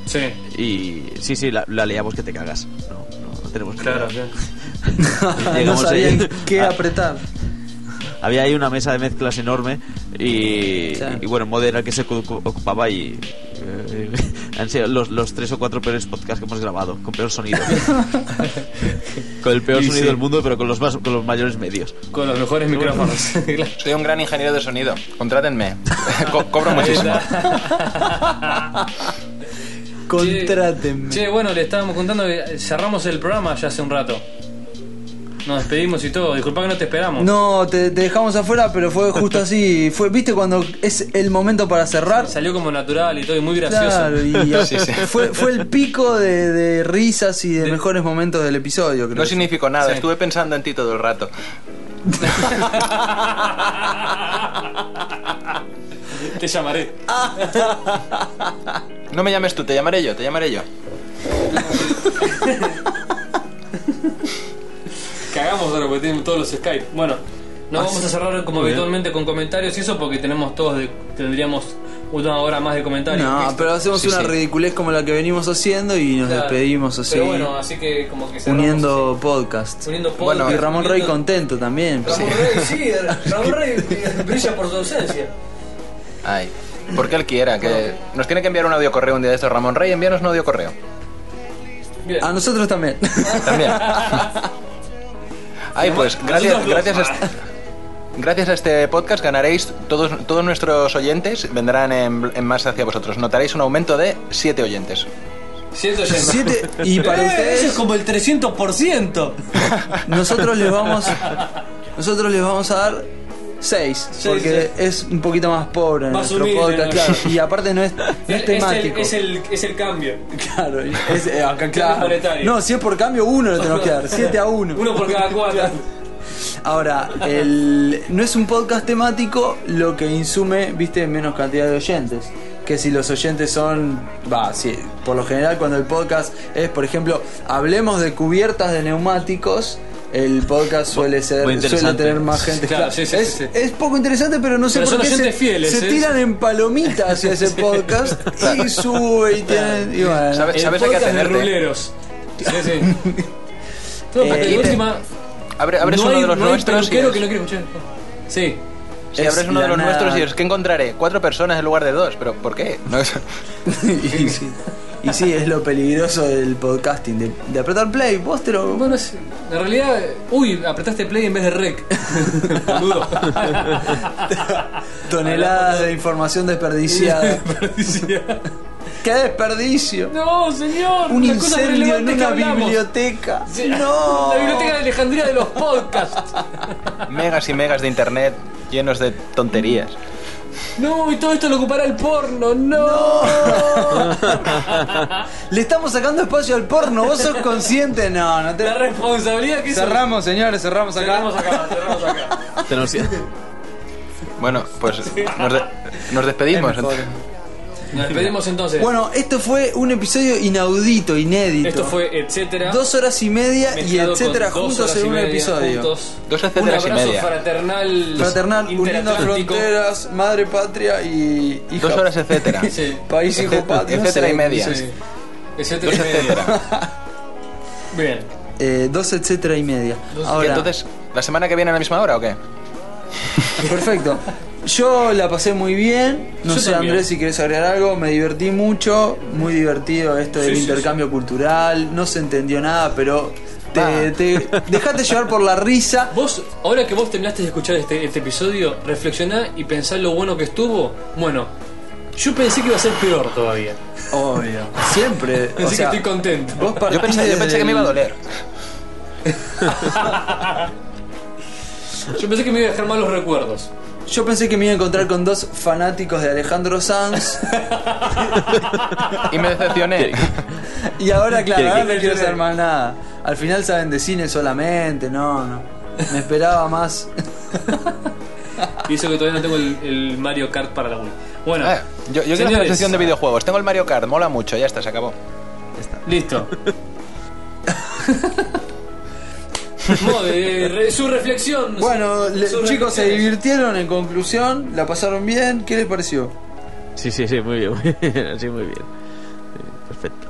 Sí,
Y sí, sí, la, la liamos que te cagas. No, no, no tenemos que
claro.
liar.
claro.
no
Llegamos
sabían
ahí.
qué
Ah.
apretar.
Había ahí una mesa de mezclas enorme y,
Claro.
y bueno, Model era el que se ocu- ocupaba y eh, han sido los, los tres o cuatro peores podcasts que hemos grabado, con peor sonido. con el peor
Y
sonido
sí.
del mundo, pero con los, más, con los mayores medios.
Con los mejores micrófonos. Claro.
Soy un gran ingeniero de sonido. Contrátenme. Co- cobro muchísimo.
Contrátenme.
Che, bueno, le estábamos contando que cerramos el programa ya hace un rato. Nos despedimos y todo. Disculpa que no te esperamos.
No, te, te dejamos afuera, pero fue justo así. Fue, ¿Viste cuando es el momento para cerrar?
Salió como natural y todo, y muy gracioso.
Claro, y
Sí, sí.
Fue, fue el pico de, de risas y de, mejores momentos del episodio, creo.
No significó nada. Estuve pensando en ti todo el rato.
Te llamaré.
No me llames tú, te llamaré yo, te llamaré yo.
cagamos ahora porque tienen todos los Skype. Bueno, nos
Ah,
vamos
sí.
a cerrar como
Muy bien.
habitualmente con comentarios y eso porque tenemos todos de- tendríamos una hora más de comentarios.
No,
¿Listo?
pero hacemos una ridiculez como la que venimos haciendo y nos
Claro.
despedimos así.
Pero bueno, así que como que cerramos
uniendo podcast.
Uniendo podcast,
y Ramón Rey
uniendo-
contento también.
Ramón
sí.
Rey, sí, Ramón Rey eh, brilla por su ausencia.
Ay, porque él quiera, que nos tiene que enviar un audio correo un día de estos. Ramón Rey, envíanos un audio correo.
A nosotros también.
También. Ay, pues gracias, gracias, a, est- gracias a este podcast ganaréis, todos, todos nuestros oyentes vendrán en, en más hacia vosotros. Notaréis un aumento de 7 oyentes.
180.
Siete, y para
Eh,
ustedes-
eso es como el 300%.
Nosotros les vamos nosotros les vamos a dar 6 porque es un poquito más pobre en
Más
nuestro
humilde,
podcast,
¿no?
claro, y aparte no es, no es
El- es, el,
temático.
es, el, es el cambio.
Claro, es- eh, acá,
Cambio
claro.
monetario.
No, si es por cambio uno lo tenemos que dar, 7 a 1.
Uno por cada cuatro.
Ahora, el, no es un podcast temático lo que insume, viste, menos cantidad de oyentes. Que si los oyentes son, va, sí, por lo general cuando el podcast es, por ejemplo, hablemos de cubiertas de neumáticos, el podcast suele ser,
muy
suele
interesante.
tener más gente.
Claro,
Claro,
sí, sí,
es,
sí, sí.
es poco interesante, pero no sé
Pero
por
son
qué se,
oyentes fieles,
se
¿eh?
tiran en palomitas hacia ese podcast y sube y tienen, y bueno.
¿Sabes, sabes a qué
podcast de
atenerte?
ruleros. Sí, sí. No,
Eh, y
porque la
te-
última.
Abre, abres
no
uno
hay-
de los
no hay
nuestros. y
peluquero
es-
que no quiere escuchar. Sí.
si
es
abres uno
la
de los
nada.
nuestros y es que encontraré cuatro personas en lugar de dos. ¿Pero por qué? No es-
y, sí, y sí, es lo peligroso del podcasting, de, de apretar play, vos te lo...
Bueno, es- en realidad. Uy, apretaste play en vez de rec. Boludo.
Toneladas de información desperdiciada. ¡Qué desperdicio!
no, señor.
Un
las cosas
incendio en
relevantes que
una
hablamos.
biblioteca.
Sí.
¡No!
La biblioteca de Alejandría de los podcasts.
megas y megas de internet llenos de tonterías.
No, y todo esto lo ocupará el porno. No.
Le estamos sacando espacio al porno. ¿Vos sos consciente? No, no te...
La responsabilidad que
Cerramos, señores, cerramos acá.
Cerramos acá, cerramos acá.
Te lo siento.
Bueno, pues nos, de- nos despedimos.
Nos despedimos entonces.
Bueno, esto fue un episodio inaudito, inédito.
Esto fue etcétera.
Dos horas y media y
mezclado con
etcétera
dos
juntos
horas y
en un
media,
episodio.
juntos.
Dos
Un
etcéteras y
abrazo
media.
fraternal.
Fraternal, uniendo
Interatlántico.
fronteras, madre patria y... y
Dos
Jap-
horas, etcétera.
Sí,
País hijo patria. no
Etcétera
sé,
y media.
no sé.
sí. Etcétera y media. Bien.
Eh, dos etcétera y media.
Y
Ahora,
entonces, ¿la semana que viene a la misma hora o qué?
perfecto. Yo la pasé muy bien. No
Yo
sé,
también.
Andrés, si quieres agregar algo. Me divertí mucho. Muy divertido esto del
Sí, sí,
intercambio cultural. No se entendió nada, pero
Ah.
te, te- dejate llevar por la risa.
Vos, ahora que vos terminaste de escuchar este, este episodio, reflexioná y pensá lo bueno que estuvo. Bueno, yo pensé que iba a ser peor todavía.
Obvio. Siempre. O
Así
sea,
que estoy contento.
vos
Yo
partís
pensé, yo
desde
pensé que me iba a
el-
doler.
Yo pensé que me iba a dejar malos recuerdos.
Yo pensé que me iba a encontrar con dos fanáticos de Alejandro Sanz.
Y me decepcioné.
y ahora, claro,
¿Qué-
ahora
qué-
no quiero
qué-
saber más nada. Al final saben de cine solamente. No, no. Me esperaba más.
Y eso que todavía no tengo el, el Mario Kart para la Wii. Bueno,
Ah, yo, yo quiero hacer la
señores,
sesión de videojuegos. Tengo el Mario Kart, mola mucho, ya está, se acabó.
Listo. No, eh, re- su reflexión.
Bueno, le-
sus
chicos, se
reflexiones.
divirtieron en conclusión, la pasaron bien, ¿qué les pareció?
Sí, sí, sí, muy bien, muy bien. Así muy bien. Sí, Perfecto.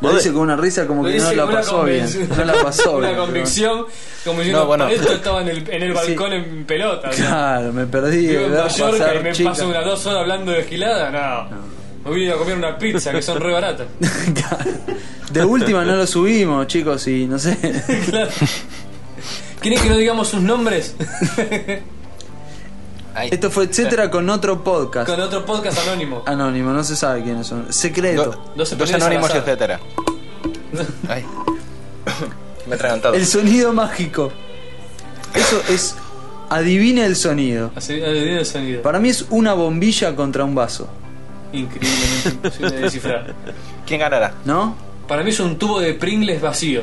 Lo
Bueno,
dice con una risa como
Lo
que no
dice
la
con una
pasó bien.
convicción.
No la pasó
Una
bien. pero-
convicción, como diciendo,
No, bueno.
"Para esto estaba en el, en el
Sí.
balcón en pelota. o sea,
Claro, me perdí. de
Vivo en
ver
Mallorca y
pasar
me
chicas.
paso unas dos horas hablando de gilada. No. Me voy a ir a comer una pizza que son re baratas.
De última no lo subimos, chicos, y no sé.
Claro. ¿Quieren que no digamos sus nombres?
Esto fue etcétera con otro podcast.
Con otro podcast anónimo.
Anónimo, no se sabe quiénes son. Secreto.
Do-
Dos
dos
opiniones
anónimos
al
y
azar.
etcétera. Ay. Me he atragantado.
El sonido mágico. Eso es. Adivine el sonido.
Así, adivina el sonido.
Para mí es una bombilla contra un vaso,
Increíblemente imposible de descifrar.
¿Quién ganará?
¿no?
Para mí es un tubo de Pringles vacío.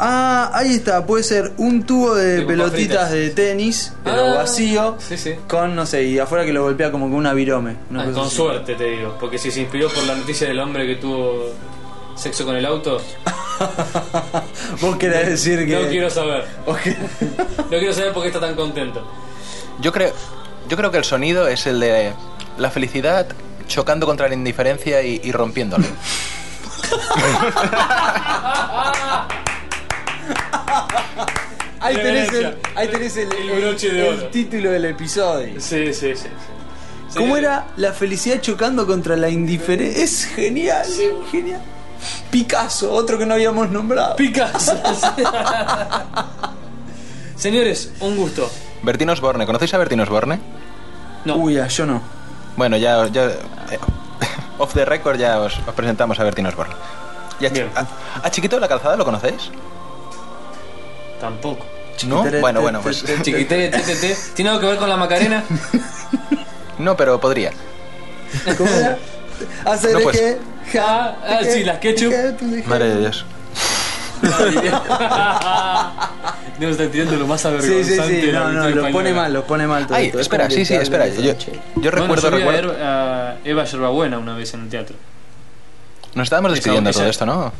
Ah, ahí está, puede ser un tubo de
De papas
pelotitas
fritas.
de tenis, pero
Ah,
vacío,
Sí, sí.
con, no sé, y afuera que lo golpea como con una virome. una
Ah,
cosa
con
así.
suerte te digo, porque si se inspiró por la noticia del hombre que tuvo sexo con el auto,
Vos querés decir que.
No quiero saber. No quiero saber por qué está tan contento.
Yo creo, yo creo que el sonido es el de la felicidad chocando contra la indiferencia y, y rompiéndolo.
Ahí tenés el,
Reverencia.
ahí tenés el,
El broche de
el
oro.
título del episodio.
Sí, sí, sí.
¿Cómo era la felicidad chocando contra la indiferencia? Es genial, genial. Picasso, otro que no habíamos nombrado.
Picasso. Señores, un gusto.
Bertín Osborne, ¿conocéis a Bertín Osborne?
No.
Uy, ah, yo no.
Bueno, ya, ya eh, off the record ya os, os presentamos a Bertín Osborne. Y a, Chi- a- a Chiquito de la Calzada lo conocéis?
Tampoco.
¿No? Bueno, bueno, pues
Chiquitere, te, te, te. ¿Tiene algo que ver con la Macarena?
no, pero podría.
Hacer
No, pues.
que.
Ah, ah, sí, las ketchup.
Madre de Dios.
Debo estar tirando lo más
Sí,
avergonzante.
sí, sí.
de la
No, no,
cultura
los pone
española.
mal, los pone mal. todo
Ay,
esto. Es
espera,
como que
sí, sí,
te
espera.
hablan
Yo,
de noche.
yo
Bueno,
recuerdo,
yo vi
recuerdo.
A Eva- a Eva Yerbabuena una vez en un teatro.
Nos estábamos despidiendo de todo
esa-
esto, ¿no?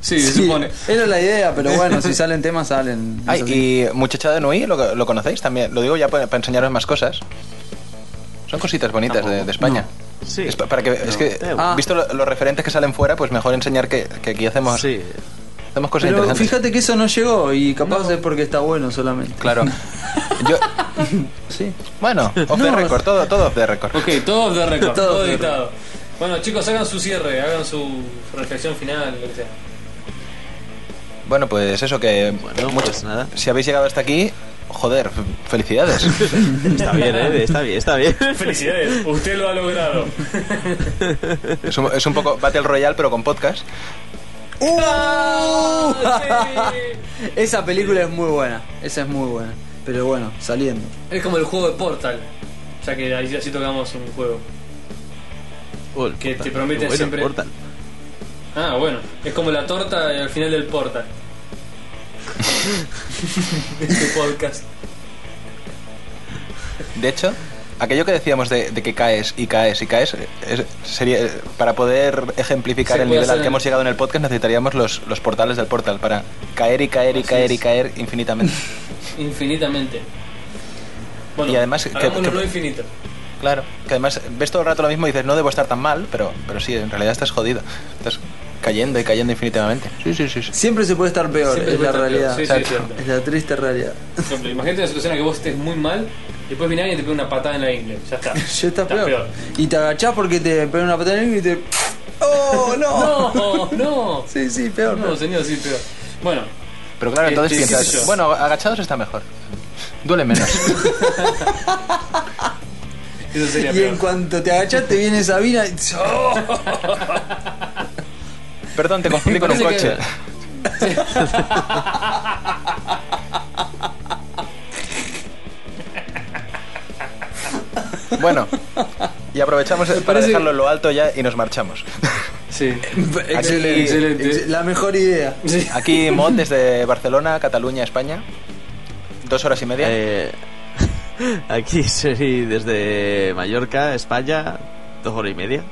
Sí, se
Sí,
supone.
Era la idea, pero bueno, si salen temas, salen.
Ay,
Eso sí.
Ah, y muchachada de Nui, ¿lo, lo conocéis también? Lo digo ya para, para enseñaros más cosas. Son cositas bonitas de, de España.
Sí.
Es pa- para que, es que
Ah.
visto lo- los referentes que salen fuera, pues mejor enseñar que, que aquí hacemos,
Sí.
hacemos cosas
Pero
interesantes.
fíjate que eso no llegó y capaz es porque está bueno solamente.
Claro. Yo, sí. Bueno, off the record, todo, todo off the record.
Ok, todo de récord,
Todo
todo,
de
editado. Bueno, chicos, hagan su cierre, hagan su reflexión final, lo que sea.
Bueno, pues eso que
Bueno, pues nada.
si habéis llegado hasta aquí, joder, f- felicidades.
Está bien, ¿eh? Está bien, está bien.
Felicidades, usted lo ha logrado.
es, un, es un poco Battle Royale, pero con podcast.
¡Uh!
Sí.
Esa película es muy buena. Esa es muy buena. Pero bueno, saliendo.
Es como el juego de Portal, ya que ahí así tocamos un juego.
Oh, el
Que te
Portal.
prometen
Bueno,
siempre-
Portal.
Ah, bueno, es como la torta al final del Portal. este podcast.
De hecho, aquello que decíamos de, de que caes y caes y caes, es- sería para poder ejemplificar
Se
el
puede
nivel al
hacer
que
en-
hemos llegado en el podcast, necesitaríamos los, los portales del portal para caer y caer y
Así
caer y
es.
caer infinitamente.
Infinitamente. Bueno,
Y además que- que-
hagámoslo no infinito.
Claro, que además ves todo el rato lo mismo y dices, no debo estar tan mal, pero, pero sí, en realidad estás jodido. Estás cayendo y cayendo infinitamente. Sí, sí, sí. sí.
Siempre se puede estar peor,
Siempre
es la
puede estar peor,
realidad.
sí, sí, es cierto.
es la triste realidad.
Por ejemplo, imagínate una situación en la que vos estés muy mal, y después viene alguien y te pega una patada en la ingle. Ya está.
Ya está peor. Y te agachás porque te pegan una patada en el hígado y te. ¡Oh, no!
No, no.
Sí, sí, peor.
No,
peor.
señor, sí, peor. Bueno,
Pero claro, entonces
Este, qué sé
piensas,
yo.
bueno, agachados está mejor. Duele menos.
eso sería
Y en
peor.
cuanto te agachás, te viene Sabina y. ¡Oh!
Perdón, te confundí con un
Parece
coche.
que-
Bueno, y aprovechamos para
parece-
dejarlo en lo alto ya y nos marchamos.
Sí.
Excelente,
excelente.
La mejor idea.
Sí.
Aquí Mod desde Barcelona, Cataluña, España. Dos horas y media.
Eh, aquí soy desde Mallorca, España, dos horas y media.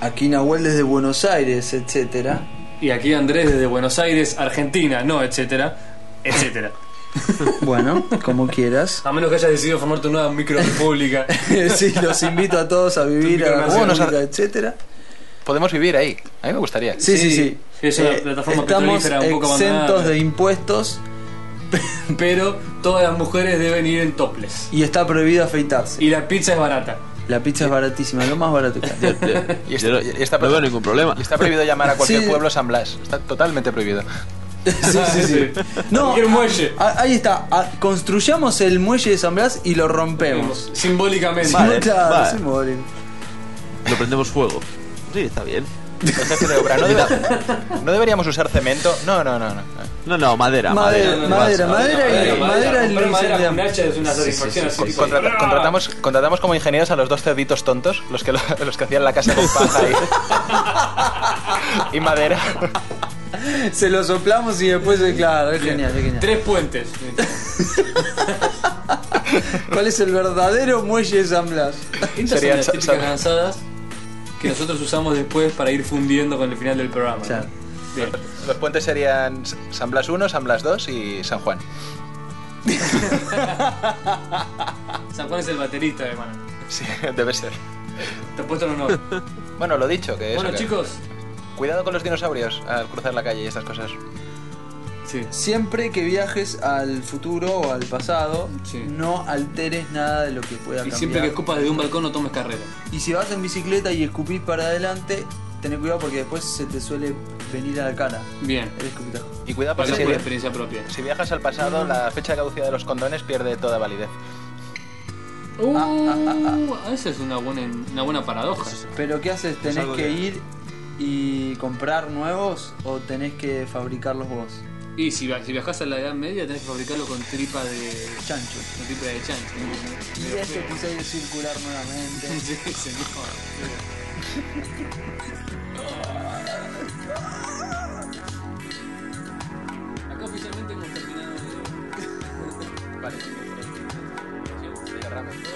Aquí Nahuel desde Buenos Aires, etcétera.
Y aquí Andrés desde Buenos Aires, Argentina, no, etcétera, etcétera.
Bueno, como quieras.
A menos que hayas decidido formar tu nueva microrepública.
sí, los invito a todos a vivir a la
micronación.
Bueno,
República, etcétera.
Podemos vivir ahí. A mí me gustaría.
Sí, sí, sí. Eh,
Es una plataforma
estamos
petrolífera un poco
exentos
abandonada.
de impuestos
Pero todas las mujeres deben ir en topless.
y está prohibido afeitarse.
Y la pizza es barata.
La pizza es baratísima, lo más barato que hay.
Y está-
Yo no-
y está-
no veo ningún problema.
Y está prohibido llamar a cualquier
Sí.
pueblo San Blas. Está totalmente prohibido.
Sí, sí, sí. No,
Cualquier muelle.
a- ahí está. a- construyamos el muelle de San Blas y lo rompemos.
Simbólicamente.
Vale.
No, claro,
vale.
se mueren.
Lo prendemos fuego. Sí, está bien.
Entonces, creo, Bra, ¿no, debe- no deberíamos usar cemento. No, no, no. no.
No, no, madera,
Madera, madera, madera,
madera.
y madera, y
Madera, comprar
lo
madera
incendiamos.
con hacha es una satisfacción así. tipo,
Contrata-
¡ah!
contratamos, contratamos como ingenieros a los dos cerditos tontos, los que, lo- los que hacían la casa con paja y, y madera.
Se lo soplamos y después, eh, claro, es genial, es genial.
Tres puentes.
¿Cuál es el verdadero muelle de San Blas?
Estas
Serían
son las
sa-
típicas
sa-
cansadas que nosotros usamos después para ir fundiendo con el final del programa. ¿no?
Claro.
Bien.
Los puentes serían San Blas 1, San Blas 2 y San Juan.
San Juan es el baterista, hermano.
Sí, debe ser.
Te he puesto el honor.
Bueno, lo dicho, que es.
Bueno,
que-
chicos.
Cuidado con los dinosaurios al cruzar la calle y estas cosas.
Siempre que viajes al futuro o al pasado, no alteres nada de lo que pueda
Y
cambiar.
siempre que escupas desde un balcón no tomes carrera.
Y si vas en bicicleta y escupís para adelante, tené cuidado porque después se te suele venir a la cara.
Bien.
El escupitajo.
Y cuidado porque
Eso
si,
por
experiencia propia.
si viajas al pasado, la fecha de caducidad de los condones pierde toda validez.
Uh, Esa es una buena, una buena paradoja.
Pero ¿qué haces?
Es
¿Tenés
algo
que
que-
ir y comprar nuevos o tenés que fabricarlos vos?
Y si, va- si viajás a la Edad Media tenés que fabricarlo con tripa de
chancho.
Con tripa de chancho.
Y este episodio circular nuevamente.
Sí, señor. Acá oficialmente hemos terminado.
Vale. Cerramos.